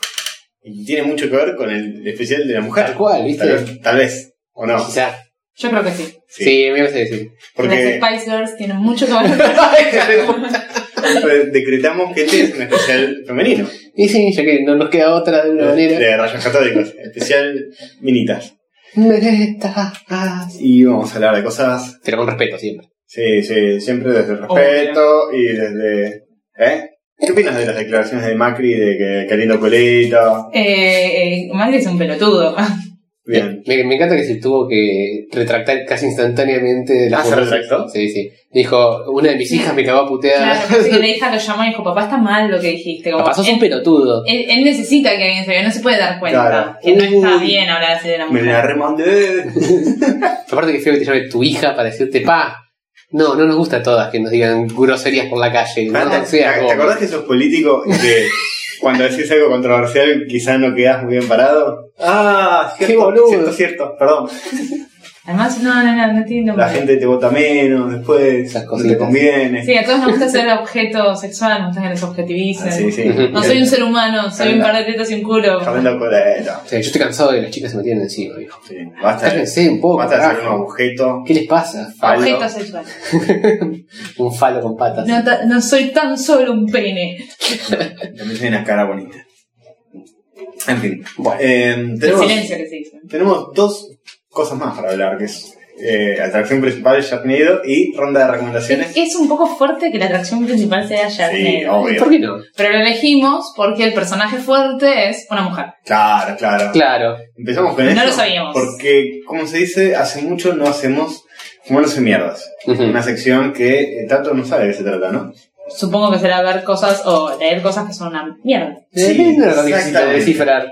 Y tiene mucho que ver con el especial de la mujer.
Tal cual, ¿viste?
Tal vez, tal vez, o no.
Quizá.
Yo creo que sí.
Sí,
Sí.
me parece que sí.
Porque
Las Spice Girls tienen mucho que ver.
decretamos que este es un especial femenino.
Y sí, ya que no nos queda otra
Eh,
de una manera.
De rayos católicos. Especial minitas.
Meretas.
Y vamos a hablar de cosas.
Pero con respeto siempre.
Sí, sí, siempre desde el respeto y desde. ¿Eh? ¿Qué opinas de las declaraciones de Macri de que, que lindo culito?
Eh, eh, Macri es un pelotudo.
Bien.
Eh, Me, me encanta que se tuvo que retractar casi instantáneamente de la
Ah, ¿se retractó?
Sí, sí. Dijo, una de mis hijas me cagó a putear.
Claro, parece que la hija lo llamó y dijo, papá está mal lo que dijiste. Como,
Papá, sos
él,
un pelotudo.
él- él necesita que alguien se vea, no se puede dar cuenta.
Claro.
Que no está
Uy.
bien hablar así de la
Me
mujer.
la remandé.
Aparte que feo que te llame tu hija para decirte, pa. No, no nos gusta a todas que nos digan groserías por la calle. No,
Ah, ¿Te,
seas
te
vos.
acordás que sos político y que cuando decís algo controversial quizás no quedás muy bien parado? Ah,
Qué
cierto,
boludo.
cierto, cierto, perdón.
Además, no, no, no, no tiene nombre.
La gente te vota menos después,
Esas
no
cositas.
te conviene.
Sí, a todos nos gusta ser objeto sexual, nos gusta que nos objetivicen.
Ah, sí, sí.
Ujú.
No soy un ser humano, soy un par de tetas y un culo.
Jalando coleta.
Sí, yo estoy cansado de que las chicas se me tienen encima, viejo.
Sí, basta, de-
Cállense un poco,
basta de ser un
carajo.
objeto.
¿Qué les pasa?
Falo.
Objeto sexual.
Un falo con patas.
No, ta- no soy tan solo un pene.
También tiene una cara bonita. En fin.
Bueno.
Eh,
El
tenemos,
silencio que se hizo.
tenemos dos cosas más para hablar, que es eh, atracción principal, Sharknado, y ronda de recomendaciones.
Es un poco fuerte que la atracción principal sea
Sí,
Sharknado.
obvio.
¿Por qué no?
Pero lo elegimos porque el personaje fuerte es una mujer.
Claro, claro.
Claro.
Empezamos con
No
esto
lo sabíamos.
Porque, como se dice, hace mucho no hacemos Humanos en Mierdas.
Ujú.
Una sección que eh, Tato no sabe de qué se trata, ¿no?
Supongo que será ver cosas o leer cosas que son una mierda.
Eh, no era tan difícil de
exactamente.
descifrar.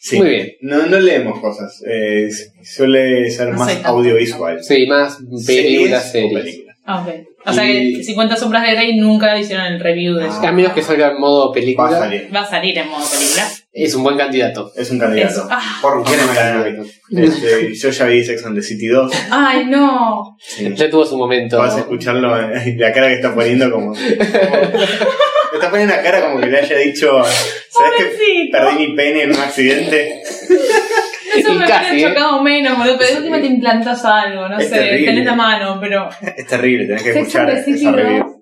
Sí.
Muy bien.
No, no leemos cosas. eh, suele ser
No
más
sé, tampoco.
audiovisual.
Sí, más películas,
Series o
series.
películas.
Ah, ok. O sea
Y-
que 50 sombras de Grey nunca hicieron el review de eso.
A menos que salga en modo película,
Va a salir.
Va a salir en modo película.
es un buen candidato.
Es un candidato.
Eso. Ah.
Por favor, me ganaron. Este, yo ya vi Sex and the City 2.
Ay, no.
Sí.
Ya tuvo su momento.
Vas a escucharlo, eh, la cara que está poniendo como... como- está poniendo una cara como que le haya dicho... ¿Sabes que
Pobrecito.
perdí mi pene en un accidente?
Eso
Y
me
casi,
hubiera
¿eh?
chocado menos, boludo. Pero de
Sí.
última te implantas algo, no
Es
sé,
terrible.
tenés la mano, pero.
Es terrible, tenés que
Sexo
escuchar
and the City
esa review.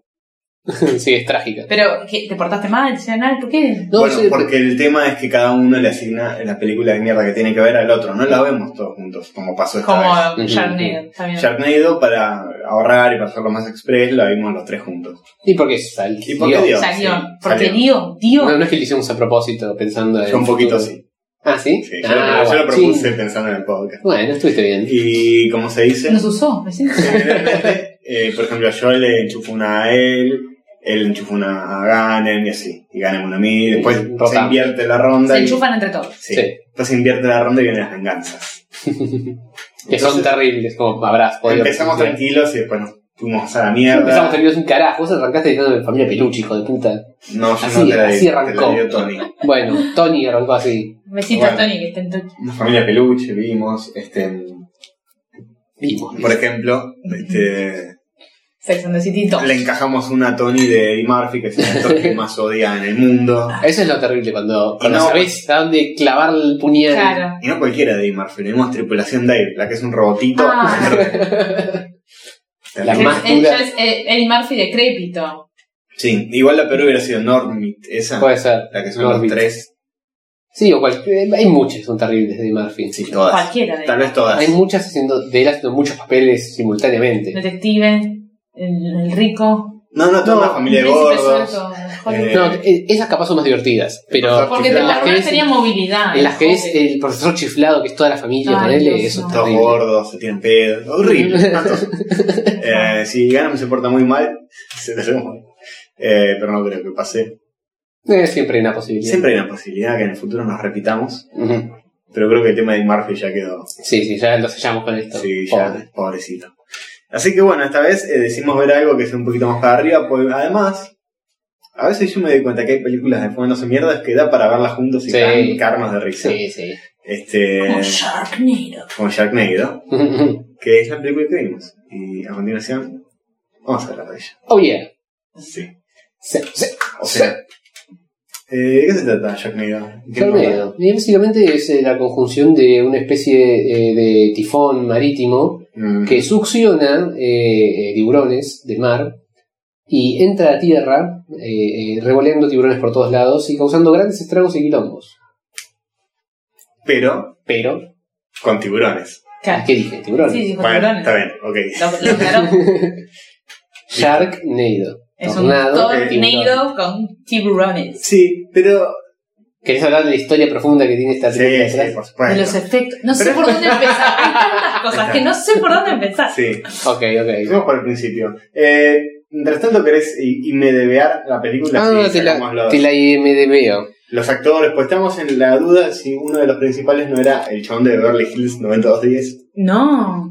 sí, es trágica.
Pero, ¿qué? ¿te portaste mal, Chanel? ¿Por qué?
No,
bueno,
sí,
porque el tema es que cada uno le asigna la película de mierda que tiene que ver al otro. No la vemos todos juntos, como pasó esta
Como
vez.
Ujú,
Sharknado, también.
Sharknado, para ahorrar y pasarlo más express, la vimos los tres juntos.
¿Y por qué salió?
¿Y por qué dio?
Salió.
Sí,
Porque
salió.
Dio, Dio.
No, no es que lo hicimos a propósito, pensando en.
Yo un poquito
futuro.
así.
Ah, sí.
Sí, yo,
ah,
lo- yo
bueno,
lo propuse
sí.
pensando en el podcast.
Bueno, estuviste bien.
Y como se dice,
Nos usó, ¿me siento?
generalmente, eh, por ejemplo, yo le enchufo una a él, él enchufa una a Ganem y así. Y Ganem una a mí, después
Rotamos.
se invierte la ronda.
Se
y-
enchufan entre todos.
Sí.
Sí.
Después se invierte la ronda y vienen las venganzas.
Que son
Entonces,
terribles, como habrás podido.
Empezamos
pensar.
tranquilos y después nos fuimos a la mierda.
Empezamos tenidos un carajo. Vos arrancaste diciendo de familia peluche, hijo de puta.
No, yo
Así-
no te la di,
así arrancó.
te la dio Tony.
Bueno, Tony arrancó así.
Besito
Bueno.
a Tony, que está en tu.
Una familia peluche, vimos, este,
Vimos.
por ejemplo, este,
Sex and the City 2.
le encajamos una a Tony de Eddie Murphy, que es el actor que más odia en el mundo.
Eso es lo terrible cuando, cuando
no, pues.
sabés a dónde clavar el puñal.
Claro.
Y no cualquiera de Eddie Murphy, le dimos Tripulación Dave, la que es un robotito.
Ah.
La
Terrible.
más-
Él ya es eh, Eddie Murphy decrépito.
Sí, igual la peor hubiera sido Normit, esa,
Puede ser.
la que son
Normit.
los tres.
Sí, o cualquier. Hay muchas que son terribles de Murphy.
Sí, todas.
Cualquiera de
Tal vez todas.
Hay muchas haciendo de él haciendo muchos papeles simultáneamente.
Detective, el, el rico.
No, no, toda
No,
una familia de
príncipe
gordos.
suelto, Hollywood.
eh,
No, eh, esas capaz son más divertidas, pero
Porque
en
por
las
lo
que
menos
es-
tenía movilidad. eh,
en las que es
joven.
el profesor chiflado, que es toda la familia,
Ay,
ponele,
Dios,
eso es
no.
Todos
terrible.
gordos, se tiran pedos. Horrible. espantoso. eh, si Ganem se porta muy mal, se lo hacemos mal. Eh, pero no creo que pase.
Eh, siempre hay una posibilidad.
Siempre hay una posibilidad que en el futuro nos repitamos.
Ujú.
Pero creo que el tema de Murphy ya quedó.
Sí, sí, ya lo sellamos con esto.
Sí, ya,
Pobre.
pobrecito. Así que bueno, esta vez eh, decimos ver algo que sea un poquito más para arriba. Pues además, a veces yo me doy cuenta que hay películas de fondos y mierdas que da para verlas juntos y
Sí.
carnos de risa.
Sí, sí.
Este,
Como Sharknado.
como Sharknado,
oh
que es la película que vimos. Y a continuación, vamos a hablar de ella.
Oh, yeah.
Sí.
Se- se-
O sea, eh, ¿de qué se trata Sharknado? ¿Qué onda?
Tornado. Y básicamente es eh, la conjunción de una especie eh, de tifón marítimo
Mm,
que succiona eh, eh, tiburones del mar y entra a tierra eh, eh, revoleando tiburones por todos lados y causando grandes estragos y quilombos.
Pero
Pero,
con tiburones.
Claro.
¿qué dije? Tiburones.
Ah. Sí, sí, con
Bueno,
tiburones.
está bien, ok.
Lo, lo aclaró.
Shark Nado.
Es un
Tornado. tiburón.
tornado con tiburones.
Sí, pero.
¿Querés hablar de la historia profunda que tiene esta película
Sí, sí,
atrás?
por
De
supuesto.
los efectos. No sé
Pero-
por dónde empezar. Hay tantas cosas que no sé por dónde empezar.
Sí,
Ok, ok.
empecemos por el principio. Eh, mientras tanto, ¿querés i- IMDBear la película?
Ah,
Sí,
te la,
sacamos los,
te la IMDBO.
los actores, pues estamos en la duda si uno de los principales no era el chabón de Beverly Hills 9210.
No.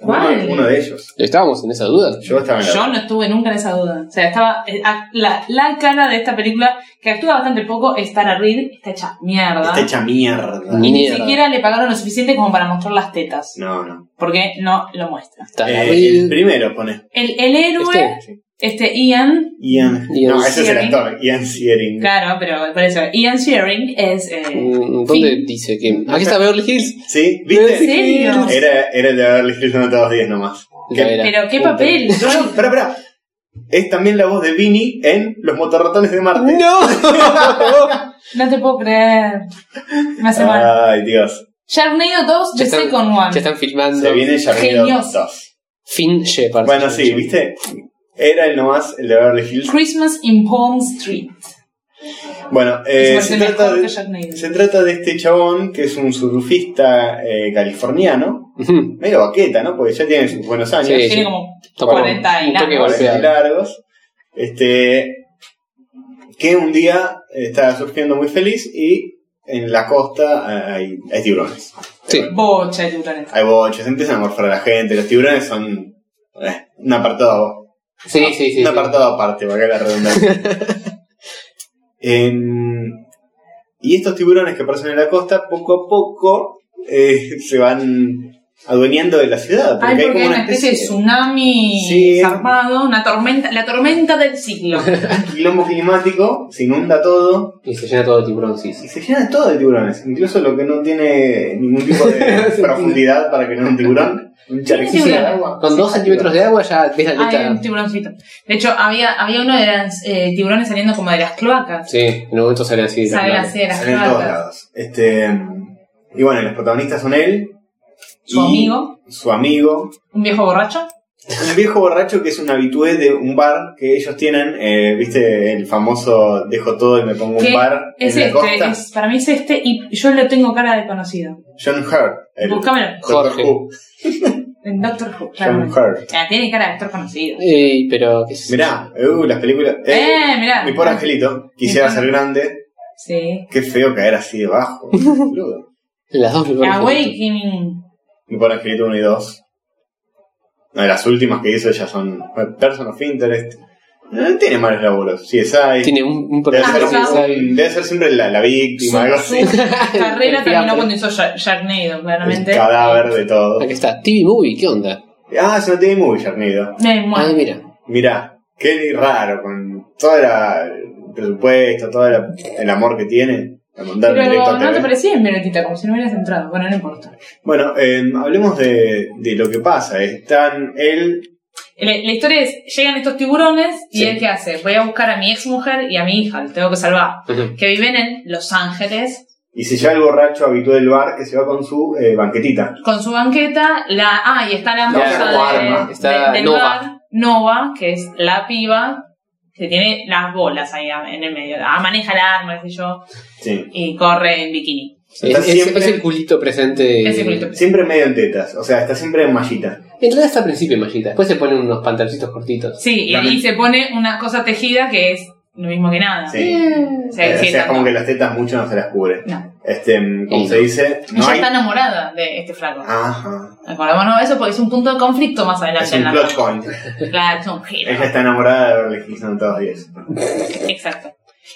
¿Cuál?
Uno, uno de ellos.
Estábamos en esa duda.
Yo estaba en la
Yo no estuve nunca en esa duda. O sea, estaba. eh, a- La, la cara de esta película, que actúa bastante poco, es Tara Reid, está hecha mierda.
Está hecha mierda.
Ni-
y ni
mierda.
siquiera le pagaron lo suficiente como para mostrar las tetas.
No, no.
Porque no lo muestra.
Está
Eh, el primero pone.
El, el héroe,
Este.
este, Ian.
Ian.
Ian
No, ese es el
Searing.
actor. Ian Searing.
Claro, pero por eso. Ian Shearing es. eh,
Mm, ¿Dónde
Sí.
dice que.? Aquí está Beverly Hills.
¿Sí?
Beverly
¿Viste?
Sí. serio?
Hills.
Era, era el de Beverly Hills 9210 nomás.
Lo era.
pero qué
Punto.
papel.
No, no, pará, pará. Es también la voz de Vinny en Los Motorratones de
Ah,
Marte.
¡No!
No te puedo creer. Me hace mal.
Ay, Dios.
Sharknado 2,
Ya
The
están-
Second One.
ya están filmando.
Se viene Sharknado
Genios.
2.
Finn Shepard.
Bueno, sí, ¿viste? Era el nomás el de Beverly Hills.
Christmas in Palm Street.
Bueno, eh,
Es
se,
parece
trata
mejor que
de,
Sharknado.
se trata de este chabón que es un surfista eh, californiano.
Ujú.
Medio vaqueta, ¿no? Porque ya tiene sus buenos años.
Sí,
Tiene como
Tocó
40 y
un toque
largo.
Ahora sí,
golpeado.
largos. Este, que un día está surgiendo muy feliz y en la costa ah, hay, hay tiburones.
Sí.
bocha de tiburones.
Hay boches, empiezan a morfar a la gente. Los tiburones son eh, un apartado,
Sí, sí, sí. sí.
un apartado aparte, para que la redundancia. Em, y estos tiburones que aparecen en la costa, poco a poco eh, se van adueñando de la ciudad. Porque
Ay,
hay
porque
como
hay
una
una especie de tsunami
Sí.
zarpado, una tormenta, la tormenta del siglo.
quilombo climático, se inunda todo
Y se llena todo de tiburón, sí, sí.
y se llena todo de tiburones. Incluso lo que no tiene ningún tipo de profundidad para que no sea un tiburón, un
Sí,
charquito
sí.
de agua.
Con dos centímetros de agua ya ves la
Hay un
aleta.
tiburoncito. De hecho, había, había uno de los tiburones saliendo como de las cloacas.
Sí, en un momento sale así. de la
Sale
nave.
así de las
Salen en todos
cloacas.
lados. Este, y bueno, los protagonistas son él.
Su
y
amigo,
Su amigo.
un viejo borracho.
Un viejo borracho que es un habitué de un bar que ellos tienen. eh, ¿Viste? El famoso dejo todo y me pongo un
¿Qué?
bar
Es
en la
este,
costa.
es- para mí es este y yo le tengo cara de conocido.
John Hurt. el
Búscamelo.
Dr.
Jorge.
Who.
En Doctor Who,
John
claramente.
Hurt.
Ah, tiene cara de actor
Eh,
conocido.
Ey, pero qué sé yo.
Mirá, uh, las películas. Eh,
Eh, mirá.
mi pobre angelito, quisiera
Mi
ser grande.
Sí.
Qué feo caer así debajo. boludo.
Las dos me ponen feliz.
Awakening.
mi pobre angelito 1 y 2. No, las últimas que hizo ya son eh, Person of Interest. Eh, tiene malos laburos. Sí, es
Tiene un, un
Debe ser,
Ah,
personaje que
un- debe ser siempre la, la víctima, algo así.
sale-
Carrera
el teatro.
terminó cuando hizo Ja- Sharknado,
El
claramente.
cadáver de todo.
Aquí está, TV Movie, ¿qué onda?
Ah, es una TV movie, Yarnido.
Me muero.
Ay, mira.
Mirá, qué raro, con todo la- el presupuesto, todo la- el amor que tiene. La mandaron directo
Pero
a
no te
TV.
parecía en Veroquita, como si no hubieras entrado. Bueno, no importa.
Bueno, eh, hablemos de, de lo que pasa. Están él.
La, la historia es, llegan estos tiburones y
Sí.
él qué hace. Voy a buscar a mi ex mujer y a mi hija, los tengo que salvar. Que viven en Los Ángeles
Y se lleva el borracho habitual del bar que se va con su eh, banquetita.
con su banqueta. La, ah, y está
La
la moza de-
arma.
de-
Está
del
Nova.
bar, Nova, que es la piba, que tiene las bolas ahí a- en el medio. Ah, maneja el arma, qué sé yo,
Sí.
y corre en bikini.
Es,
Está
es-
siempre-
es el culito presente.
Ese culito.
Siempre medio en tetas, o sea, está siempre en mallita.
En realidad está al principio, Mallita. Después se ponen unos pantaloncitos cortitos.
Sí, y
Dame.
ahí se pone una cosa tejida que es lo mismo que nada.
Sí.
O sea,
Eh, o sea,
sí,
es
tanto.
como que las tetas mucho no se las cubre.
No.
Este, como
Y
se
no.
dice, no
Ella
hay.
está enamorada de este flaco.
Ajá.
Acordémonos de eso porque es un punto de conflicto más adelante
Es
en
un
la
plot
trama.
point.
Claro, es un giro.
Ella está enamorada de Beverly Hills 90210.
Exacto.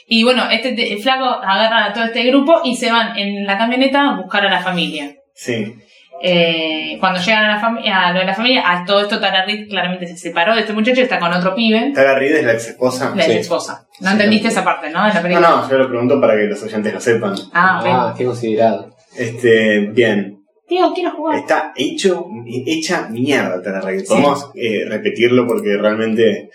Y bueno, este te- el flaco agarra a todo este grupo y se van en la camioneta a buscar a la familia.
Sí.
Eh, cuando llegan a, la fami- a lo de la familia, a todo esto Tararit claramente se separó de este muchacho y está con otro pibe,
Tara Reid es la ex esposa.
la
Sí.
esposa. No
Sí,
entendiste
también.
esa parte, ¿no? De la
No,
película.
no, yo lo pregunto para que los oyentes lo sepan.
Ah, bueno.
qué considerado.
Este, bien.
Tío, quiero jugar.
Está hecho, hecha mierda Tara Reid. Podemos eh, repetirlo porque realmente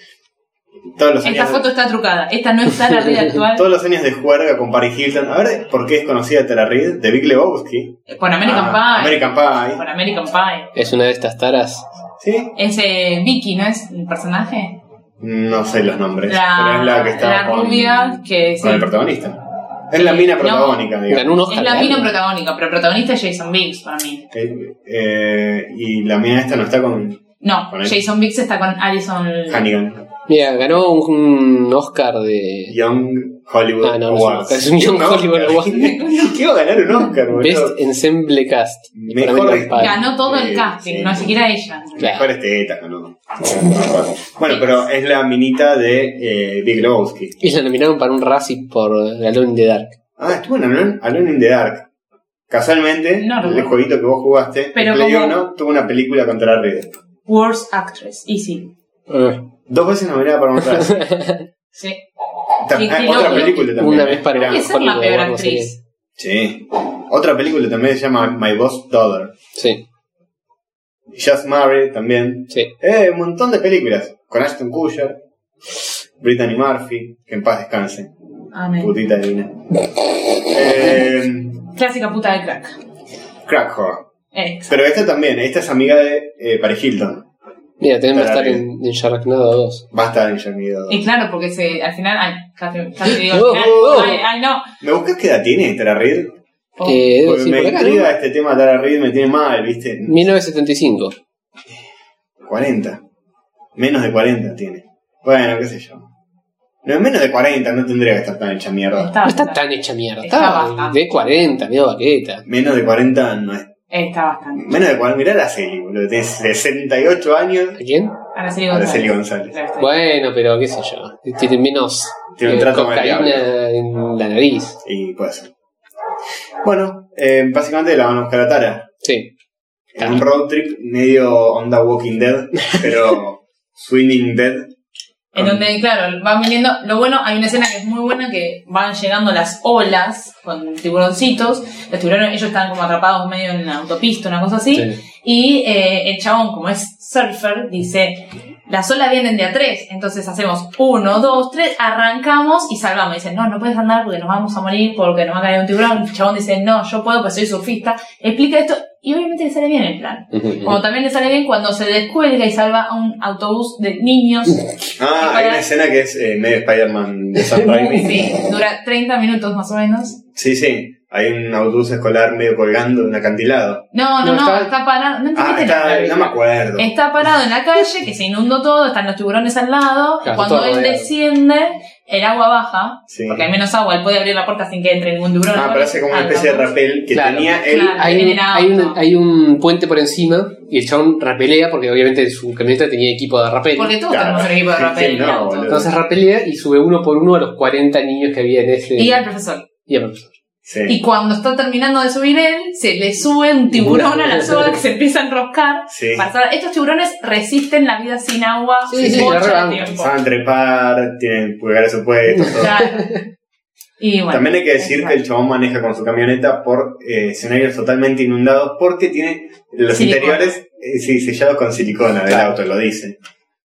todos los
Esta
años.
foto está trucada. Esta no es Tara Reid actual.
Todos los años de juerga con Paris Hilton. A ver, ¿por qué es conocida Tara Reid? De Big Lebowski.
Con American
Ah,
Pie.
American Pie.
Con American Pie.
Es una de estas taras.
¿Sí?
Es eh, Vicky, ¿no es el personaje?
No sé los nombres. pero
La,
es la que está
la
con-
rubia que
con el
sí.
protagonista. Es la mina
No.
protagónica, digamos.
Ganó un Oscar. ¿eh?
Es la
de
mina
algo.
protagónica, pero protagonista es Jason Biggs para mí.
Eh, eh, y la mina esta no está con
No,
Con él.
Jason Biggs está con Alison.
Hannigan.
Mira, ganó un, un Oscar de.
Young Hollywood
Ah, no, no es un
Awards.
Oscar, es un Young Hollywood
Awards. Quiero ganar un Oscar, boludo.
Best Ensemble Cast.
Mejor
Para
de-
Pie.
Ganó todo
Sí,
el casting,
sí.
no siquiera ella.
Claro.
Mejor este ¿no? bueno, pero es la minita de eh, Big Lebowski.
Y la nominaron para un Razzie por Galón de Dark.
Ah, estuvo en Alone, Alone in the Dark. Casualmente,
No, no,
el
no.
jueguito que vos jugaste,
Pero
el Play
como-
1, tuvo una película contra la red.
Worst Actress, easy.
Dos veces nominada para un Razzie.
Sí.
Ta-
Y-
ah,
y
otra
loco,
película también.
una
eh.
vez para
Mirá.
Tiene que ser la
Hollywood,
peor
algo así.
actriz.
Sí. Otra película también se llama My Boss Daughter.
Sí,
Just Married también.
sí.
Eh, un montón de películas. Con Ashton Kutcher, Brittany Murphy, que en paz descanse.
Amén.
Putita divina. Eh,
Clásica puta de crack. Eh,
crack Whore.
Ex.
Pero esta también, esta es amiga de eh, Paris Hilton.
Mira, tenemos que
Para
estar en, en Sharknado 2.
Va a estar en Johnny Depp.
Y claro, porque se, al final. Ay, casi, casi digo.
Oh,
al final,
oh, oh.
ay, ay, no.
¿Me buscas qué edad tiene Tara Reid?
Oh.
Eh, debo
Porque
decir
me
por acá, ¿no?
intriga este tema de Tara Reid, me tiene mal, ¿viste?
1975.
40. Menos de 40 tiene. Bueno, qué sé yo. No, menos de 40 no tendría que estar tan hecha mierda.
Está,
No está tan hecha mierda.
Está
Está
bastante.
de 40, medio vaqueta.
Menos de 40 no es.
Está bastante.
Menos de 40. Mirá la Celi, boludo. Tiene 68 años.
¿A quién?
Araceli
Araceli
González.
González.
Bueno, pero qué sé yo. Tiene menos
Tiene un
eh,
trato más
cocaína en la nariz.
Y puede ser. Bueno, eh, básicamente la van a buscar a Tara.
Sí.
en un road trip medio onda Walking Dead, pero Swimming Dead.
En donde, claro, van viniendo. Lo bueno, hay una escena que es muy buena que van llegando las olas con tiburoncitos. Los tiburones, ellos están como atrapados medio en la autopista, una cosa así.
Sí.
Y eh, el chabón, como es surfer, dice: Las olas vienen de a tres. Entonces hacemos uno, dos, tres, arrancamos y salvamos. Dicen: No, no puedes andar porque nos vamos a morir, porque nos va a caer un tiburón. El chabón dice: No, yo puedo, pues soy surfista. Explica esto. Y obviamente le sale bien el plan.
Ujú, ujú.
Como también le sale bien cuando se descuelga y salva a un autobús de niños.
Ah, hay una escena que es eh, medio Spider-Man de Sam Raimi.
Sí, dura 30 minutos más o menos.
Sí, sí. Hay un autobús escolar medio colgando de un acantilado.
No, no,
No,
no,
está-
está, parado. No
Ah,
entendiste nada.
está, no me acuerdo.
Está parado en la calle, que se inundó todo, están los tiburones al lado.
Claro,
Cuando
todo
él
rodeado.
desciende, el agua baja,
Sí.
porque hay menos agua, él puede abrir la puerta sin que entre ningún tiburón.
Ah, pero hace como una
Ah,
especie de
no.
rapel que
Claro.
tenía él.
Claro.
Hay,
en
un,
el
hay,
auto.
un, hay un puente por encima y el chabón rapelea porque obviamente su camioneta tenía equipo de rapel.
Porque todos
Claro.
tenemos un equipo de
Sí,
rapel.
sí, no,
en el auto.
boludo.
Entonces rapelea y sube uno por uno a los 40 niños que había en ese.
Y al profesor.
y al profesor.
Sí.
Y cuando está terminando de subir él, se le sube un tiburón a la soga que se empieza a enroscar.
Sí.
Pasar- Estos tiburones resisten la vida sin agua
Sí, sí,
mucho
la rebanco.
tiempo.
Saben trepar, tienen pulgares opuestos, todo.
Claro. Y bueno,
También hay que decir que el chabón maneja con su camioneta por eh, escenarios totalmente inundados porque tiene los
Silicona.
interiores eh, sí, sellados con silicona del
Claro.
auto, lo dice.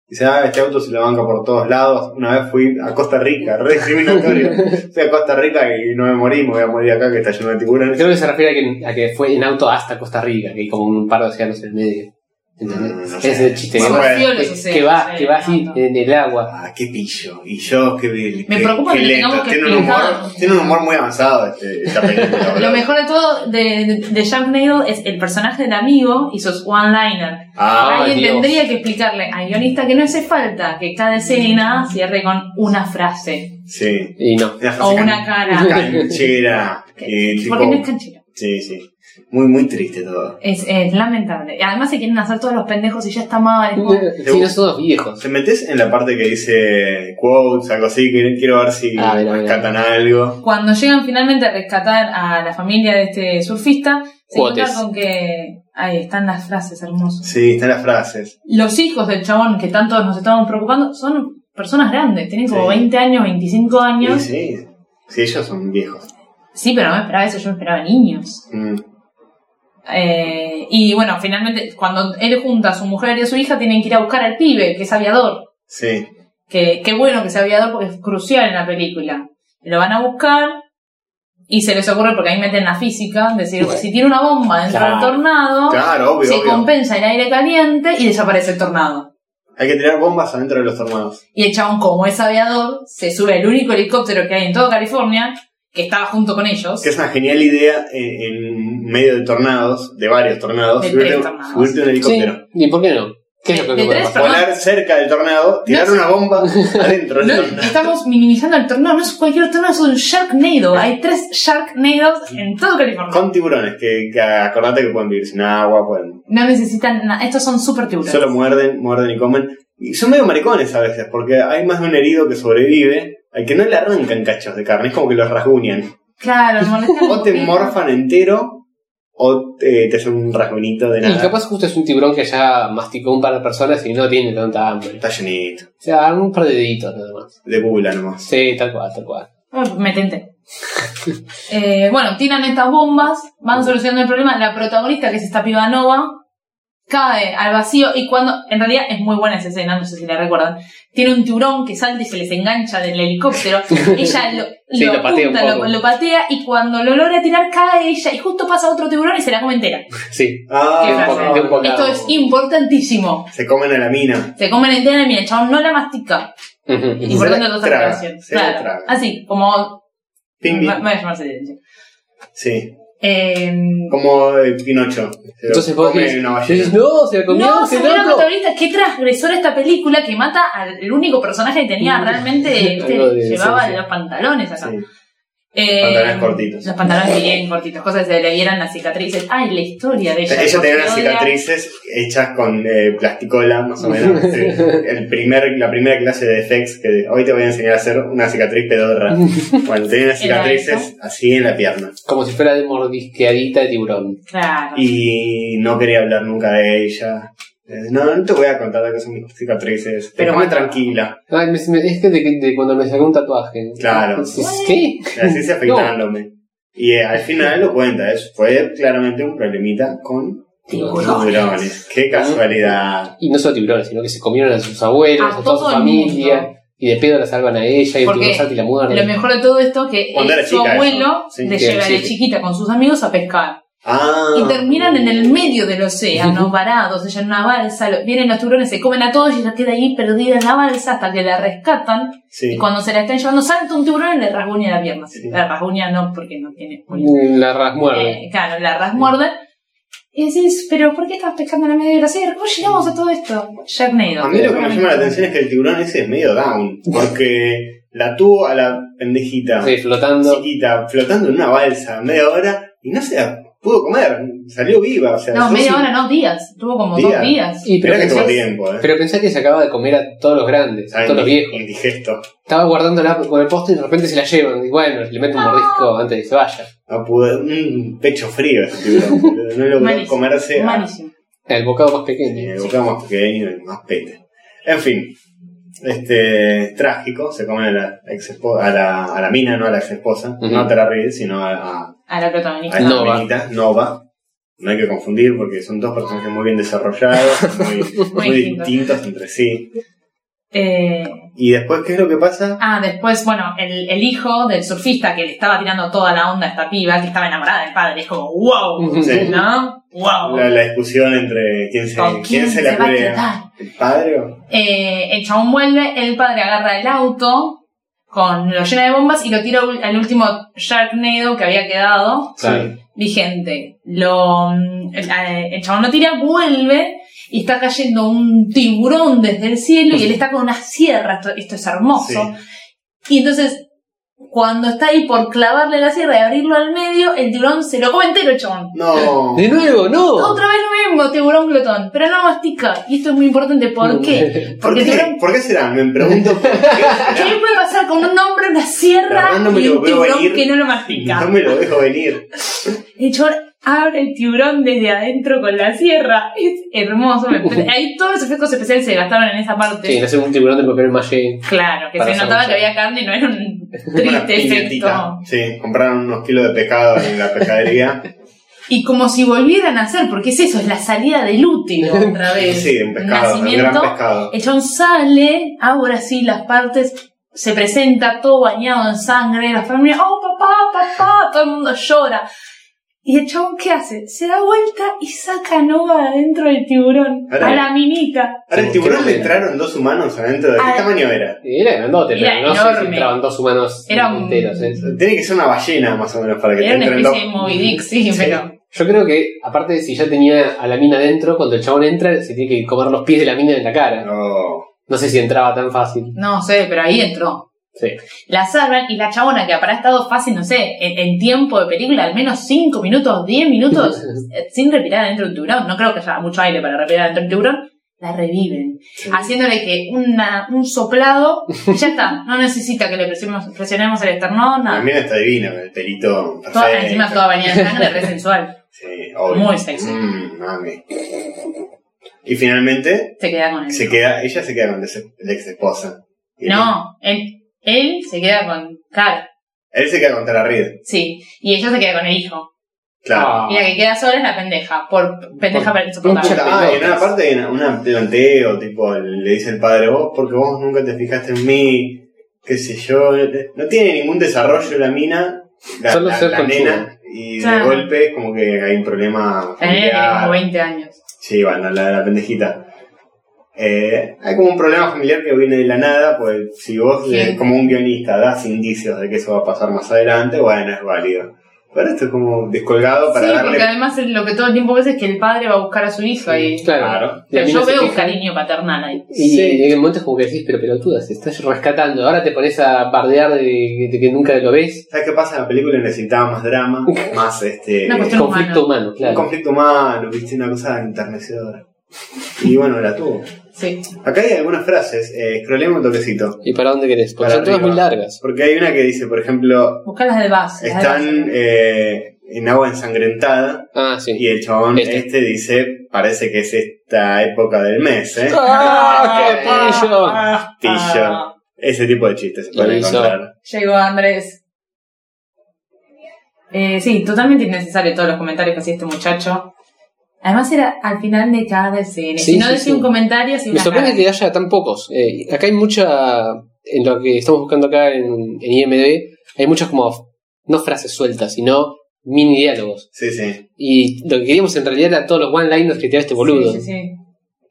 Dice, ah, este auto se lo banca por todos lados. Una vez fui a Costa Rica, re discriminatorio. Fui a Costa Rica y no me morí, me voy a morir acá que está lleno de tiburones.
Creo que se refiere a que, a que fue en auto hasta Costa Rica, que hay como un par de océanos en el medio. ¿Entendés?
Mm, no
Ese es
sé.
el chiste.
Sí,
¿no?
bueno.
Vacío los
Que-
océanos,
que va,
eh,
que va así
tanto.
en el agua.
Ah, qué pillo. Y yo, qué
Me
qué-
preocupa
qué
que le
lento.
tengamos que
tiene, un humor,
explicar.
tiene un humor muy avanzado este, esta película.
Lo
boludo.
mejor de todo de, de, de Sharknado es el personaje del amigo y sus one-liners.
Ah,
Ay,
Alguien
Dios.
tendría que explicarle al guionista que no hace falta que cada escena cierre con una frase
sí.
Y no.
Una frase
o
can-
una cara.
canchera.
Que-
y
Porque no es
tipo-
canchero.
Sí, sí. Muy, muy triste todo.
Es, es lamentable. Y además se quieren hacer todos los pendejos y ya está mal. Es como-
Sí, no son dos viejos.
¿Te metes en la parte que dice quotes, algo así? Que quiero ver si
Ah, mira, mira.
rescatan algo.
Cuando llegan finalmente a rescatar a la familia de este surfista, se
Cuotes.
encuentran con que. Ahí están las frases hermosas.
Sí, están las frases.
Los hijos del chabón que tanto nos estábamos preocupando son personas grandes, tienen como
Sí.
20 años, 25
Sí,
años. Sí,
sí. Sí, ellos son viejos.
pero no me esperaba eso, yo me esperaba niños.
Mm.
Eh, y bueno, finalmente, cuando él junta a su mujer y a su hija, tienen que ir a buscar al pibe, que es aviador.
Sí.
Que, qué bueno que sea aviador porque es crucial en la película. Lo van a buscar y se les ocurre, porque ahí meten la física, decir, si tiene una bomba dentro
Claro.
del tornado,
Claro, obvio,
se
obvio.
compensa el aire caliente y desaparece el tornado.
Hay que tirar bombas adentro de los tornados.
Y el chabón, como es aviador, se sube al único helicóptero que hay en toda California, que estaba junto con ellos.
Que es una genial idea eh, en medio de tornados, de varios tornados,
De
subirte,
tres tornados.
subirte a un
Sí,
helicóptero.
¿y por qué no? ¿Qué es lo que
De
puede
tres
pasar?
Perdón.
Volar cerca del tornado, tirar
No es-
una bomba adentro del
No,
tornado.
estamos minimizando el tornado, no es cualquier tornado, es un Sharknado. Hay tres Sharknados en todo California.
Con tiburones, que, que acordate que pueden vivir sin agua, pueden
No necesitan nada, estos son super tiburones.
Solo muerden, muerden y comen. Y son medio maricones a veces, porque hay más de un herido que sobrevive al que no le arrancan cachos de carne, es como que los rasguñan.
Claro, molestan
O te
un poquito.
morfan entero, o eh, te, te hacen un rasguñito de
Y
nada.
capaz justo es un tiburón que ya masticó un par de personas y no tiene tanta hambre.
Está llenito,
O sea, un par de deditos nada más.
de gula nomás.
Sí, tal cual, tal cual.
Ah, Me tenté. Eh, bueno, tiran estas bombas, van solucionando el problema. La protagonista, que es esta piba Nova, cae al vacío y cuando, en realidad es muy buena esa escena, no sé si la recuerdan, tiene un tiburón que salta y se les engancha del helicóptero. Ella lo,
Sí, lo patea un
apunta,
poco.
lo, lo patea y cuando lo logra tirar cae ella y justo pasa otro tiburón y se la come entera.
Sí.
Qué
Ah,
frase.
de un poco.
Esto es importantísimo.
se comen a la mina.
Se comen entera y mira, el chabón no la mastica.
se
Ujú.
Importante
la
otra
traga,
relación.
se la traga.
Claro. Así, como...
Ping,
Me, me
ping.
voy a llamar silencio.
Sí,
Eh,
como el Pinocho. Se
Entonces
lo
vos
come
decís,
una ballena.
decís, no, se la comió
No,
ese
señora
loco".
protagonista, qué transgresora esta película que mata al el único personaje que tenía realmente, este,
Algo de-
llevaba
sí, sí.
los pantalones acá.
Sí.
Eh,
Pantalones cortitos.
Los pantalones bien cortitos, cosas que se le vieran las cicatrices. Ay, la historia de ella.
Ella tenía unas
Custodia.
cicatrices hechas con eh, plasticola, más o menos. Sí. El primer, la primera clase de FX que hoy te voy a enseñar a hacer una cicatriz pedorra. Bueno, tenía unas
Era
cicatrices así en la pierna.
Como si fuera de mordisqueadita de tiburón.
Claro.
Y no quería hablar nunca de ella. Eh, No, no te voy a contar de que son mis cicatrices. Pero
Pero
muy
bueno.
tranquila.
Ay, me- me- es que de, de cuando me sacó un tatuaje.
Claro.
Es- ¿Qué?
Así se afeitándome. Y eh, al final lo cuenta, es- fue claramente un problemita con tiburones. Qué casualidad.
Y no solo tiburones, sino que se comieron a sus abuelos, a,
A
toda su
todo el
familia.
mundo.
Y de pedo la salvan a ella y el
Porque
tiburón salta y la
Lo
muerde.
mejor de todo esto que
Cuando
él-
era
su
chica,
abuelo
eso. Sí,
le
que
lleva
sí,
de
sí.
chiquita con sus amigos a pescar.
Ah.
Y terminan en el medio del océano, varados, ella en una balsa, lo- vienen los tiburones, se comen a todos y ella queda ahí perdida en la balsa hasta que la rescatan.
Sí.
Y cuando se la están llevando, salta un tiburón y le rasguña la pierna.
Sí.
La rasguña no, porque no tiene uñas.
La rasmuerde.
Eh, claro, la rasmuerde. Y decís, pero ¿por qué estabas pescando en el medio del océano? ¿Cómo llegamos a todo esto? Jack
A
Nader.
mí lo que me llama la atención es que el tiburón ese es medio down, porque la tuvo a la pendejita
Sí, flotando.
chiquita flotando en una balsa media hora y no se la pudo comer, salió viva. O sea,
No,
yo sí-
media hora, no, días. Tuvo como
Días.
dos días.
Y pero
Mirá que tuvo
pensás,
tiempo, eh.
pero pensá que se acaba de comer a todos los grandes, a
Saben,
todos los viejos.
Indigesto.
Estaba guardándola con el poste y de repente se la llevan. Y bueno, le meten un
Ah.
mordisco antes de que se vaya.
No pude, un pecho frío ese tiburón. boludo. No logró
Malísimo,
comerse a,
Malísimo.
El bocado más
eh,
pequeño.
buscaba más pequeño y más pete. En fin, este trágico, se come a la ex a la, a la mina, no a la ex esposa,
Ujú.
no a Tara Reid, sino a- a
A la
a
protagonista.
esta
Nova.
amiguita, Nova. No hay que confundir porque son dos personajes muy bien desarrollados, muy, muy
distintos.
distintos entre sí.
Eh,
Y después, ¿qué es lo que pasa?
ah, después, bueno, el, el hijo del surfista que le estaba tirando toda la onda a esta piba, que estaba enamorada del padre. Es como, wow.
Sí.
¿No? Wow.
Mm. La, la discusión entre quién se,
Ah. ¿Con
quién se la
va a
culea,
quedar?
el padre o
Eh, el chabón vuelve, el padre agarra el auto, con, lo llena de bombas y lo tira ul- al último Sharknado que había quedado
Claro.
vigente. Lo, mm, el, eh, el chabón lo tira, vuelve y está cayendo un tiburón desde el cielo y él está con una sierra, esto, esto es hermoso. Y entonces, cuando está ahí por clavarle la sierra y abrirlo al medio, el tiburón se lo come entero, chabón.
No,
¡De nuevo, no!
Otra vez lo mismo, tiburón glotón, pero no mastica. Y esto es muy importante, ¿por qué?
¿por
porque el
qué,
tiburón-
¿por qué será? Me pregunto por qué
¿Qué
será.
le puede pasar con un hombre, una
La
sierra
verdad no me
y
lo
un
veo
tiburón
venir.
que no lo mastica?
No me lo dejo venir.
El chabón abre el tiburón desde adentro con la sierra. Es hermoso. Me- Ahí todos los efectos especiales se gastaron en esa parte.
Sí, hacer un tiburón de papel maché.
Claro, que
Para
se notaba
saborear.
que había carne y no era un
Una
triste
piñatita.
efecto.
Sí, compraron unos kilos de pescado en la pescadería.
Y como si volvieran a hacer, porque es eso, es la salida del útero otra vez.
Sí, un pescado, un gran
Nacimiento.
pescado.
El chabón sale, ahora sí las partes, se presenta todo bañado en sangre, la familia, oh papá, papá, todo el mundo llora. ¿Y el chabón qué hace? Se da vuelta y saca a Nova adentro del tiburón,
Ahora-
a la minita.
Ahora, el
Sí,
tiburón
qué
le
manera.
entraron dos humanos adentro. ¿De qué
Ah.
tamaño era?
Era grandote,
Era
pero no sé si
enorme.
entraban dos humanos
Era un-
enteros. ¿eh?
Tiene que ser una ballena más o menos para que
Era
te
una
entren dos.
especie de Moby Dick, sí,
Sí.
pero...
Yo creo que, aparte de si ya tenía a la mina dentro, cuando el chabón entra, se tiene que comer los pies de la mina en la cara.
No.
No sé si entraba tan fácil.
No sé, pero ahí entró.
Sí.
La salvan y la chabona que habrá estado fácil, no sé, en, en tiempo de película, al menos 5 minutos, 10 minutos, eh, sin respirar dentro de un tiburón, no creo que haya mucho aire para respirar dentro de un tiburón, la reviven, haciéndole que una, un soplado, y ya está, no necesita que le presionemos, presionemos el esternón,
La
nada.
mina está divina, con el pelito perfecto.
Toda- encima toda bañada en sangre, re sensual,
Sí, obvio.
Muy sexy.
Mm, mami. Y finalmente
se queda con él.
se queda, ella se queda con la ex esposa.
No, él, él se queda con Cal,
Él se queda con Tara Reid,
sí, y ella se queda con el hijo,
Ah.
claro.
y la que queda sola es la pendeja, por pendeja
Por-
para insoportable.
mucha-
Ah, y en
pelotas.
una parte hay una- un planteo, tipo, le dice el padre, vos, porque vos nunca te fijaste en mí, qué sé yo. No tiene ningún desarrollo la mina, la,
Solo
la-
ser
la
conchuda.
nena, y de
Claro.
golpe es como que hay un problema
La nena tiene como
familiar.
20 años.
Sí, bueno, la de la pendejita. Eh, hay como un problema familiar que viene de la nada, pues si vos, eh,
Sí.
como un guionista, das indicios de que eso va a pasar más adelante, bueno, es válido. Ahora esto es como descolgado para
sí,
darle.
porque además es lo que todo el tiempo ves es que el padre va a buscar a su hija y.
Claro.
Claro.
O sea,
Y a mí
yo
no se
veo un
fijan.
cariño paternal ahí.
Y
Sí.
en el momento es como que decís, pero pelotuda, se estás rescatando. Ahora te pones a bardear de, de que nunca lo ves.
¿Sabes qué pasa? La película necesitaba más drama, más este.
Una cuestión
Conflicto humano,
un
claro.
conflicto humano, viste, una cosa enternecedora. Y bueno, la tuvo.
Sí.
Acá hay algunas frases, eh, scrollemos un toquecito.
¿Y para dónde querés? Porque
Para
son todas
arriba.
muy largas.
Porque hay una que dice, por ejemplo,
Buscar las de base. las de
están
base.
eh, en agua ensangrentada
Ah, sí.
y el chabón
Este.
este. dice, parece que es esta época del mes, ¿eh?
¡Ah, qué pillo!
Ah,
pillo!
ah.
Ese tipo de chistes se pueden
hizo.
encontrar.
Llegó Andrés. Eh, sí, totalmente innecesario todos los comentarios que hacía este muchacho. Además era al final de cada escena.
Sí,
si no
sí,
decía
sí.
un comentario, así
Me
una
sorprende
cara.
que haya tan pocos. Eh, acá hay mucha. En lo que estamos buscando acá en, en IMDb, hay muchas como. No frases sueltas, sino mini diálogos.
Sí, sí.
Y lo que queríamos en realidad era todos los one-liners que tiraba este boludo.
Sí, sí, sí.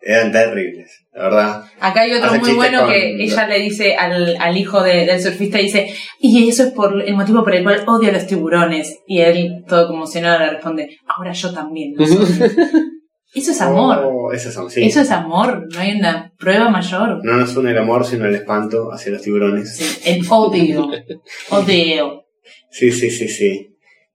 Eran terribles, la verdad.
Acá hay otro
Hace
muy
chiste
bueno
con-
que ella le dice al, al hijo de- del surfista, dice, y eso es por el motivo por el cual odio a los tiburones. Y él, todo conmocionado, le responde, ahora yo también. los odio". eso es amor.
Oh, esos son, sí.
Eso es amor. No hay una prueba mayor.
No nos une el amor, sino el espanto hacia los tiburones.
Sí, el odio. odio.
Sí, sí, sí, sí.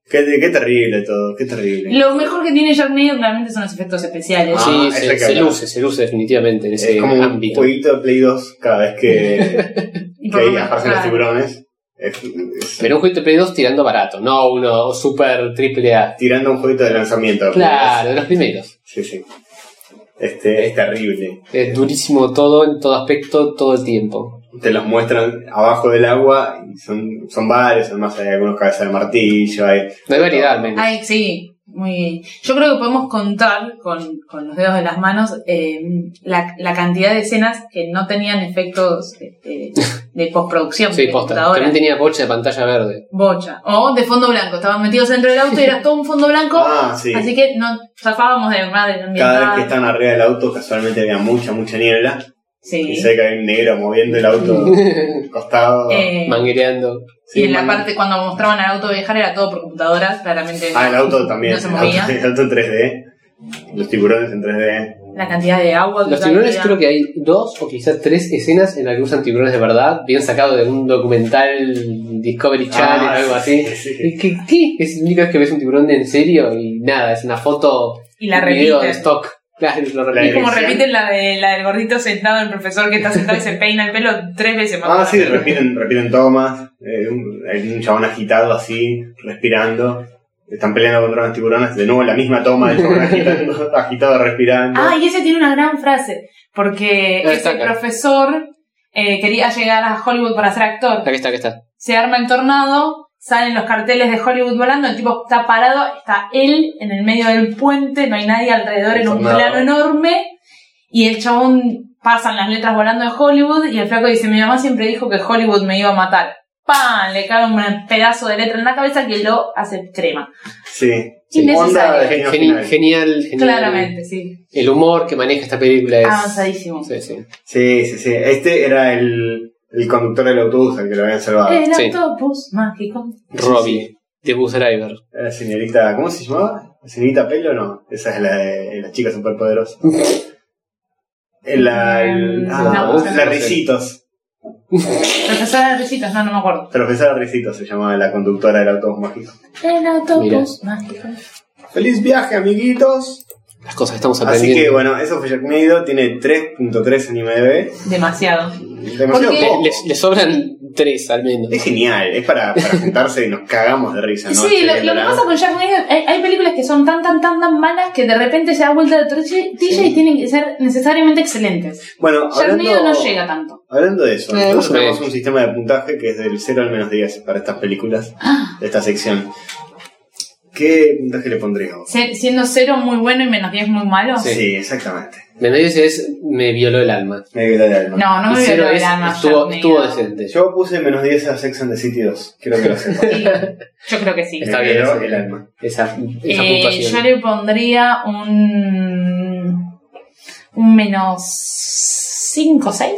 Qué, qué terrible todo, qué terrible.
Lo mejor que tiene Jack Neal realmente son los efectos especiales.
Ah,
Sí,
esa
se,
que
se
hablaba.
luce, se luce definitivamente en ese
es como un
ámbito.
jueguito de Play 2 cada vez que,
Y
que
por lo
ahí
menos,
aparecen los
claro.
tiburones. Es- es-
Pero un juego de Play 2 tirando barato, no uno super triple A.
tirando un jueguito de lanzamiento.
Claro, de los primeros.
Sí, sí. Este, es terrible.
Es durísimo todo, en todo aspecto, todo el tiempo.
Te los muestran abajo del agua y son, son varios, además hay algunos cabezas de martillo, hay...
No hay variedad, al menos.
Ay, sí, muy bien. Yo creo que podemos contar con, con los dedos de las manos eh, la, la cantidad de escenas que no tenían efectos este, de postproducción
Sí,
de
posta.
computadora.
También tenía bocha de pantalla verde.
Bocha. O de fondo blanco. Estaban metidos dentro del auto y era todo un fondo blanco.
Ah, sí.
Así que no zafábamos de madre ambiental.
Cada vez que están arriba del auto casualmente había mucha, mucha niebla. Y
Sí.
sé que hay un negro moviendo el auto al costado.
Eh,
Manguereando.
Sí,
y en la
man-
parte cuando mostraban al auto viajar era todo por computadoras, claramente.
Ah, el auto también.
No se
el, auto,
movía.
el auto en 3D. Los tiburones en 3D.
La cantidad de agua. que
Los tiburones
había.
creo que hay dos o quizás tres escenas en las que usan tiburones de verdad, bien sacado de un documental Discovery Channel o
Ah,
algo
sí,
así.
sí, sí.
¿Qué, ¿Qué? Es la única vez que ves un tiburón de en serio y nada, es una foto
Y la
un video de
repiten.
stock. Claro, lo
La
Y
repiten.
como
Sí.
repiten la, de, la del gordito sentado, el profesor que está sentado y se peina el pelo tres veces más.
Ah, sí, repiten, repiten tomas. eh, un, hay un chabón agitado así, respirando. Están peleando contra unos tiburones. De nuevo la misma toma del chabón agitando, agitado, respirando.
Ah, y ese tiene una gran frase, porque
Ah,
ese
está acá.
profesor eh, quería llegar a Hollywood para ser actor.
Aquí está, aquí está.
Se arma el tornado, salen los carteles de Hollywood volando, el tipo está parado, está él en el medio del puente, no hay nadie alrededor
El
en un
tornado.
plano enorme, y el chabón pasan las letras volando de Hollywood, y el flaco dice, mi mamá siempre dijo que Hollywood me iba a matar. ¡Pam! Le cae un pedazo de letra en la cabeza que lo hace crema.
sí.
Innecesario.
Onda de genio
Geni-
final.
genial, genial.
Claramente, Ah, sí.
El humor que maneja esta película es.
Avanzadísimo.
Sí, sí.
Sí, sí, sí. Este era el, el conductor del autobús al que lo habían salvado.
El
Sí.
autobús mágico.
Robbie, de Bus Driver.
La Eh, señorita, ¿cómo se llamaba? ¿La señorita Pelo? No, esa es la de las chicas superpoderosas. La, el- ah,
No,
la
no sé.
Risitos.
Profesora de risitas, no, no me acuerdo.
Profesora Risitos se llamaba la conductora del autobús mágico.
El autobús mágico.
¡Feliz viaje, amiguitos!
Las cosas que estamos
Así
aprendiendo.
que bueno, eso fue Jack Meido, tiene 3.3 anime de
Demasiado.
Demasiado
Porque-
poco.
Le- les, les sobran tres al menos.
Es genial, es para, para juntarse y nos cagamos de risa, ¿no?
sí, lo, lo que
Viéndola.
pasa con Jack Nicholson, hay, hay películas que son tan, tan, tan, tan malas que de repente se da vuelta de tortilla y tienen que ser necesariamente excelentes.
Bueno,
Jack Nicholson
hablando,
no llega tanto.
hablando de eso,
Eh, más
nosotros
o
tenemos
menos.
un sistema de puntaje que es del 0 al menos 10 para estas películas. de esta sección. ¿Qué puntaje le pondría vos?
Se- siendo cero muy bueno y menos diez muy malo.
Sí,
Sí.
exactamente.
Benavides es me violó el alma.
Me violó el alma.
No, no
Y
me
cero
veo el
es-
alma.
Estuvo,
Jack
estuvo
Nicholson.
decente.
Yo puse menos 10 a Sex and the City 2. Quiero que lo sepas.
Sí, yo creo que sí.
Está
Me
bien,
violó
sí.
el alma.
Esa, esa
Eh,
puntuación.
yo le pondría un. un menos 5 o 6.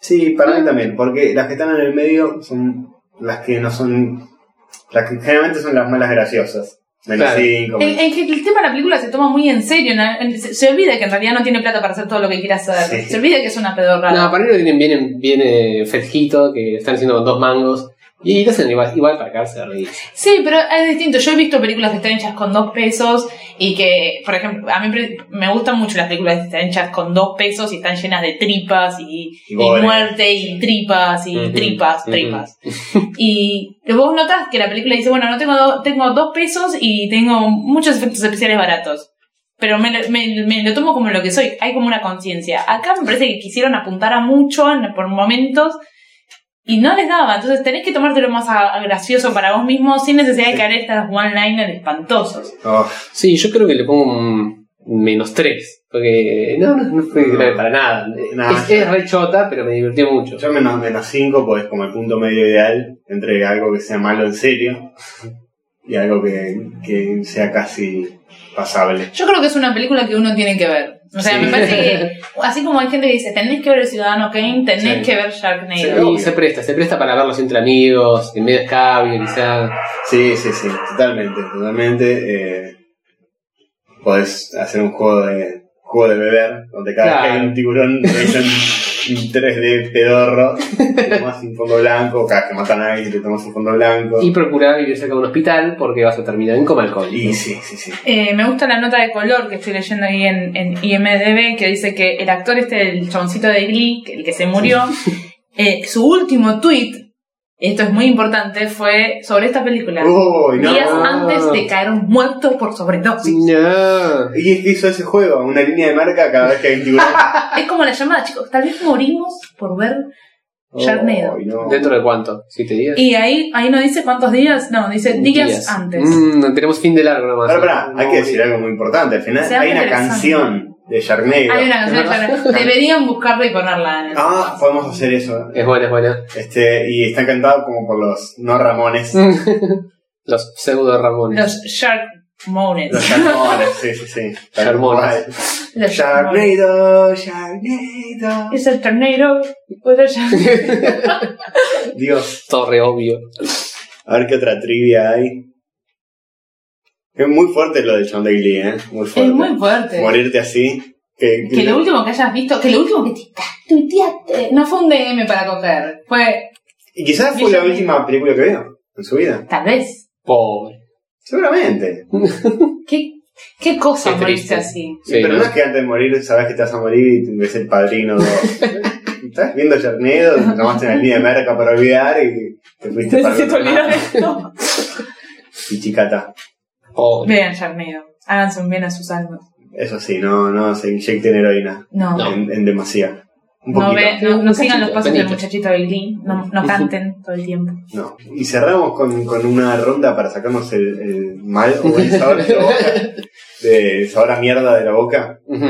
Sí, para mí también, porque las que están en el medio son las que no son Las que generalmente son las malas graciosas. Menos
Claro.
cinco,
El,
menos-
el, el tema de la película se toma muy en serio. ¿no? El- Se, se olvida que en realidad no tiene plata para hacer todo lo que quiera hacer.
Sí.
Se olvida que es una pedorrada.
No, para mí lo tienen bien, bien eh, fresquito, que lo están haciendo con dos mangos. Y lo hacen igual, igual para cagarse de reír.
Sí, pero es distinto. Yo he visto películas que están hechas con dos pesos y que, por ejemplo, a mí pre- me gustan mucho las películas que están hechas con dos pesos y están llenas de tripas y,
Y
y
gore.
muerte y tripas y
Ujú,
tripas,
ujú.
tripas. y vos notas que la película dice, bueno, no tengo, do- tengo dos pesos y tengo muchos efectos especiales baratos. Pero me, lo- me- me lo tomo como lo que soy. Hay como una conciencia. Acá me parece que quisieron apuntar a mucho en- por momentos y no les daba, entonces tenés que tomártelo más a- a gracioso para vos mismo sin necesidad de
Sí.
caer en estas one-liners espantosos.
Oh,
Sí, yo creo que le pongo un menos 3. Porque no, no, no fue
No.
grave para nada.
No,
es, es re chota, pero me divirtió mucho.
yo menos, menos cinco, pues como el punto medio ideal entre algo que sea malo en serio y algo que, que sea casi pasable.
Yo creo que es una película que uno tiene que ver. O sea,
Sí.
me parece que, así como hay gente que dice, tenés que ver El Ciudadano Kane, tenés
Sí.
que ver
Sí,
Sharknado.
obvio.
y se presta, se presta para verlos entre amigos, en medio escabio, quizá.
Sí, sí, sí, totalmente, totalmente. Eh, podés hacer un juego de juego de beber, donde cada vez que
Claro.
hay un tiburón te dicen un 3D pedorro, te tomás un fondo blanco, cada vez que matan a alguien te tomas un fondo blanco.
Y procurar vivir cerca de un hospital porque vas a terminar en coma alcohólico.
Y sí, sí, sí.
Eh, me gusta la nota de color que estoy leyendo ahí en, en IMDB, que dice que el actor este, el chaboncito de Glee, que- el que se murió, eh, su último tweet, esto es muy importante, fue sobre esta película.
Oh,
Uy, no.
Días antes de caer muerto por sobredosis.
No.
Y es que hizo ese juego, una línea de marca cada vez que hay un tiburón.
Es como la llamada, chicos. Tal vez morimos por ver. Sharknado.
Uy, Oh, no.
¿Dentro de cuánto? ¿Siete días?
Y ahí, ahí no dice cuántos días, no, dice días, antes.
Mm, no tenemos fin de largo nomás.
Pero pará, hay
No,
que decir algo muy importante. Al final
Se
hay
hace
una
interesante.
canción de Sharknado.
Hay una canción de Sharknado. Deberían buscarla y ponerla en el-
Ah, podemos hacer eso.
Es buena, es buena.
Este, y está cantado como por los no Ramones.
Mm.
Los pseudo Ramones.
Los Shark Mones.
Los Sharmones, sí, sí, sí. Tal cual.
Sharmones.
Los Shark Mones.
Sharknado, Sharknado.
Es el tornado. Otro Shark-
Dios,
Torre, obvio.
a ver qué otra trivia hay. Es muy fuerte lo de John de Glee, ¿eh? Muy fuerte.
Es muy fuerte.
Morirte así. Que,
Que lo último que hayas visto, que lo último que te tuiteaste, no fue un DM para coger, fue
Y quizás fue la última película que vio en su vida.
tal vez.
Pobre.
Seguramente.
¿Qué, qué cosa
Qué
morirse
triste.
así?
Sí,
pero
¿no?
no es que antes de morir sabes que te vas a morir y ves el padrino. dos. Estás viendo Charnedo, tomaste una línea de marca para olvidar y te fuiste para
Necesito
otro lado.
olvidar esto.
Y chicata.
Pobre.
Vean Sharknado. Háganse un bien a sus almas.
Eso sí, no, no se inyecten heroína
No.
No.
en, en demasía. Un
No,
poquito.
ve- no, no
Un cachito,
sigan los pasos del
penito.
muchachito de Glee, no, no canten todo el tiempo.
No. Y cerramos con, con una ronda para sacarnos el, el mal o buen sabor de la boca. De sabor a mierda de la boca.
Ujú.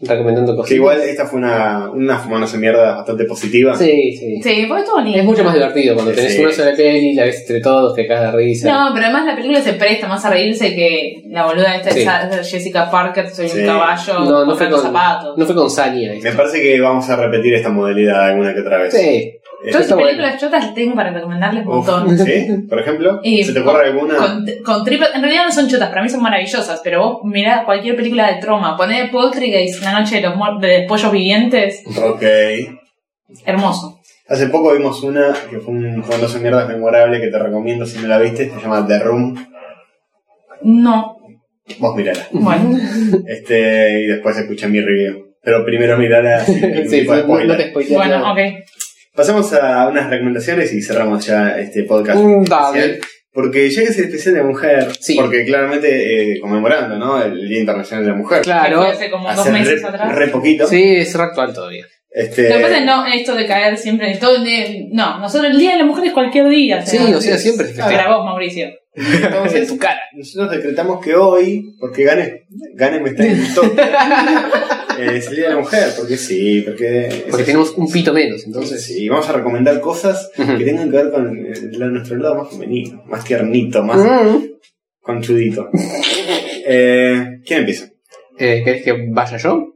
Recomendando cosas.
Que igual esta fue una, una fumándose mierda bastante positiva.
Sí, sí.
Sí, porque todo lindo.
Es mucho más divertido cuando tenés
Sí.
una sola peli, la ves entre todos, te cagas de risa.
No, pero además la película se presta más a reírse que la boluda esta
Sí.
de Jessica Parker, soy
Sí.
un caballo,
No, no fue
comprando
con,
zapatos.
no fue con saña.
Me
esto.
parece que vamos a repetir esta modalidad alguna que otra vez.
Sí.
Eh,
Yo
está
esas
bueno.
películas chotas tengo para recomendarles un
Uf,
montón.
¿Sí? Por ejemplo,
Y
¿se te ocurre alguna?
Con, con tripas, en realidad no son chotas, para mí son maravillosas, pero vos mirá cualquier película de troma, poné Poltergeist, La Noche de los muer- de los Pollos Vivientes,
Ok.
hermoso.
Hace poco vimos una que fue un fondo de mierdas memorable que te recomiendo si no la viste, se llama The Room.
No,
Vos mirala.
bueno,
Este, y después escucha mi review. Pero primero mirala sin ningún
Sí,
tipo de
no,
pues,
no
spoiler.
te spoileas
bueno,
nada.
ok.
Pasamos a unas recomendaciones y cerramos ya este podcast.
Uh,
Mm,
especial.
Dale.
Porque ya que es el especial de mujer,
Sí.
porque claramente eh, conmemorando, ¿no? El Día Internacional de la Mujer.
Claro.
Fue hace como dos
Hace
meses
re,
atrás.
re poquito.
Sí, es re actual todavía.
Este,
Lo que pasa es no, esto de caer siempre en todo el día. No, nosotros el Día de la Mujer es cualquier día.
Sí, o sea, siempre se festeja.
Para vos, Mauricio.
Estamos en tu cara.
Nosotros decretamos que hoy, porque Gane, Gane me está en top, eh, es el Día de la Mujer, porque sí, porque...
Porque tenemos un pito menos, entonces.
Entonces sí, vamos a recomendar cosas que tengan que ver con el- la- nuestro lado más femenino, más tiernito, más
Mm.
conchudito. Eh, ¿Quién empieza?
Eh, ¿Querés que vaya yo?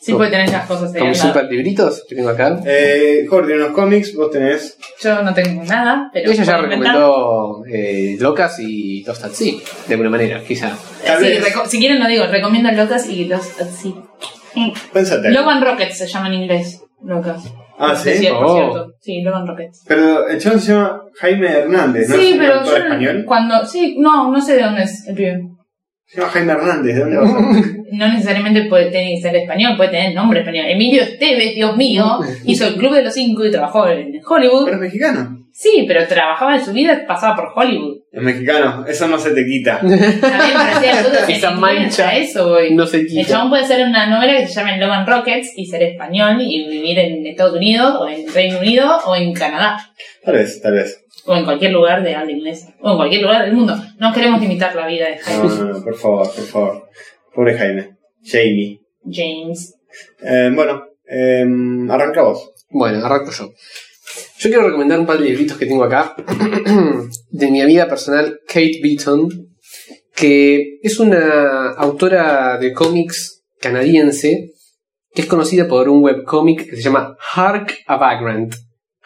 Sí, puede tener esas cosas ahí
Con
al
mis
lado.
super libritos que tengo acá.
Eh, Jorge tiene unos cómics, vos tenés.
Yo no tengo nada, pero.
Ella ya
puedo inventar.
recomendó eh, Locas y Toast at Sea, de alguna manera, quizá.
Tal
Sí,
vez.
reco- si quieren lo digo, recomiendo Locas y los. Sí.
Pensate.
Love and Rockets se llama en inglés. Locas.
Ah,
Es
sí.
cierto,
Oh.
cierto. Sí, Love and Rockets.
Pero el chabón se llama Jaime Hernández, ¿no? ¿Es
sí,
un
pero
actor
yo
español?
cuando sí, no, no sé de dónde es el pibe.
Se llama Jaime Hernández, ¿de dónde vas?
No necesariamente puede tener que ser español, puede tener nombre español. Emilio Esteves, Dios mío, hizo el Club de los Cinco y trabajó en Hollywood.
pues, Pero es mexicano.
Sí, pero trabajaba en su vida, pasaba por Hollywood.
Es mexicano, eso no se te quita.
También hacía cosas en
Esa
inglés,
mancha.
a eso voy.
No se
El
quita.
chabón puede ser una novela que se llame Logan Rockets y ser español y vivir en Estados Unidos o en Reino Unido o en Canadá
Tal vez, tal vez.
o en cualquier lugar de habla inglesa o en cualquier lugar del mundo. No queremos imitar la vida de
No,
Jaime
no, no, por favor, por favor. Pobre Jaime. Jamie.
James.
Eh, bueno, eh, arranca vos.
Bueno, arranco yo. Yo quiero recomendar un par de libritos que tengo acá de mi amiga personal Kate Beaton, que es una autora de cómics canadiense que es conocida por un webcómic que se llama Hark a Vagrant.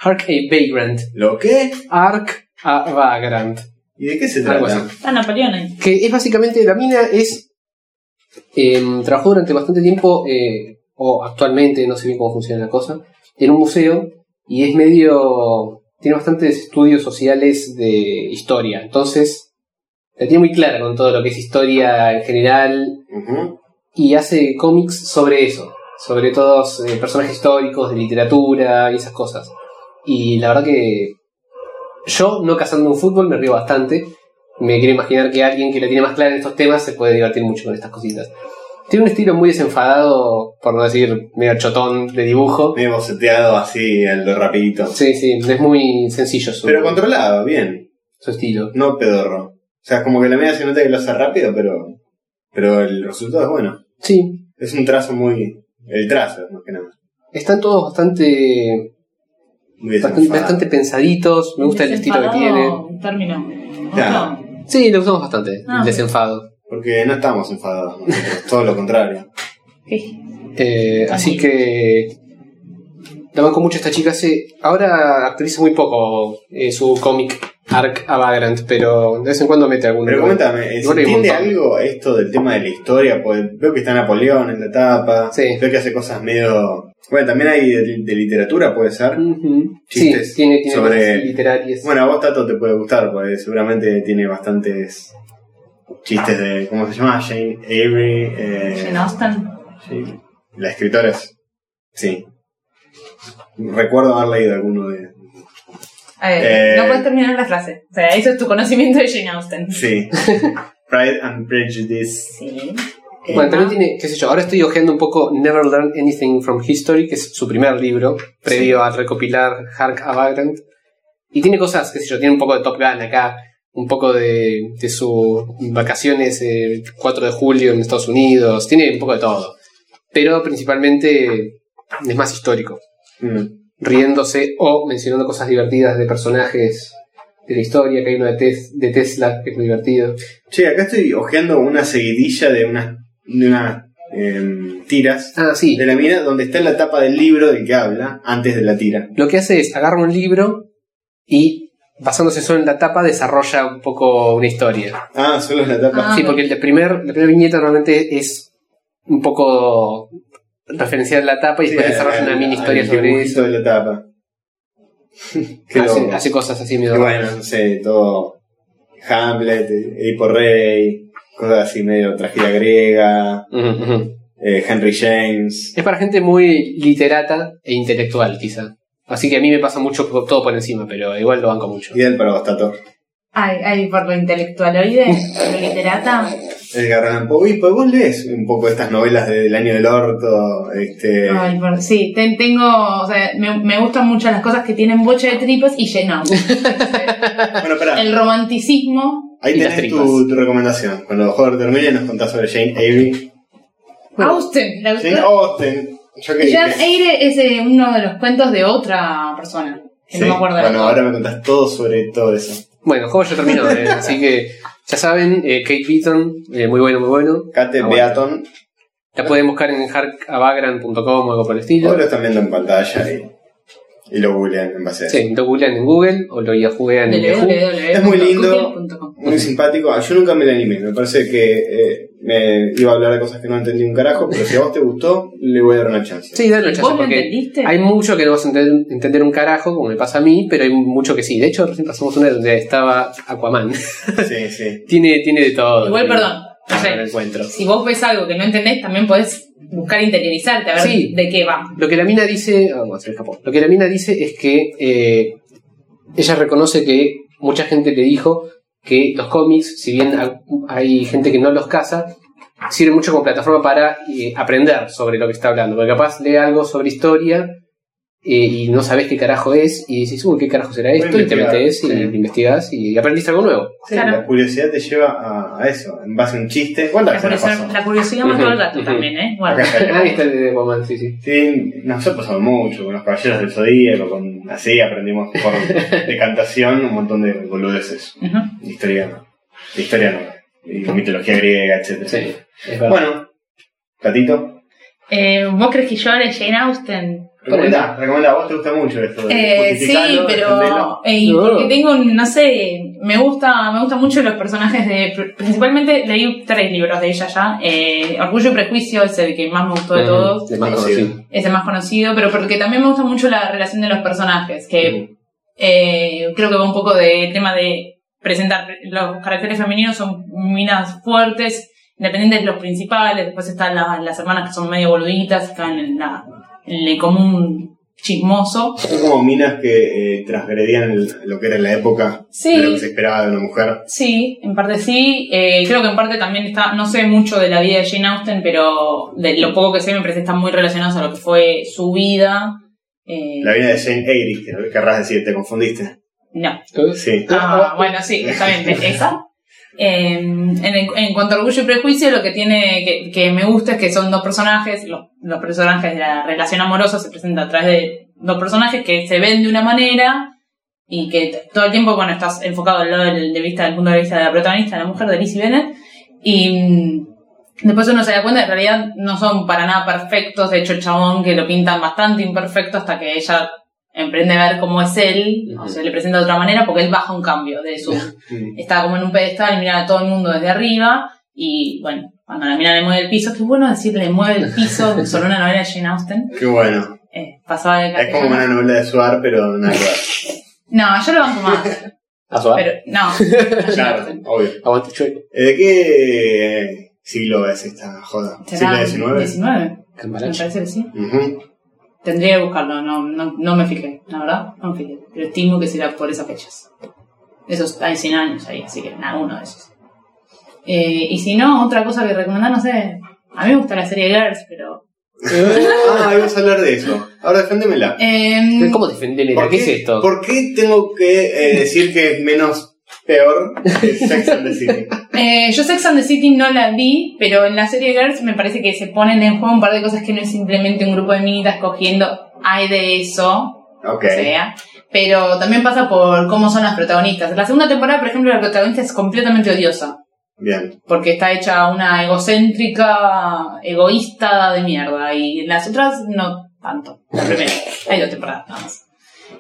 Hark a Vagrant.
¿Lo qué?
Hark a Vagrant.
¿Y de qué se
Algo
trata?
Está Napoleón ahí.
Que es básicamente, la mina es. em, trabajó durante bastante tiempo, eh, o actualmente, no sé bien cómo funciona la cosa, en un museo y es medio. tiene bastantes estudios sociales de historia. Entonces, la tiene muy clara con todo lo que es historia en general
Ujú.
y hace cómics sobre eso, sobre todos eh, personajes históricos, de literatura y esas cosas. Y la verdad que yo, no cazando un fútbol, me río bastante. Me quiero imaginar que alguien que la tiene más clara en estos temas se puede divertir mucho con estas cositas. Tiene un estilo muy desenfadado, por no decir medio chotón de dibujo.
Medio boceteado así, al de rapidito.
Sí, sí, es muy sencillo su,
Pero controlado, bien.
su estilo.
No pedorro. O sea, como que la media se nota que lo hace rápido, pero. Pero el resultado es bueno.
Sí,
Es un trazo muy. El trazo, más que nada.
están todos bastante,
Muy
bastante,
desenfadado.
bastante pensaditos. Me gusta el estilo que tiene.
Desenfadado, un término.
Claro.
No,
Sí, lo usamos bastante,
Ah,
el desenfado.
Porque no estamos enfadados nosotros, todo lo contrario.
sí.
Eh, así que la banco mucho esta chica. Hace, ahora actualiza muy poco eh, su cómic Arc a Vagrant, pero de vez en cuando mete algún.
Pero coméntame, ¿se
Igual hay un
entiende
montón.
algo esto del tema de la historia? Pues veo que está Napoleón en la tapa,
Sí.
veo que hace cosas medio... Bueno, también hay de, de literatura, puede ser.
Ujú. Sí,
Chistes
tiene, tiene
sobre-
cosas literarias.
Bueno, a vos Tato te puede gustar, pues seguramente tiene bastantes chistes de... ¿Cómo se llama? Jane Avery. eh,
Jane Austen.
Jane- la escritora es... Sí. Recuerdo haber leído alguno de...
A ver,
Eh.
no puedes terminar la frase. O sea, eso es tu conocimiento de Jane Austen.
Sí. Pride and Prejudice.
Sí.
Bueno, también tiene, qué sé yo, ahora estoy hojeando un poco Never Learn Anything from History, que es su primer libro, previo a recopilar Hark a Vagrant. Y tiene cosas, qué sé yo, tiene un poco de Top Gun acá, un poco de, de sus vacaciones eh, 4 de julio en Estados Unidos, tiene un poco de todo. Pero principalmente es más histórico,
Mm.
riéndose o mencionando cosas divertidas de personajes de la historia, que hay uno de, Tes- de Tesla, que es muy divertido.
Che, acá estoy hojeando una seguidilla de unas de unas em, tiras
Ah, sí,
de la mina donde está la tapa del libro del que habla antes de la tira.
lo que hace es agarra un libro y basándose solo en la tapa desarrolla un poco una historia.
Ah, solo es la tapa.
Ah.
sí, porque el de primer, la primera viñeta normalmente es un poco referenciar la tapa y
Sí,
después
al-
desarrolla una
al-
mini
al
historia sobre
dibujito
eso.
de la tapa. Qué
Hace,
loco.
hace cosas así medio
Y bueno, no sé, todo Hamlet, Edipo Rey, cosas así medio tragedia griega,
Ujú, ujú.
eh, Henry James.
Es para gente muy literata e intelectual, quizá. Así que a mí me pasa mucho po- todo por encima, pero igual lo banco mucho.
Y él para Bastator.
Ay, ay, por lo intelectualoide, por lo literata.
Edgar Allan Poe. Y pues vos lees un poco estas novelas del año del orto, este.
Ay, por, sí, ten- tengo, o sea, me, me gustan mucho las cosas que tienen bocha de tripas y Jane Austen.
Bueno, pará.
El romanticismo.
Ahí
Y las
tenés
tripas.
tu, tu recomendación. Cuando Jorge termine nos contás sobre Jane Avery.
Bueno.
Austen, la
Jane
autora.
Austen. Yo qué
Jane
dije.
Eyre es eh, uno de los cuentos de otra persona. Que
Sí.
no me acuerdo. el
Bueno,
nombre.
ahora me contás todo sobre todo eso.
Bueno, juego ya terminó, eh, así que ya saben, eh, Kate Beaton, eh, muy bueno, muy bueno.
Kate
Ah, bueno.
Beaton.
La pueden buscar en harkabagran.com o algo por el
O
estilo.
lo están viendo en pantalla y, y lo googlean en base a eso.
Sí, lo googlean en Google o lo yahooean en Yahoo.
Es muy lindo. Muy simpático. Ah, yo nunca me la animé. Me parece que eh, me iba a hablar de cosas que no entendí un carajo, pero si a vos te gustó, le voy a dar una chance.
Sí, dale una chance,
¿Vos lo
porque
entendiste?
Hay mucho que no vas a entender, entender un carajo, como me pasa a mí, pero hay mucho que sí. De hecho, recién pasamos una donde estaba Aquaman.
sí. sí.
tiene, tiene de todo.
Igual, perdón.
No
o sea,
lo encuentro.
si vos ves algo que no entendés, también podés buscar interiorizarte a ver
Sí.
de qué va.
Lo que la mina dice. ah, bueno, se me escapó. Lo que la mina dice es que eh, ella reconoce que mucha gente le dijo que los cómics, si bien ha- hay gente que no los caza, sirve mucho como plataforma para eh, aprender sobre lo que está hablando. Porque capaz lee algo sobre historia. eh, y no sabés qué carajo es, y decís, uy, qué carajo será
Voy a
esto, y te
investigar,
metes y
sí.
investigás y aprendiste algo nuevo.
Sí,
Claro.
La curiosidad te lleva a, a eso. En base a un chiste. ¿Cuántas veces
La
nos
curiosidad,
pasó?
la curiosidad mató
Ujú,
al gato
ujú.
también, ¿eh? Guarda.
Acá-
Ah, Ahí está el de Aquaman, sí, sí.
Sí, nos ha pasado mucho con los caballeros del zodíaco, con así aprendimos por decantación un montón de boludeces.
Ujú.
Historia no. Historia no. Y mitología griega, etcétera.
Sí, es verdad.
Bueno, Catito.
Eh, ¿Vos crees que yo era Jane Austen?
Recomendá, recomendá, a vos te gusta mucho esto. de
Eh, sí,
justificarlo, defenderlo.
pero eh,
No.
porque tengo, un- no sé, me gusta, me gustan mucho los personajes de, pr- principalmente leí tres libros de ella ya, eh, Orgullo y Prejuicio es el que más me gustó de todos,
Es más
Conocido.
conocido.
es el más conocido, pero porque también me gusta mucho la relación de los personajes, que eh, creo que va un poco del tema de presentar los caracteres femeninos son minas fuertes, independientes de los principales, después están la- las hermanas que son medio boluditas, están en, la, en el común chismoso.
Son como minas que eh, transgredían el- lo que era en la época de lo que
Sí,
se esperaba de una mujer.
sí, en parte sí, eh, creo que en parte también está, no sé mucho de la vida de Jane Austen, pero de lo poco que sé me parece que están muy relacionados a lo que fue su vida. Eh,
La vida de Jane Eyre, que querrás decir, te confundiste.
no.
Sí.
Ah, bueno, sí, exactamente, esa. Eh, en, en cuanto a orgullo y prejuicio, lo que tiene que, que me gusta es que son dos personajes, los, los personajes de la relación amorosa se presentan a través de dos personajes que se ven de una manera y que t- todo el tiempo, bueno, estás enfocado al lado del, de vista, del punto de vista de la protagonista, la mujer de Lizzie Bennett, y mm, después uno se da cuenta que en realidad no son para nada perfectos, de hecho el chabón que lo pintan bastante imperfecto hasta que ella emprende a ver cómo es él, o
Ujú.
se le presenta de otra manera porque él baja un cambio de su estaba como en un pedestal y miraba a todo el mundo desde arriba. Y bueno, cuando la mina le mueve el piso, qué bueno decir le mueve el piso, solo una novela de Jane Austen.
Qué bueno.
eh, pasaba de
Es como una novela de Suar, pero nada que ver.
No, yo lo banco más.
¿A su
pero no, a Jane
Claro,
Austen.
obvio.
Aguante chueco.
Eh, ¿De qué siglo es esta joda?
¿Será
¿Siglo XIX?
19? Me
Cambalache.
parece que sí.
Ujú.
Tendría que buscarlo, no, no, no me fijé, la verdad, no me fijé. Pero estimo que será por esas fechas. Esos, hay 100 años ahí, así que nada, uno de esos. Eh, y si no, otra cosa que recomendar, no sé. A mí me gusta la serie Girls, pero.
Ah, ibas a hablar de eso. Ahora deféndemela.
Eh,
¿Cómo defender ¿Qué es esto?
¿Por qué tengo que eh, decir que es menos peor que Sex and the City?
Eh, yo Sex and the City no la vi, pero en la serie Girls me parece que se ponen en juego un par de cosas que no es simplemente un grupo de minitas cogiendo, hay de eso,
Ok.
o sea, pero también pasa por cómo son las protagonistas. La segunda temporada, por ejemplo, la protagonista es completamente odiosa,
Bien.
porque está hecha una egocéntrica, egoísta de mierda, y las otras no tanto. La primera, hay dos temporadas nada más.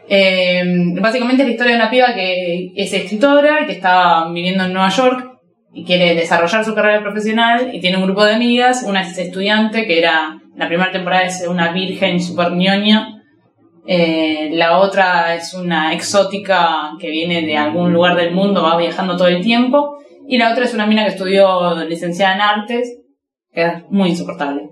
Eh, básicamente es la historia de una piba que es escritora, que está viviendo en Nueva York y quiere desarrollar su carrera profesional y tiene un grupo de amigas, una es estudiante que era, la primera temporada es una virgen super ñoña, eh, la otra es una exótica que viene de algún lugar del mundo, va viajando todo el tiempo, y la otra es una mina que estudió licenciada en artes, que es muy insoportable.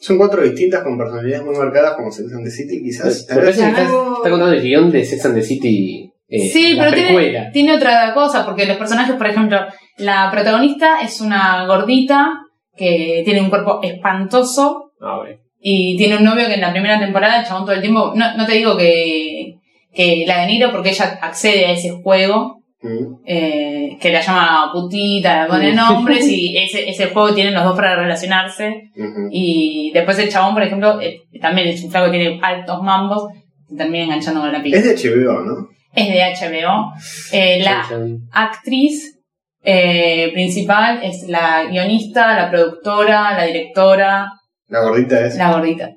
Son cuatro distintas con personalidades muy marcadas como Sex and the City, quizás.
Me parece que
Tal vez
está,
algo-
está contando el guión de Sex and the City. Eh,
Sí,
la
pero tiene,
precuela.
tiene otra cosa, porque los personajes, por ejemplo, la protagonista es una gordita que tiene un cuerpo espantoso
Ah, bueno.
y tiene un novio que en la primera temporada, el chabón todo el tiempo, no, no te digo que, que la denigro porque ella accede a ese juego,
Mm.
eh, que la llama putita, le pone
Mm.
nombres y ese, ese juego tienen los dos para relacionarse.
Ujú.
Y después el chabón, por ejemplo, eh, también es un flaco, tiene altos mambos, se termina enganchando con la piba.
Es de HBO, ¿no?
Es de HBO. Eh, la,
Chan, chan.
actriz eh, principal es la guionista, la productora, la directora,
La gordita es.
la gordita.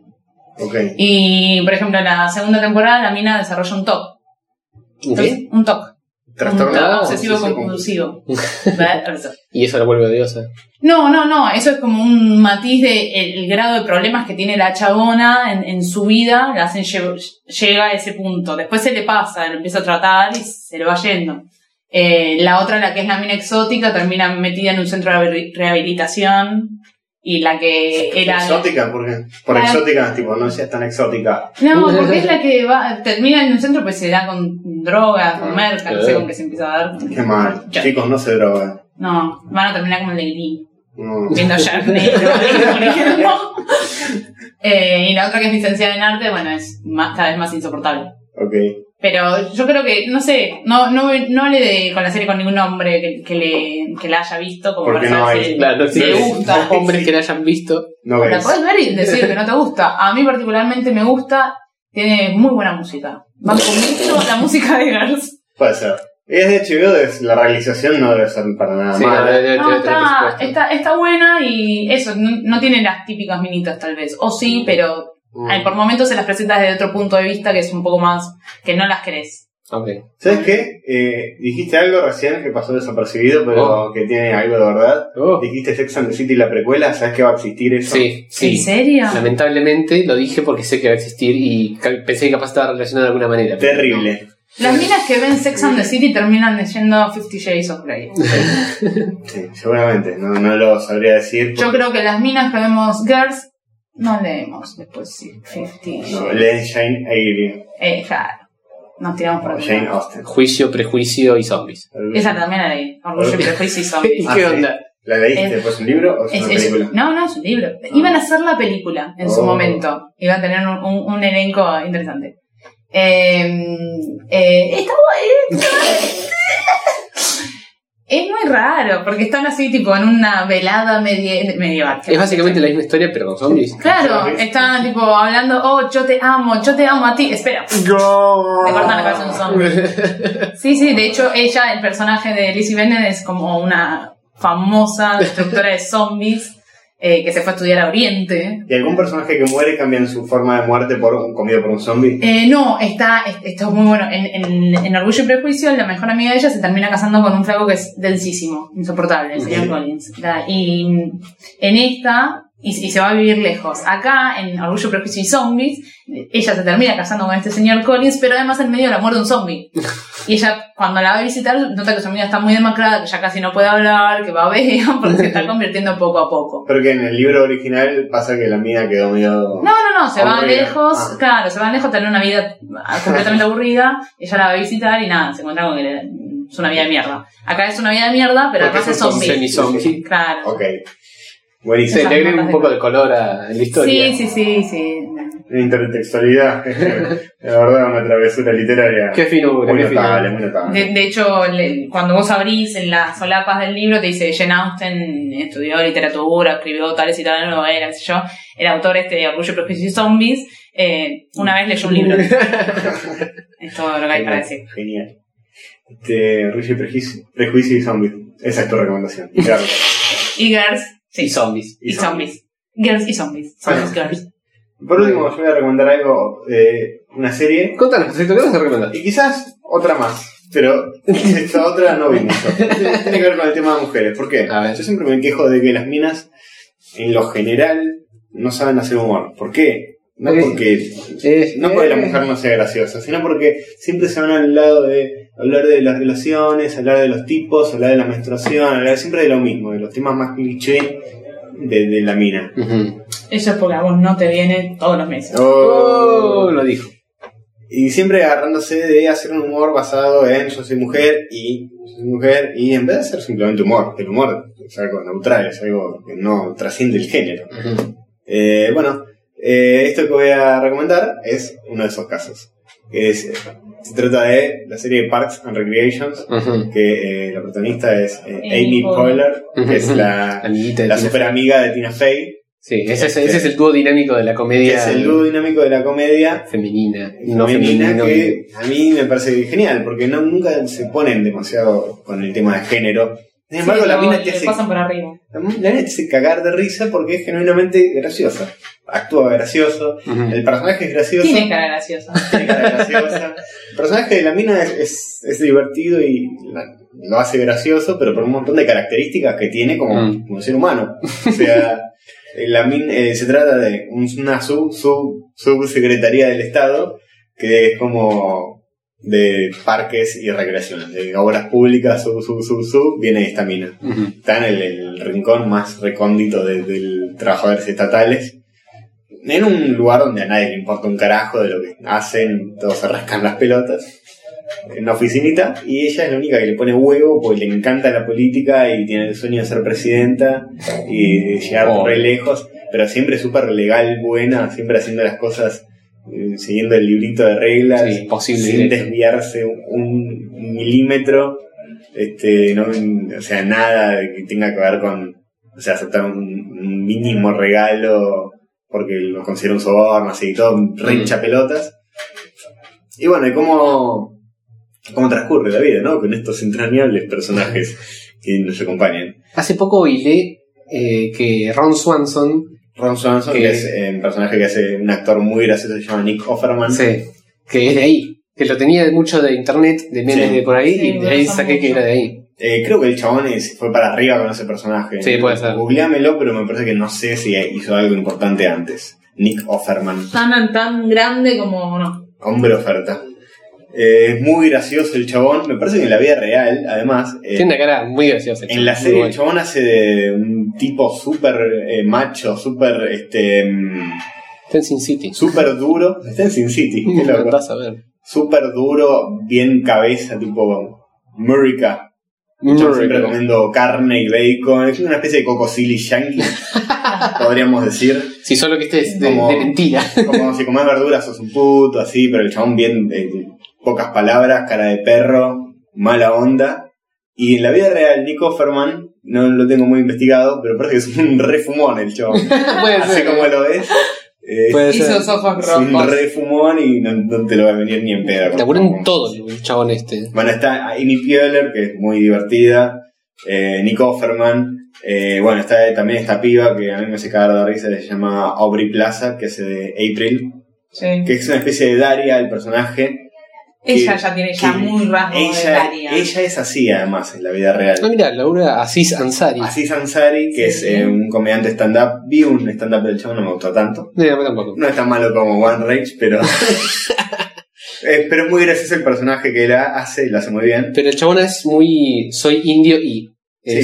Ok.
Y, por ejemplo, en la segunda temporada la mina desarrolla un TOC. Entonces,
¿Qué?
Un TOC. Un
Trastorno.
Ah,
TOC obsesivo
sí, sí,
compulsivo. ¿Verdad?
Y eso la vuelve odiosa.
No, no, no, eso es como un matiz de el, el grado de problemas que tiene la chabona en, en su vida, la hacen lle- llega a ese punto. Después se le pasa, lo empieza a tratar y se le va yendo. Eh, la otra, la que es la mina exótica, termina metida en un centro de rehabil- rehabilitación y la que era...
Exótica, ¿por qué? Por
Ah.
exótica, tipo, no seas tan exótica.
No, porque es la que va, termina en un centro pues se da con drogas, con merca, no sé con qué se empieza a dar.
Qué mal.
Ya.
Chicos, no se droguen.
No, van a terminar como el de Glee.
No.
viendo Sharknado, por ejemplo. Eh, y la otra que es licenciada en arte, bueno, es más, cada vez más insoportable.
Ok.
Pero yo creo que, no sé, no, no, no le de con la serie con ningún hombre que, que le, que la haya visto, como
Porque
para
no hay.
saber
Pues.
si-
Claro,
si
sí.
le gusta.
Dos hombres que la hayan visto.
No
La
ves.
puedes ver y decir que no te gusta. A mí particularmente me gusta, tiene muy buena música. Va con mucho la música de Girls.
Puede ser. Es de HBO, es- la realización no debe ser para nada
Sí,
mala.
debe- debe
No,
tener
está,
presupuesto.
está, está buena y eso, no, no tiene las típicas minitas tal vez. O sí, pero
Mm.
Ay, por momentos se las presentas desde otro punto de vista que es un poco más que no las querés.
Ok.
¿Sabes qué? Eh, dijiste algo recién que pasó desapercibido, pero que tiene algo de verdad.
Oh.
Dijiste Sex and the City la precuela, ¿sabes que va a existir eso?
Sí,
¿En
sí.
serio?
Lamentablemente lo dije porque sé que va a existir y ca- pensé que capaz estaba relacionado de alguna manera.
Terrible.
Las minas que ven Sex and the City terminan leyendo Fifty Shades of Grey.
Sí, seguramente, no, no lo sabría decir.
Yo creo que las minas que vemos Girls no leemos después sí, Fifty
No,
Shades.
leen Jane Eyre
Eh, claro. Nos tiramos por
o
aquí.
Jane Austen.
Juicio, prejuicio y zombies.
Esa también la leí. Orgullo y prejuicio
¿Y
y zombies.
Ah,
qué
sí.
onda?
¿La leíste? ¿Fue un libro o es
Es-
una
es-
película?
no, no, es un libro. Iban a hacer la película en su
Oh.
momento. Iba a tener un, un- un elenco interesante. Eh, eh, está bueno. Es muy raro, porque están así, tipo, en una velada medie- medieval.
Es básicamente la misma historia, pero con zombies.
Claro, están, tipo, hablando, oh, yo te amo, yo te amo a ti. Espera, le cortan la cabeza a un zombie. Sí, sí, de hecho, ella, el personaje de Lizzie Bennet, es como una famosa destructora de zombies eh, que se fue a estudiar a Oriente.
¿Y algún personaje que muere cambian su forma de muerte por un comido por un zombie?
Eh, no, está, es- esto es muy bueno. En, en- en Orgullo y Prejuicio, la mejor amiga de ella se termina casando con un flaco que es densísimo, insoportable, el señor
Ujú.
Collins. La- y mm, en esta, y, y se va a vivir lejos. Acá, en Orgullo, Prejuicio y Zombies, ella se termina casando con este señor Collins, pero además en medio de la muerte de un zombie. Y ella, cuando la va a visitar, nota que su amiga está muy demacrada, que ya casi no puede hablar, que babea, porque se está convirtiendo poco a poco.
Pero que en el libro original pasa que la mina quedó medio...
No, no, no, se va
Aburrida.
lejos,
Ah.
claro, se va lejos, tener una vida ah, completamente aburrida, ella la va a visitar y nada, se encuentra con que le- es una vida de mierda. Acá es una vida de mierda, pero
Porque
además es
son
zombie.
Semi-zombie.
Claro.
Ok. Buenísimo.
Se le agrega un poco de color a la historia.
Sí, sí, sí, sí.
Intertextualidad. la verdad, una travesura literaria.
Qué finura,
Muy
qué
notable,
finura.
muy notable.
De, de hecho, le- cuando vos abrís en las solapas del libro, te dice Jane Austen estudió literatura, escribió tales y tales novelas, qué sé yo. El autor este de Orgullo, Prejuicio y Zombies, eh, una vez leyó un libro. es todo lo que hay para decir.
Genial. Este, Orgullo y Prejuicio, Prejuicio y Zombies. Esa es tu recomendación. Claro.
Y Girls, sí.
Y zombies.
y zombies. Girls y zombies. Zombies, girls.
Por último, yo voy a recomendar algo, eh, una serie,
Contanos, ¿qué nos recomendás?
y quizás otra más, pero esta otra no vi mucho. Tiene que ver con el tema de mujeres. ¿Por qué?
A ver.
Yo siempre me quejo de que las minas, en lo general, no saben hacer humor. ¿Por qué? No
Ok.
porque,
Eh,
no porque la
eh,
mujer no sea graciosa, sino porque siempre se van al lado de hablar de las relaciones, hablar de los tipos, hablar de la menstruación, hablar siempre de lo mismo, de los temas más cliché de, de la mina.
Ujú.
Eso es porque a vos no te viene todos los meses.
Oh, lo dijo.
Y siempre agarrándose de hacer un humor basado en yo soy mujer y yo soy mujer, y en vez de ser simplemente humor, el humor es algo neutral, es algo que no trasciende el género.
Ujú.
Eh, bueno, eh, esto que voy a recomendar es uno de esos casos. Es, se trata de la serie Parks and Recreations,
Ujú.
que eh, la protagonista es eh,
Amy
Amy Poehler, que es la,
Amiguita de
la
Tina
super
Fey.
amiga de Tina Fey,
Sí, ese es, ese es el dúo dinámico de la
que
comedia
es el dúo dinámico de la comedia
femenina. No
femenina
femenino.
que a mí me parece genial, porque no, nunca se ponen demasiado con el tema de género. Sin embargo,
Sí,
la
no,
mina te
le
hace
pasan por arriba.
La mina te hace cagar de risa porque es genuinamente graciosa. Actúa gracioso, el personaje es gracioso,
Tiene cara graciosa.
tiene cara graciosa. El personaje de la mina es, es- es divertido y la- lo hace gracioso, pero por un montón de características que tiene como,
Mm.
como ser humano. O sea, eh, la min- eh, se trata de un- una sub, sub- subsecretaría del Estado que es como de parques y recreación, de obras públicas, sub, sub, sub, sub, viene esta mina
Ujú.
está en el, el rincón más recóndito de, del trabajadores estatales. En un lugar donde a nadie le importa un carajo de lo que hacen, todos se rascan las pelotas. En una oficinita, y ella es la única que le pone huevo porque le encanta la política y tiene el sueño de ser presidenta y de llegar
Oh.
re lejos, pero siempre súper legal, buena, siempre haciendo las cosas, eh, siguiendo el librito de reglas
Sí, posible.
sin
directo.
desviarse un, un milímetro, este, no, o sea, nada de que tenga que ver con, o sea, aceptar un, un mínimo regalo porque lo considera un soborno, así, todo recha pelotas. Y bueno, y cómo, cómo transcurre la vida, ¿no? Con estos entrañables personajes que nos acompañan.
Hace poco hilé eh, que Ron Swanson,
Ron Swanson,
Que-
que es eh, un personaje que hace un actor muy gracioso, se llama Nick Offerman.
sí, que es de ahí, que lo tenía de mucho de internet, de memes
Sí.
de por ahí,
Sí,
y de
me
ahí
pasa
saqué que
mucho.
era de ahí.
Eh, creo que el chabón es- fue para arriba con ese personaje.
Sí, puede ser.
Googleamelo, pero me parece que no sé si hizo algo importante antes. Nick Offerman.
Tan, tan grande como no.
Hombre oferta. Eh, es muy gracioso el chabón. Me parece que en la vida real, además. eh,
Tiene una cara muy graciosa.
en la
muy
serie el
buena.
chabón hace de un tipo súper eh, macho, súper este, mm,
Está en Sin City.
súper duro. Está en Sin City, qué loco.
Vas a ver.
Súper duro, bien cabeza, tipo Murica. Yo siempre comiendo carne y bacon. Es una especie de coco silly yankee, podríamos decir.
Si solo que estés de,
Como-
de mentira.
Como si comés verduras sos un puto, así, pero el chabón bien de, de pocas palabras, cara de perro, mala onda. Y en la vida real, Nico Ferman, no lo tengo muy investigado, pero parece que es un refumón el chabón.
Puede
Así
ser.
como lo ves, eh,
Puede
Hizo
ser.
los ojos
es un
rojos.
refumón y no, no te lo va a venir ni en pedo.
Laburó en todo el chabón este.
Bueno, está Amy Pieler, que es muy divertida. Eh, Nick Offerman. Eh, bueno, está también esta piba que a mí me hace cagar de risa, se llama Aubrey Plaza, que es de April,
Sí.
que es una especie de Daria, el personaje.
Ella
que-
ya tiene ya
que
muy rasgo de
Ella,
Daria.
ella es así, además, en la vida real.
Ah, mira, Laura Aziz Ansari.
Así Ansari, que es eh, un comediante stand-up, vi un stand-up del chavo, no me gustó tanto.
No, a mí tampoco.
No es tan malo como One Rage, pero. Eh, pero es muy gracioso el personaje que él hace, lo hace muy bien.
Pero el chabón es muy. Soy indio y. eh,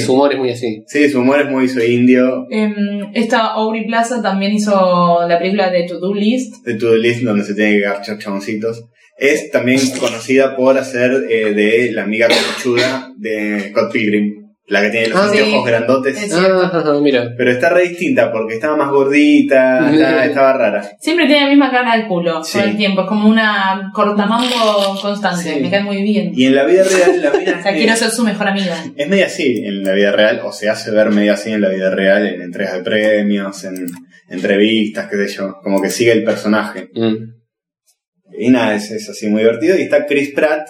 Sí.
Su humor es muy así.
Sí, su humor es muy soy indio,
Em, esta Aubrey Plaza también hizo la película de To Do List.
de To Do List, donde se tiene que garchar chaboncitos. Es también conocida por hacer eh, de la amiga conchuda de Scott Pilgrim, la que tiene los
Ah,
anteojos
sí.
grandotes.
Es- cierto.
Ah, ajá, mira.
Pero está re distinta porque estaba más gordita,
Mm.
estaba, estaba rara.
Siempre tiene la misma cara de culo
Sí.
todo el tiempo. Es como una cortamango constante.
Sí.
Me cae muy bien.
Y en la vida real, la mina
O
es,
sea, quiero
media,
ser su mejor amiga.
es media así en la vida real, o se hace ver media así en la vida real, en entregas de premios, en entrevistas, qué sé yo. Como que sigue el personaje.
Mm.
Y nada, es, es así muy divertido. Y está Chris Pratt.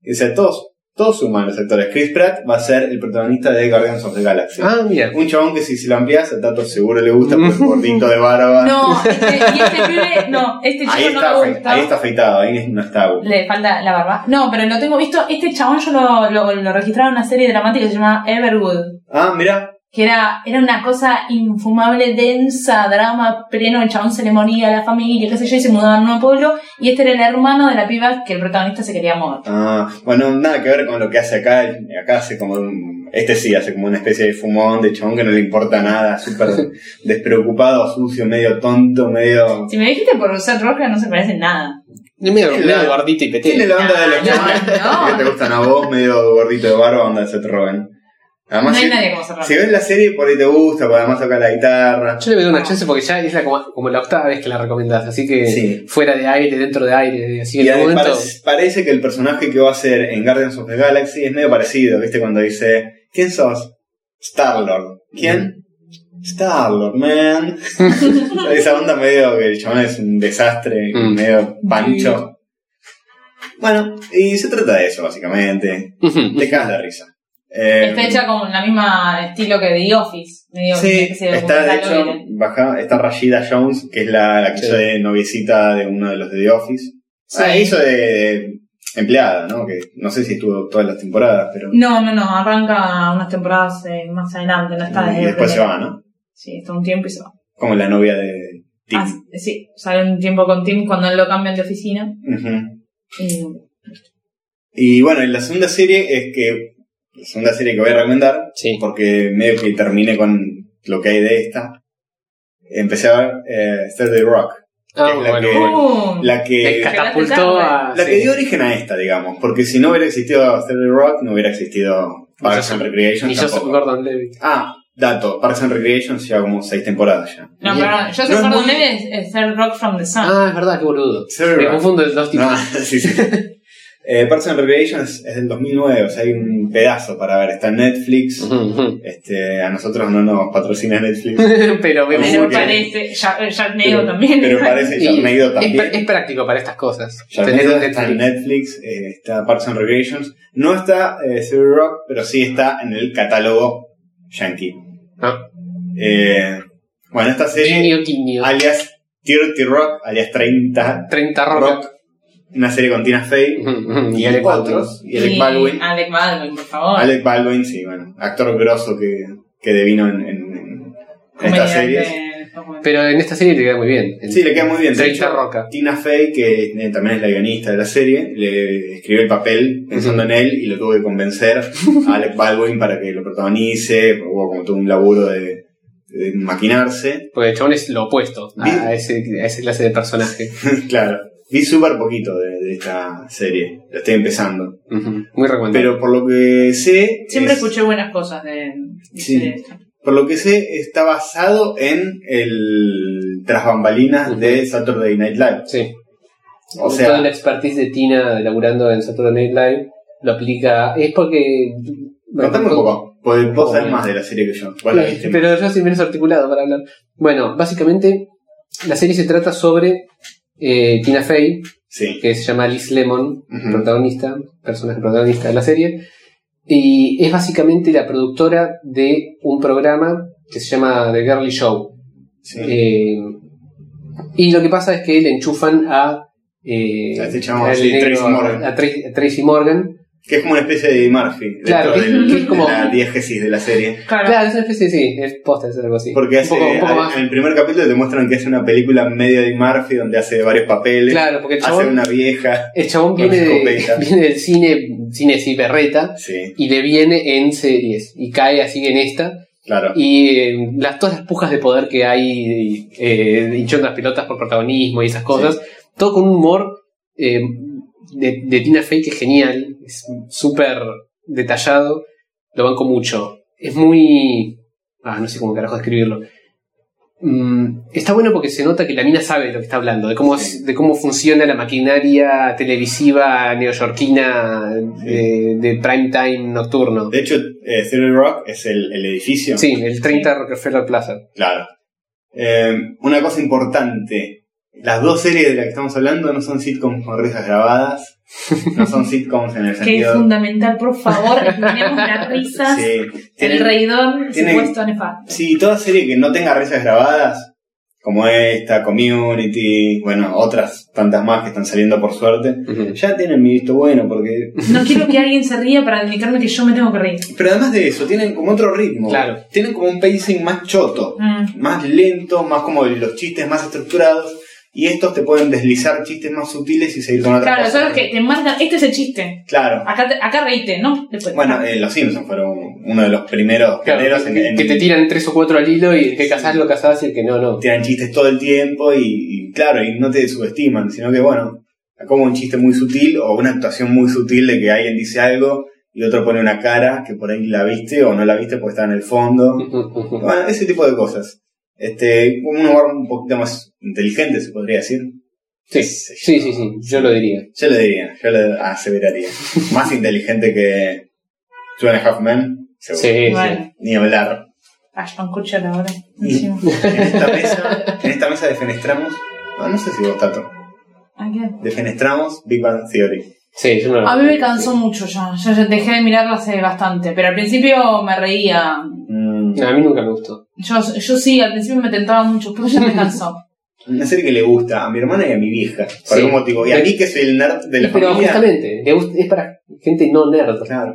Y, o sea, todos, todos suman los actores. Chris Pratt va a ser el protagonista de Guardians of the Galaxy.
Ah, mira.
Un chabón que si se lo amplias a Tato seguro le gusta por el gordito de barba.
No, este, y este pibe, no, este chico
Ah. ahí, está,
no
afe-
me gusta.
ahí está afeitado, ahí no está.
Le falta la barba. No, pero lo tengo visto. Este chabón yo lo, lo, lo registraba en una serie dramática que se llamaba Everwood.
Ah, mirá.
Que era, era una cosa infumable, densa, drama pleno. El chabón se le moría a la familia, qué sé yo, y se mudaban a un nuevo pueblo. Y este era el hermano de la piba que el protagonista se quería mover.
Ah, bueno, nada que ver con lo que hace acá. Acá hace como un- Este sí, hace como una especie de fumón de chabón que no le importa nada, súper despreocupado, sucio, medio tonto, medio.
Si me dijiste por ser roja, no se parece en nada.
Y medio,
Tiene
medio
la-
gordito y
Tiene
pete.
la onda de los
Ah, No,
chamanes
no.
que te gustan a vos, medio gordito de barba, onda de Seth Rogen.
No
Además,
hay
si,
nadie como ser roja.
si ves la serie, por ahí te gusta, porque además toca la guitarra.
Yo le voy a dar una chance porque ya es la, como, como la octava vez que la recomendás. Así que
Sí.
fuera de aire, dentro de aire. Así que
Y
en algún
además
momento.
parece, parece que el personaje que va a ser en Guardians of the Galaxy es medio parecido, ¿viste? Cuando dice, ¿quién sos? Star-Lord. ¿Quién? Star-Lord, man. Esa onda medio que el chabón es un desastre,
Mm.
medio pancho. Bueno, y se trata de eso, básicamente.
Ujú.
Te cagas de risa. Eh,
Está hecha con la misma estilo que The Office. The Office,
Sí,
que se
está de
documental lo
hecho,
viene.
baja, está Rashida Jones, que es la, la que
Sí.
hizo de noviecita de uno de los de The Office.
Sí.
Ah, hizo de, de empleada, ¿no? Que no sé si estuvo todas las temporadas, pero.
No, no, no, arranca unas temporadas eh, más adelante, no está desde
y
el
después se
primero.
va, ¿no?
Sí, está un tiempo y se va.
Como la novia de Tim.
Ah, sí, sale un tiempo con Tim cuando lo cambian de oficina.
Ujú.
Y
Y bueno, y la segunda serie es que. La segunda serie que voy a recomendar,
Sí.
porque medio que terminé con lo que hay de esta. Empecé a ver eh, Saturday Rock.
Ah,
Es la
bueno,
que-
bueno.
Uh,
Eh, La que.
Que catapultó a.
La que
Ah, sí.
dio origen a esta, digamos, porque si no hubiera existido Saturday Rock, no hubiera existido Parks and Recreation
Ni yo soy
tampoco.
Gordon Levitt.
Ah, dato, Parks and Recreation lleva como seis temporadas ya.
No,
Bien.
pero yo
No
soy
es
Gordon
muy-
Levitt es, es ser Rock from the Sun.
Ah, es verdad, qué boludo.
Saturday
Me
Rock.
confundo de los tipos.
No, sí, sí. Eh, Parks and Recreation es, es del 2009, o sea, hay un pedazo para ver, está en Netflix.
Ujú, ujú.
Este, a nosotros no nos patrocina Netflix,
Pero
Bueno,
vemos
Pero
porque-
parece, ya, ya negro
pero,
también.
pero parece
Y
Sharknado
es,
también.
pr- es práctico para estas cosas. Tener
Sharknado
un
está en
Netflix.
Netflix, eh, está Parks and Recreation. No está eh, Saturday Rock, pero sí está en el catálogo Yankee.
Ah.
Eh, bueno, esta serie,
Guiño, guiño.
alias 30 Rock, alias 30
30
Rock,
rocas.
una serie con Tina Fey
Ujú, ujú,
y,
Alec Baldwin.
otros, y Alec Baldwin.
Alec Baldwin, por favor.
Alec Baldwin, sí, bueno, actor grosso que, que devino en, en- en estas
Comediante,
series.
después-
Pero en esta serie le queda muy bien. En
Sí, le queda muy bien. de
30
hecho,
roca.
Tina Fey, que eh, también es la guionista de la serie, le escribió el papel pensando en él y lo tuvo que convencer a Alec Baldwin para que lo protagonice, hubo como todo un laburo de, de maquinarse.
Porque el chabón es lo opuesto
Bien.
a, ese, a esa clase de personaje.
claro, vi súper poquito de, de esta serie, lo estoy empezando.
Ujú, Muy recomendable.
Pero por lo que sé...
Siempre
es-
escuché buenas cosas de, de
Sí.
de esto.
Por lo que sé, está basado en el tras bambalinas de Saturday Night Live.
sí.
O
Toda
sea,
la expertise de Tina laburando en Saturday Night Live lo aplica. Es porque. bueno,
contame un poco, porque vos sabés
Bueno.
más de la serie que yo. Vos la viste
Pero yo soy menos articulado para hablar. Bueno, básicamente la serie se trata sobre eh, Tina Fey,
Sí.
que se llama Liz Lemon,
Ujú.
protagonista, personaje protagonista de la serie, y es básicamente la productora de un programa que se llama The Girly Show.
sí.
Eh, y lo que pasa es que le enchufan a... eh,
A este chabón,
al
sí,
negro-
Tracy Morgan.
a Tra- a Tracy Morgan.
Que es como una especie de Eddie Murphy.
Claro,
dentro
que-
del-
que es como-
de la diégesis de la serie.
Claro.
Claro, es una especie, sí, es posta, es algo así.
Porque
Un
hace,
poco- un poco
al-
más.
en el primer capítulo te muestran que hace una película medio Eddie Murphy donde hace varios papeles.
Claro, porque el
hace
chabón,
una vieja.
el chabón
con
viene, de-
escopeta.
viene del cine, cine sí, berreta,
Sí,
y le viene en series, y cae así en esta,
claro.
Y eh, las, todas las pujas de poder que hay, eh, hinchando las pelotas por protagonismo y esas cosas, todo con un humor eh, de, de Tina Fey que es genial, es súper detallado, lo banco mucho. Es muy... Ah, no sé cómo carajo describirlo. Mm, está bueno porque se nota que la mina sabe de lo que está hablando, de cómo, es- de cómo funciona la maquinaria televisiva neoyorquina de, de prime time nocturno.
De hecho, eh, Theory Rock es el, el edificio.
Sí, el 30 Rockefeller Plaza.
Claro. Eh, una cosa importante. Las dos series de las que estamos hablando no son sitcoms con risas grabadas. No son sitcoms en el
Que es
sentido...
fundamental, por favor, eliminemos las risas,
Sí,
el
tienen-
reidor
tienen-
supuesto nefasto.
Sí, toda serie que no tenga risas grabadas, como esta, Community, bueno, otras tantas más que están saliendo por suerte, ya tienen mi visto bueno porque...
No quiero que alguien se ría para indicarme que yo me tengo que reír.
Pero además de eso, tienen como otro ritmo.
Claro.
Tienen como un pacing más choto,
Mm.
más lento, más como los chistes más estructurados. Y estos te pueden deslizar chistes más sutiles y seguir con otra
Claro,
cosa.
son los que te marcan, este es el chiste.
Claro.
Acá, te- acá reíte, ¿no? Después. Ah,
Bueno, eh, los Simpsons fueron uno de los primeros pioneros en-
que,
en-
que te tiran tres o cuatro al hilo y el que casás lo casás y el que no, no.
tiran chistes todo el tiempo y, y claro, y no te subestiman, sino que bueno, como un chiste muy sutil o una actuación muy sutil de que alguien dice algo y otro pone una cara que por ahí la viste o no la viste porque está en el fondo. Bueno, ese tipo de cosas. Este, un humor un poquito más inteligente, se podría decir.
Sí, sí, sí, sí, yo lo diría.
Yo lo diría, yo lo aseveraría. más inteligente que Two and a Half Men,
Sí,
seguro.
sí.
Bueno,
Ni hablar.
Ashton Kutcher ahora.
Y-
Encima.
En esta mesa, en esta mesa defenestramos. No, no sé si vos, Tato.
¿A qué?
Defenestramos Big Bang Theory.
Sí, yo no lo-
A mí me cansó mucho ya. Yo ya dejé de mirarlo hace bastante. Pero al principio me reía.
Mm,
No, a mí nunca me gustó.
Yo, yo sí, al principio me tentaba mucho, pero ya me cansó.
Una serie que le gusta a mi hermana y a mi vieja. Por
Sí.
algún motivo. Y a mí, que soy el nerd de la
Pero
familia.
justamente, le gusta- es para gente no nerd.
Claro.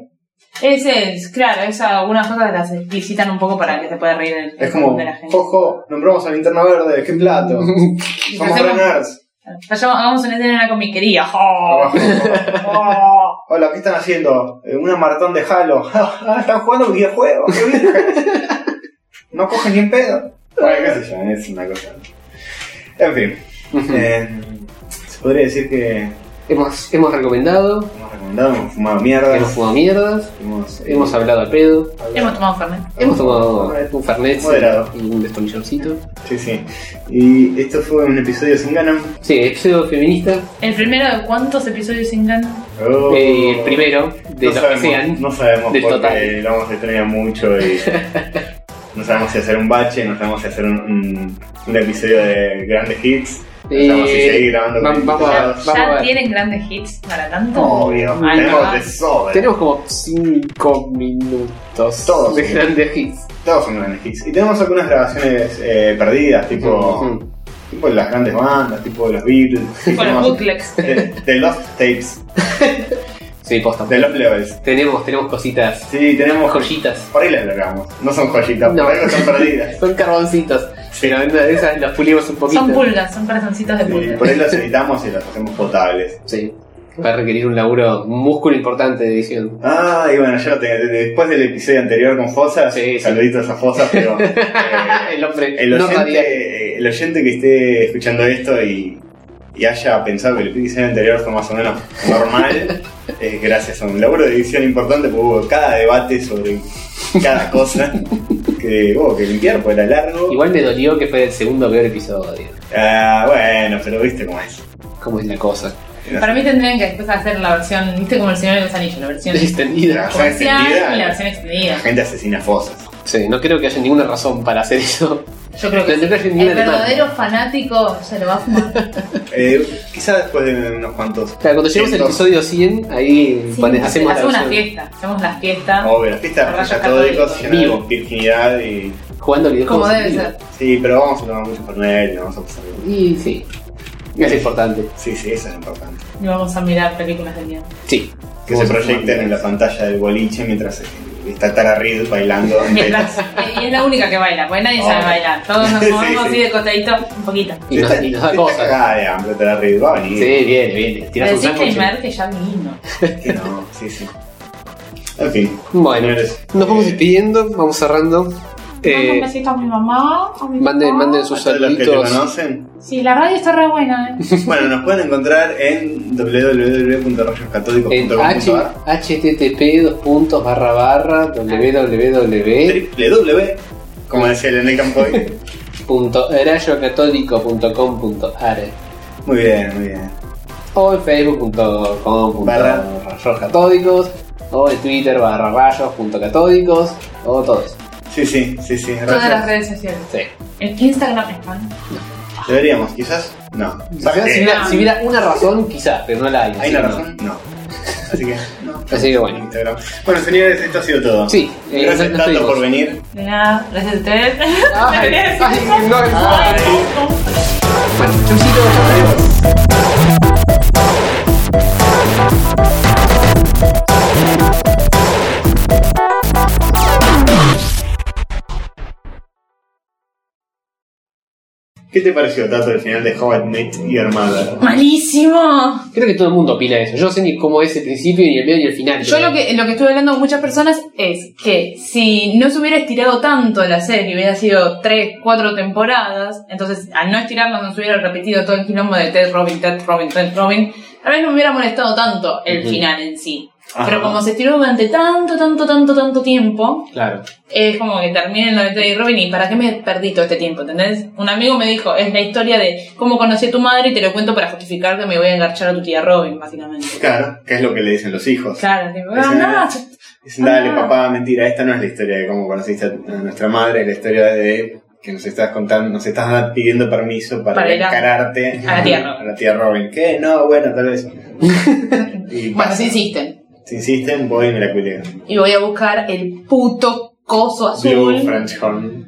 Ese es, claro, es algunas cosas las explicitan un poco para que se pueda reír el-
Es como,
de la gente.
ojo, nombramos a Linterna Verde, qué plato.
Y
Somos re
hacemos-
nerds.
Vayamos- hagamos una escena en una comiquería. ¡Oh! ¡Oh!
Hola, ¿qué están haciendo? Eh, Una maratón de Halo. Ah, están jugando videojuegos, qué vírgenes. No cogen ni en pedo. Bueno, qué sé yo, es una cosa. En fin, eh, se podría decir que
hemos, hemos recomendado,
hemos recomendado, hemos fumado mierda.
hemos fumado mierdas,
Hemos, eh,
hemos hablado a pedo,
hablado.
Hemos tomado Fernet.
hemos tomado un Fernet
Moderado.
y un destornilloncito.
Sí, sí. Y esto fue un episodio sin ganas.
Sí, episodio feminista,
El primero de cuántos episodios sin ganas.
Oh.
eh, el primero de
no
los que
sabemos,
sean.
No sabemos
del
porque
total.
lo vamos a extrañar mucho y no sabemos si hacer un bache, no sabemos si hacer un, un- un episodio de grandes hits.
Eh,
no sabemos si seguir grabando
vam-
con
vamos
Ya,
a-
invitados.
Ah, vamos a
ya
ver.
tienen grandes hits para tanto.
Obvio,
Ay,
tenemos
no.
de sobra.
Tenemos como 5 minutos
Todos.
de grandes hits.
Todos son grandes hits. Y tenemos algunas grabaciones eh, perdidas, tipo,
Ujú.
tipo las grandes bandas, tipo los Beatles.
Con los
Tenemos-
bootlegs.
eh, The Lost Tapes,
Sí, posta.
The Lost Levels.
Tenemos, tenemos cositas,
Sí, tenemos
joyitas.
Por ahí las grabamos. No son joyitas,
No.
por algo están perdidas.
Son carboncitos. Pero en una de esas las pulimos un poquito.
Son pulgas, son corazoncitos de
Sí,
pulgas.
por ahí las editamos y las hacemos potables.
Sí. Va a requerir un laburo, un músculo importante de edición.
Ah, y bueno, yo lo tengo. Después del episodio anterior con Fosas,
Sí, sí.
saluditos a Fosas, pero eh,
El hombre
el,
no radial.
oyente, eh, el oyente que esté escuchando esto y, y haya pensado que el episodio anterior fue más o menos normal, es gracias a un laburo de edición importante, porque hubo cada debate sobre cada cosa que hubo que limpiar, porque era largo.
Igual me dolió que fue el segundo peor episodio.
Ah, bueno, pero viste cómo es.
¿Cómo es la cosa?
Para mí tendrían que después hacer la versión, viste como el Señor de los Anillos, la versión
Extendida.
versión extendida.
comercial y la versión
La
extendida.
gente asesina Fosas.
Sí, no creo que haya ninguna razón para hacer eso.
Yo creo que
No,
sí.
no creo que
el
ni un animal.
verdadero fanático se lo va a fumar.
Eh, quizá después de unos cuantos.
Claro, cuando lleguemos al
cientos.
episodio 100, ahí
Sí,
pone- hacemos la
una
versión. Oh,
fiesta, hacemos la fiesta.
Obvio, las fiestas
Rayos
de católicos
católicos.
llenas de
Vivo.
virginidad y.
jugando al videojuego.
Como debe
sí.
ser.
Sí, pero vamos a tomar mucho Fernet y vamos a pasar bien.
Y sí, es importante.
Sí, sí, eso es importante.
Y vamos a mirar películas de miedo.
Sí.
Que se proyecten en la pantalla del boliche mientras eh, está Tara Reid bailando. en
Mientras-
tetas.
y es la única que baila, porque nadie sabe
Oh.
bailar. Todos nos
Sí,
movemos
sí.
así de costadito un poquito.
Y nos,
Está-
y nos da
está
cosas.
cagada de hambre eh, Tara Reid, va a venir.
Sí, viene, viene. Tirás
El
un sándwich. eh.
disclaimer que ya vino.
Que no, sí, sí. En fin.
Bueno,
Señores,
nos vamos
eh,
despidiendo, vamos cerrando.
Mando un
Eh,
besito a mi mamá, a mi
manden,
papá.
manden sus
a todos los que te
saluditos.
conocen.
Sí, la radio está re buena, eh.
Bueno, nos pueden encontrar en
En
www.rayoscatólicos.com.ar
http dos puntos barra barra www
www, como decía Leonel Campoy.
punto rayocatólico.com.ar
Muy bien, muy bien.
o en facebook.com
Barra.
rayos catódicos o en twitter barra rayos punto catódicos o todo eso
Sí, sí, sí, sí.
Todas las
gracias.
redes sociales.
sí.
El Instagram está.
Deberíamos, quizás. No.
Quizás si,
Eh,
hubiera, si hubiera una razón quizás pero no la hay,
¿Hay
así
una
que no.
razón? No. Así que, no.
Así que bueno.
Instagram. Bueno, señores, esto ha sido todo.
Sí, eh,
Gracias
nos
tanto
vemos.
por venir.
De nada, gracias a ustedes.
Ay, ay, Ah, no, no.
Ay, no.
Bueno, chusito, chau.
Adiós. ¿Qué te pareció, Tato, el final de How I Met Your Mother?
Malísimo.
Creo que todo el mundo opina eso. Yo no sé ni cómo es el principio, ni el medio, ni el final.
Yo lo que, lo que estuve hablando con muchas personas es que si no se hubiera estirado tanto la serie, que hubiera sido 3, 4 temporadas, entonces al no estirarnos nos hubiera repetido todo el quilombo de Ted Robin, Ted Robin, Ted Robin, tal vez no me hubiera molestado tanto el
Ujú.
final en sí.
Ajá.
Pero como se estiró durante tanto, tanto, tanto, tanto tiempo,
Claro.
es como que termina en lo de Ted Robin y ¿para qué me perdí todo este tiempo? ¿Entendés? Un amigo me dijo, es la historia de cómo conocí a tu madre y te lo cuento para justificar que me voy a engarchar a tu tía Robin, básicamente.
Claro, que es lo que le dicen los hijos.
Claro, tipo,
Esa-
ah, no, yo-
Dicen, dale,
Ah.
papá, mentira, esta no es la historia de cómo conociste a a nuestra madre, es la historia de que nos estás contando, nos estás pidiendo permiso para,
Para ir a-
encararte
a la Tierra.
a la tía Robin. ¿Qué? No, bueno, tal vez. y
Bueno,
pasa.
sí insisten.
Si insisten, voy y me la culean.
Y voy a buscar el puto coso
Blue
azul.
French Horn.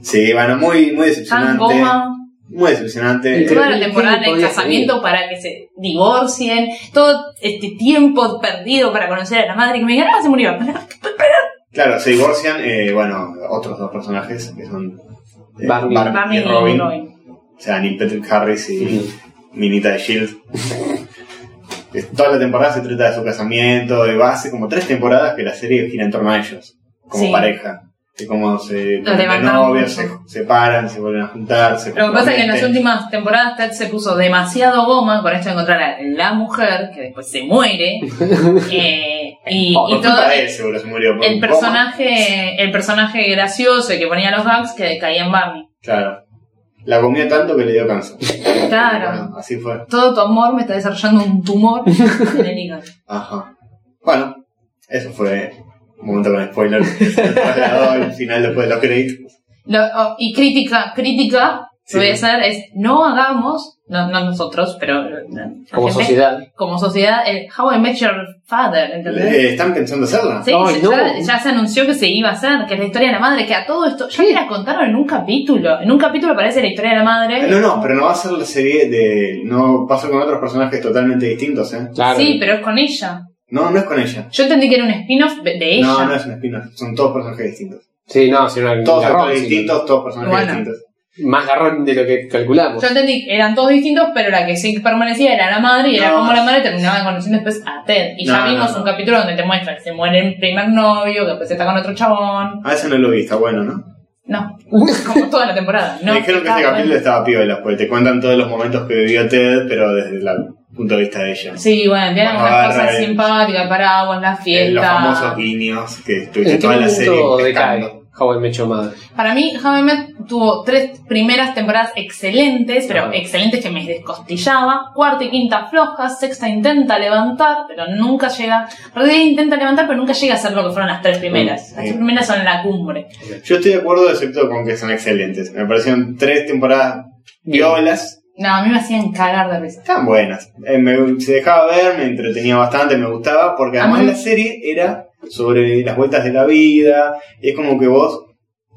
Sí, bueno, muy, muy
Tan
decepcionante.
goma.
Muy decepcionante.
Y
Eh,
Pero
Toda la
¿qué-
temporada
qué
de
podía
casamiento para que se divorcien, todo este tiempo perdido para conocer a la madre que me digan, ah, se murió.
Claro, se divorcian, eh, bueno, otros dos personajes que son eh,
Barney.
Dame
y
el
Robin.
Robin.
O sea, Neil Patrick Harris y
Ujú.
Minita de Shield. Es- Toda la temporada se trata de su casamiento, y va hace como tres temporadas que la serie gira en torno a ellos, como
Sí.
pareja. De cómo se
Los
ponen de
levantaron
novios, se
mucho.
separan, se vuelven a juntar, se
Lo que pasa es que en las
comprometen.
últimas temporadas Ted se puso demasiado goma con esto de encontrar a la mujer, que después se muere. eh, y,
Oh,
y
por
todo
culpa de él, seguro se murió. por
el
un coma.
personaje, el personaje gracioso y que ponía los gags que caía en Barney.
Claro. La comió tanto que le dio cáncer.
Claro.
Bueno, así fue.
Todo tu amor me está desarrollando un tumor en el hígado.
Ajá. Bueno, eso fue un momento con spoiler. Se trasladó al final después de los créditos.
Lo- oh, y crítica, crítica,
Sí.
lo voy a hacer es no hagamos, no, no nosotros, pero eh, la
Como
gente,
sociedad.
como sociedad, el How I Met Your Father, ¿entendés?
Eh, ¿Están pensando hacerla?
Sí,
Ay,
ya,
no.
ya- ya se anunció que se iba a hacer, que es la historia de la madre, que a todo esto, ya me la contaron en un capítulo, en un capítulo aparece la historia de la madre.
No, no, pero no va a ser la serie de. No pasa con otros personajes totalmente distintos, ¿eh?
Claro.
Sí, pero es con ella.
No, no es con ella.
Yo entendí que era un spin-off de de ella.
No, no es un spin-off. Son todos personajes distintos.
Sí, no, si no,
Todos
garrón,
actores
sí.
distintos, todos personajes
Bueno.
distintos.
Más garrón de lo que calculamos.
Yo entendí que eran todos distintos, pero la que sí permanecía era la madre y era
No.
como la madre terminaba conociendo después a Ted. Y ya
No, no,
vimos
no.
un capítulo donde te muestra que se muere el primer novio, que después está con otro chabón.
A eso no lo vi, está bueno, ¿no?
No, como toda la temporada. No,
Me dijeron que
está
este capítulo
bueno.
estaba piola, porque te cuentan todos los momentos que vivió Ted, pero desde el punto de vista de ella.
Sí, bueno, tiene
Cuando
algunas
agarra
cosas
el-
simpáticas, paraguas, la
Eh, los famosos
fiesta.
guiños que estuviste
¿En qué
toda la serie
momento
pescando.
decae How I Met Your Mother?
Para mí, How I Met tuvo tres primeras temporadas excelentes, pero
Ah.
excelentes que me descostillaba. Cuarta y quinta flojas, sexta intenta levantar, pero nunca llega. Red intenta levantar, pero nunca llega a ser lo que fueron las tres primeras. Las
Sí.
tres primeras son la cumbre.
Yo estoy de acuerdo, excepto con que son excelentes. Me parecieron tres temporadas violas,
No, a mí me hacían cagar de risa.
tan buenas. Eh, me- se dejaba ver, me entretenía bastante, me gustaba, porque además
Ajá.
la serie era sobre las vueltas de la vida. Y es como que vos,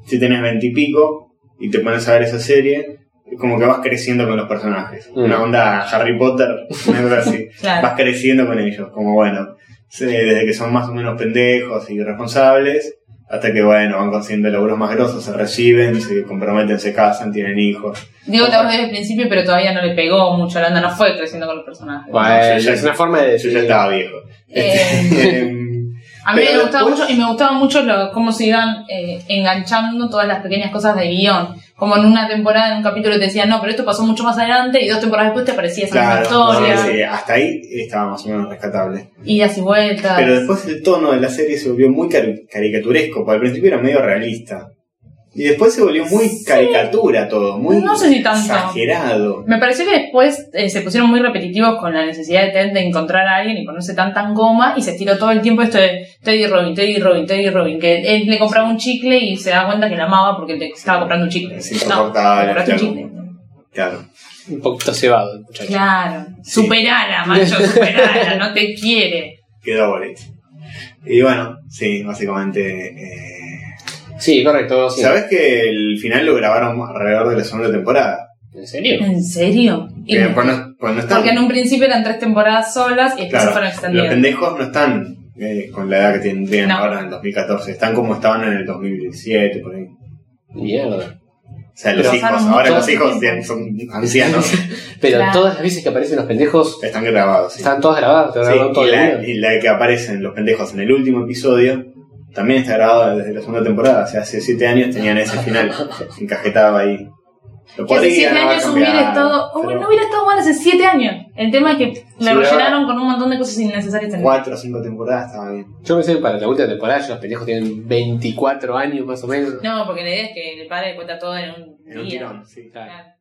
si tenés veintipico y, te pones a ver esa serie, es como que vas creciendo con los personajes.
Mm.
Una onda Harry Potter, una cosa así.
Claro.
vas creciendo con ellos, como bueno, se- desde que son más o menos pendejos y irresponsables, hasta que bueno, van consiguiendo logros más grosos, se reciben, se comprometen, se casan, tienen hijos.
Digo la verdad desde el principio, pero todavía no le pegó mucho a la onda, no fue creciendo con los personajes.
Bueno, eh,
yo ya-
es una forma de
Yo ya
decir-
estaba viejo.
Eh,
Em,
a mí
Pero
me gustaba
después-
mucho y me gustaba mucho lo- cómo se iban eh, enganchando todas las pequeñas cosas de guión. Como en una temporada, en un capítulo te decían, no, pero esto pasó mucho más adelante y dos temporadas después te aparecía esa misma
claro,
historia.
sí, sí, hasta ahí estaba más o menos rescatable.
Idas y vueltas.
Pero después el tono de la serie se volvió muy cari- caricaturesco, porque al principio era medio realista. Y después se volvió muy caricatura todo, muy
No sé si tanto.
exagerado.
Me pareció que después eh, se pusieron muy repetitivos con la necesidad de Ted de encontrar a alguien y ponerse tan tan goma y se estiró todo el tiempo esto de Teddy Robin, Teddy Robin, Teddy Robin, que él le compraba un chicle y se da cuenta que la amaba porque le estaba comprando un chicle.
Es
no,
insoportable,
le compraste un
claro.
chicle.
Claro.
un poquito cebado el muchacho.
Claro.
Sí.
Superala, macho, superala, no te quiere.
quedó Bolet. Y bueno, sí, básicamente. eh,
Sí, correcto. sí.
¿Sabes que el final lo grabaron alrededor de la segunda temporada?
¿En serio?
¿En serio? Y-
Que después no, pues no están.
porque en un principio eran tres temporadas solas y después se
claro,
fueron
los
extendiendo.
pendejos no están eh, con la edad que tendrían
No.
ahora en el 2014, están como estaban en el 2017, por ahí.
Mm.
Mierda.
O sea,
Pero
los hijos,
pasaron
ahora
mucho
los hijos
tiempo.
ya son ancianos,
Pero
Claro.
todas las veces que aparecen los pendejos
están grabados. sí.
están todas grabadas, te
Sí,
grabaron todo
y,
el
la,
video.
y la que aparecen los pendejos en el último episodio también está grabada desde la segunda temporada. O sea, hace 7 años tenían ese final encajetado ahí. Lo
Que hace siete
podrían haber
años
cambiado,
hubiera estado. oh,
pero
no hubiera estado bueno hace siete años. El tema es que
Sí,
lo
la
rellenaron con un montón de cosas innecesarias en
Cuatro o cinco temporadas estaba bien.
Yo pensé que para la última temporada ya los pendejos tienen 24 años más o menos.
No, porque la idea es que el padre cuenta todo en un
En un
día.
tirón, sí.
Claro.
Claro.